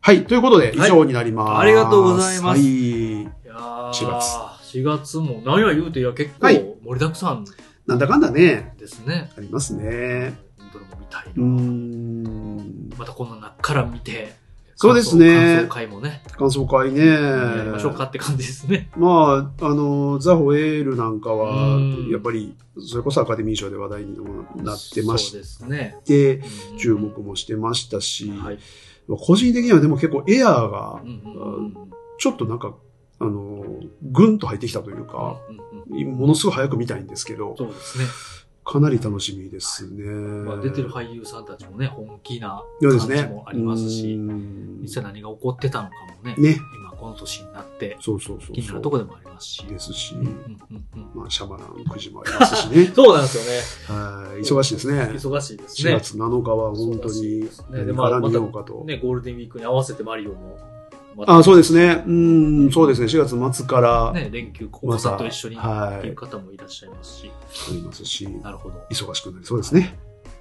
S2: はい、ということで、以
S1: はい
S2: 上になります、
S1: ありがとうございます
S2: はい。
S1: いや
S2: 4
S1: 4月。4月も、何や言うて、いや、結構
S2: はい
S1: 盛りだくさん
S2: なんだかんだね、
S1: ですね。
S2: ありますね。
S1: どれも見たいな。
S2: うーん。
S1: またこの中から見て、
S2: そうですね
S1: 感想感想会もね、
S2: 感想会ね。
S1: やりましょうかって感じですね。
S2: まあ、あの、ザ・ホエールなんかは
S1: うん、
S2: やっぱり、それこそアカデミー賞で話題にもなってま
S1: そ
S2: し
S1: うですね。
S2: て、
S1: うん
S2: 注目もしてましたし、
S1: はい。
S2: まあ個人的にはでも結構エアーが
S1: う、んうんうんうん
S2: ちょっとなんか、あの、ぐんと入ってきたというか、
S1: うんうんうん
S2: ものすごい早く見たいんですけど、
S1: そうですね。
S2: かなり楽しみですね。
S1: まあ、出てる俳優さんたちもね、本気な
S2: そうで
S1: 感
S2: すね
S1: じもありますし、
S2: うん
S1: 実際何が起こってたのかもね、
S2: ね。
S1: 今この年になって、
S2: そうそうそうそう。
S1: 気になるとこでもありますし。
S2: ですし、
S1: うんうんうんうん。
S2: まあ、シャマランくじもありますしね
S1: そうなんですよね。
S2: はい。忙しいですね。
S1: 忙しいです
S2: 4
S1: ね。
S2: 月7日は本当に
S1: ねで
S2: 何
S1: まあ
S2: から見ようかと。
S1: ね、ゴールデンウィークに合わせてマリオも、また
S2: あそうですね。うん、そうですね。4月末から、
S1: ね、連休、お
S2: ま
S1: 子
S2: た
S1: さんと一緒にっ
S2: は
S1: ていう
S2: い、
S1: 方もいらっしゃいますし、
S2: ありますし、
S1: なるほど。
S2: 忙しくなりそうですね。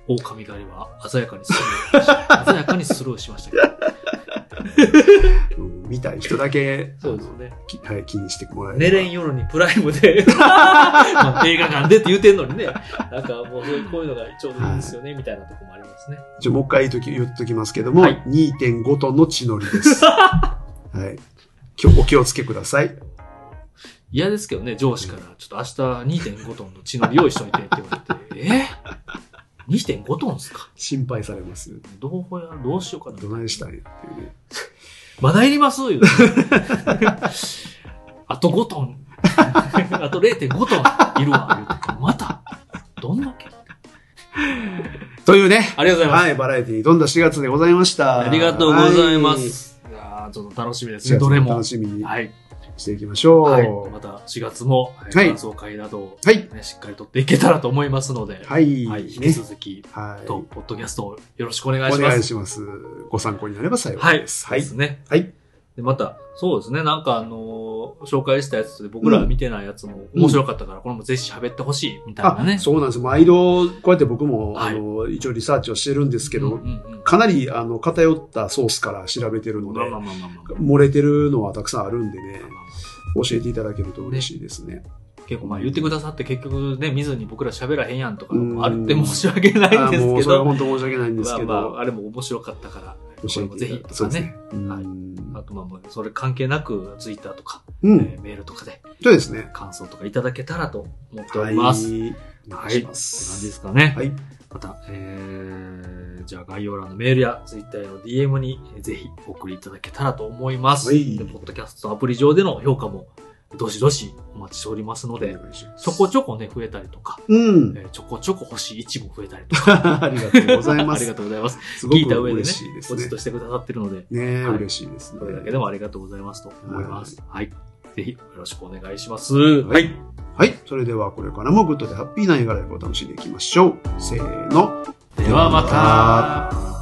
S1: 狼狩りは鮮やかにスルーしました。鮮やかにスルーしましたけど。
S2: うん、見たい人だけ、
S1: そうですね。
S2: きはい、気にしてもらえ
S1: 寝れん
S2: ば。
S1: 夜にプライム で、まあ映画館でって言うてんのにね、なんかもうそういうこういうのがちょうどいいですよね、みたいなとこもありますね。
S2: じゃあもう一回言っとき言っときますけども、
S1: はい
S2: 2.5トンの血のり です。はい。今日お気をつけください。
S1: 嫌ですけどね、上司から、ちょっと明日2.5トンの血のり用意しといてって言われて、え ?2.5 トンですか
S2: 心配されます。
S1: どうや、どうしようかな。
S2: どないしたんやっていうね。
S1: まだいりますよ。 あと5トン。 あと0.5トンいるわ。言うてまたどんだけ
S2: というね。
S1: ありがとうございます。
S2: はい、バラエティに富んだ4月でございました。
S1: ありがとうございます。いやーちょっと楽しみです
S2: はい。
S1: ね、どれも
S2: 楽。しみに
S1: はい。
S2: していきましょう。
S1: はい。
S2: は
S1: また4月も、はい
S2: はい
S1: 感想会などを、
S2: い。
S1: ね、しっかりとっていけたらと思いますので、
S2: はい。
S1: はい。引き
S2: ね
S1: 続き、
S2: はい。
S1: と、
S2: お
S1: ポッドキャストをよろしくお願いしま
S2: 願い
S1: す。
S2: します。ご参考になれば幸
S1: はいい。
S2: です。
S1: そうですね。
S2: はい。
S1: で、また、そうですね。なんか、あのー紹介したやつで僕ら見てないやつも面白かったから、これもぜひ喋ってほしい、みたいな
S2: あ
S1: ね。
S2: そうなんです。毎度、こうやって僕も、
S1: はい
S2: あの、一応リサーチをしてるんですけど、
S1: うんうんうん
S2: かなり、あの、偏ったソースから調べてるので
S1: まあ、まあまあまあまあまあ
S2: 漏れてるのはたくさんあるんでね、
S1: ま
S2: 教えていただけると嬉しいですね。
S1: あ結構まあ言ってくださって結局ね、見ずに僕ら喋らへんやんとか
S2: うん
S1: あるって申し訳ないん
S2: あ
S1: です
S2: もう
S1: け
S2: それは
S1: ど、
S2: 本当申し訳ないんです
S1: まあ
S2: けど、
S1: まあ、あれも面白かったから、これもぜひと
S2: そう
S1: か
S2: です
S1: ね
S2: ね。。うん
S1: はいあとまあまあ、それ関係なく、ツイッターとか、
S2: う
S1: え
S2: ん。
S1: ーメールとかで
S2: そうですね。
S1: 感想とかいただけたらと思っております。って
S2: はい。お願いします。
S1: 感じですかね。
S2: はい。
S1: また、えー、じゃあ概要欄のメールやツイッターへの DM にえーぜひお送りいただけたらと思います。
S2: はい
S1: でポッドキャストアプリ上での評価もどしどしお待ちしておりますので
S2: お、願いします
S1: ちょこちょこね、増えたりとか、
S2: うん。
S1: えーちょこちょこ星1も増えたりとか。
S2: ありがと うございま
S1: ありが
S2: す。
S1: とうございます。
S2: すご
S1: 聞いた
S2: く
S1: 上でね
S2: 嬉しいで、す
S1: ポチッ
S2: ね
S1: と。してくださってるので、
S2: ねえ、
S1: はい
S2: 嬉しいですね。
S1: それだけでもありがとうございますと思います。はい。ぜひよろしくお願いします。
S2: はい。はい。それではこれからもグッドでハッピーな映画ライフを楽しんでいきましょう。せーの。
S1: ではまた。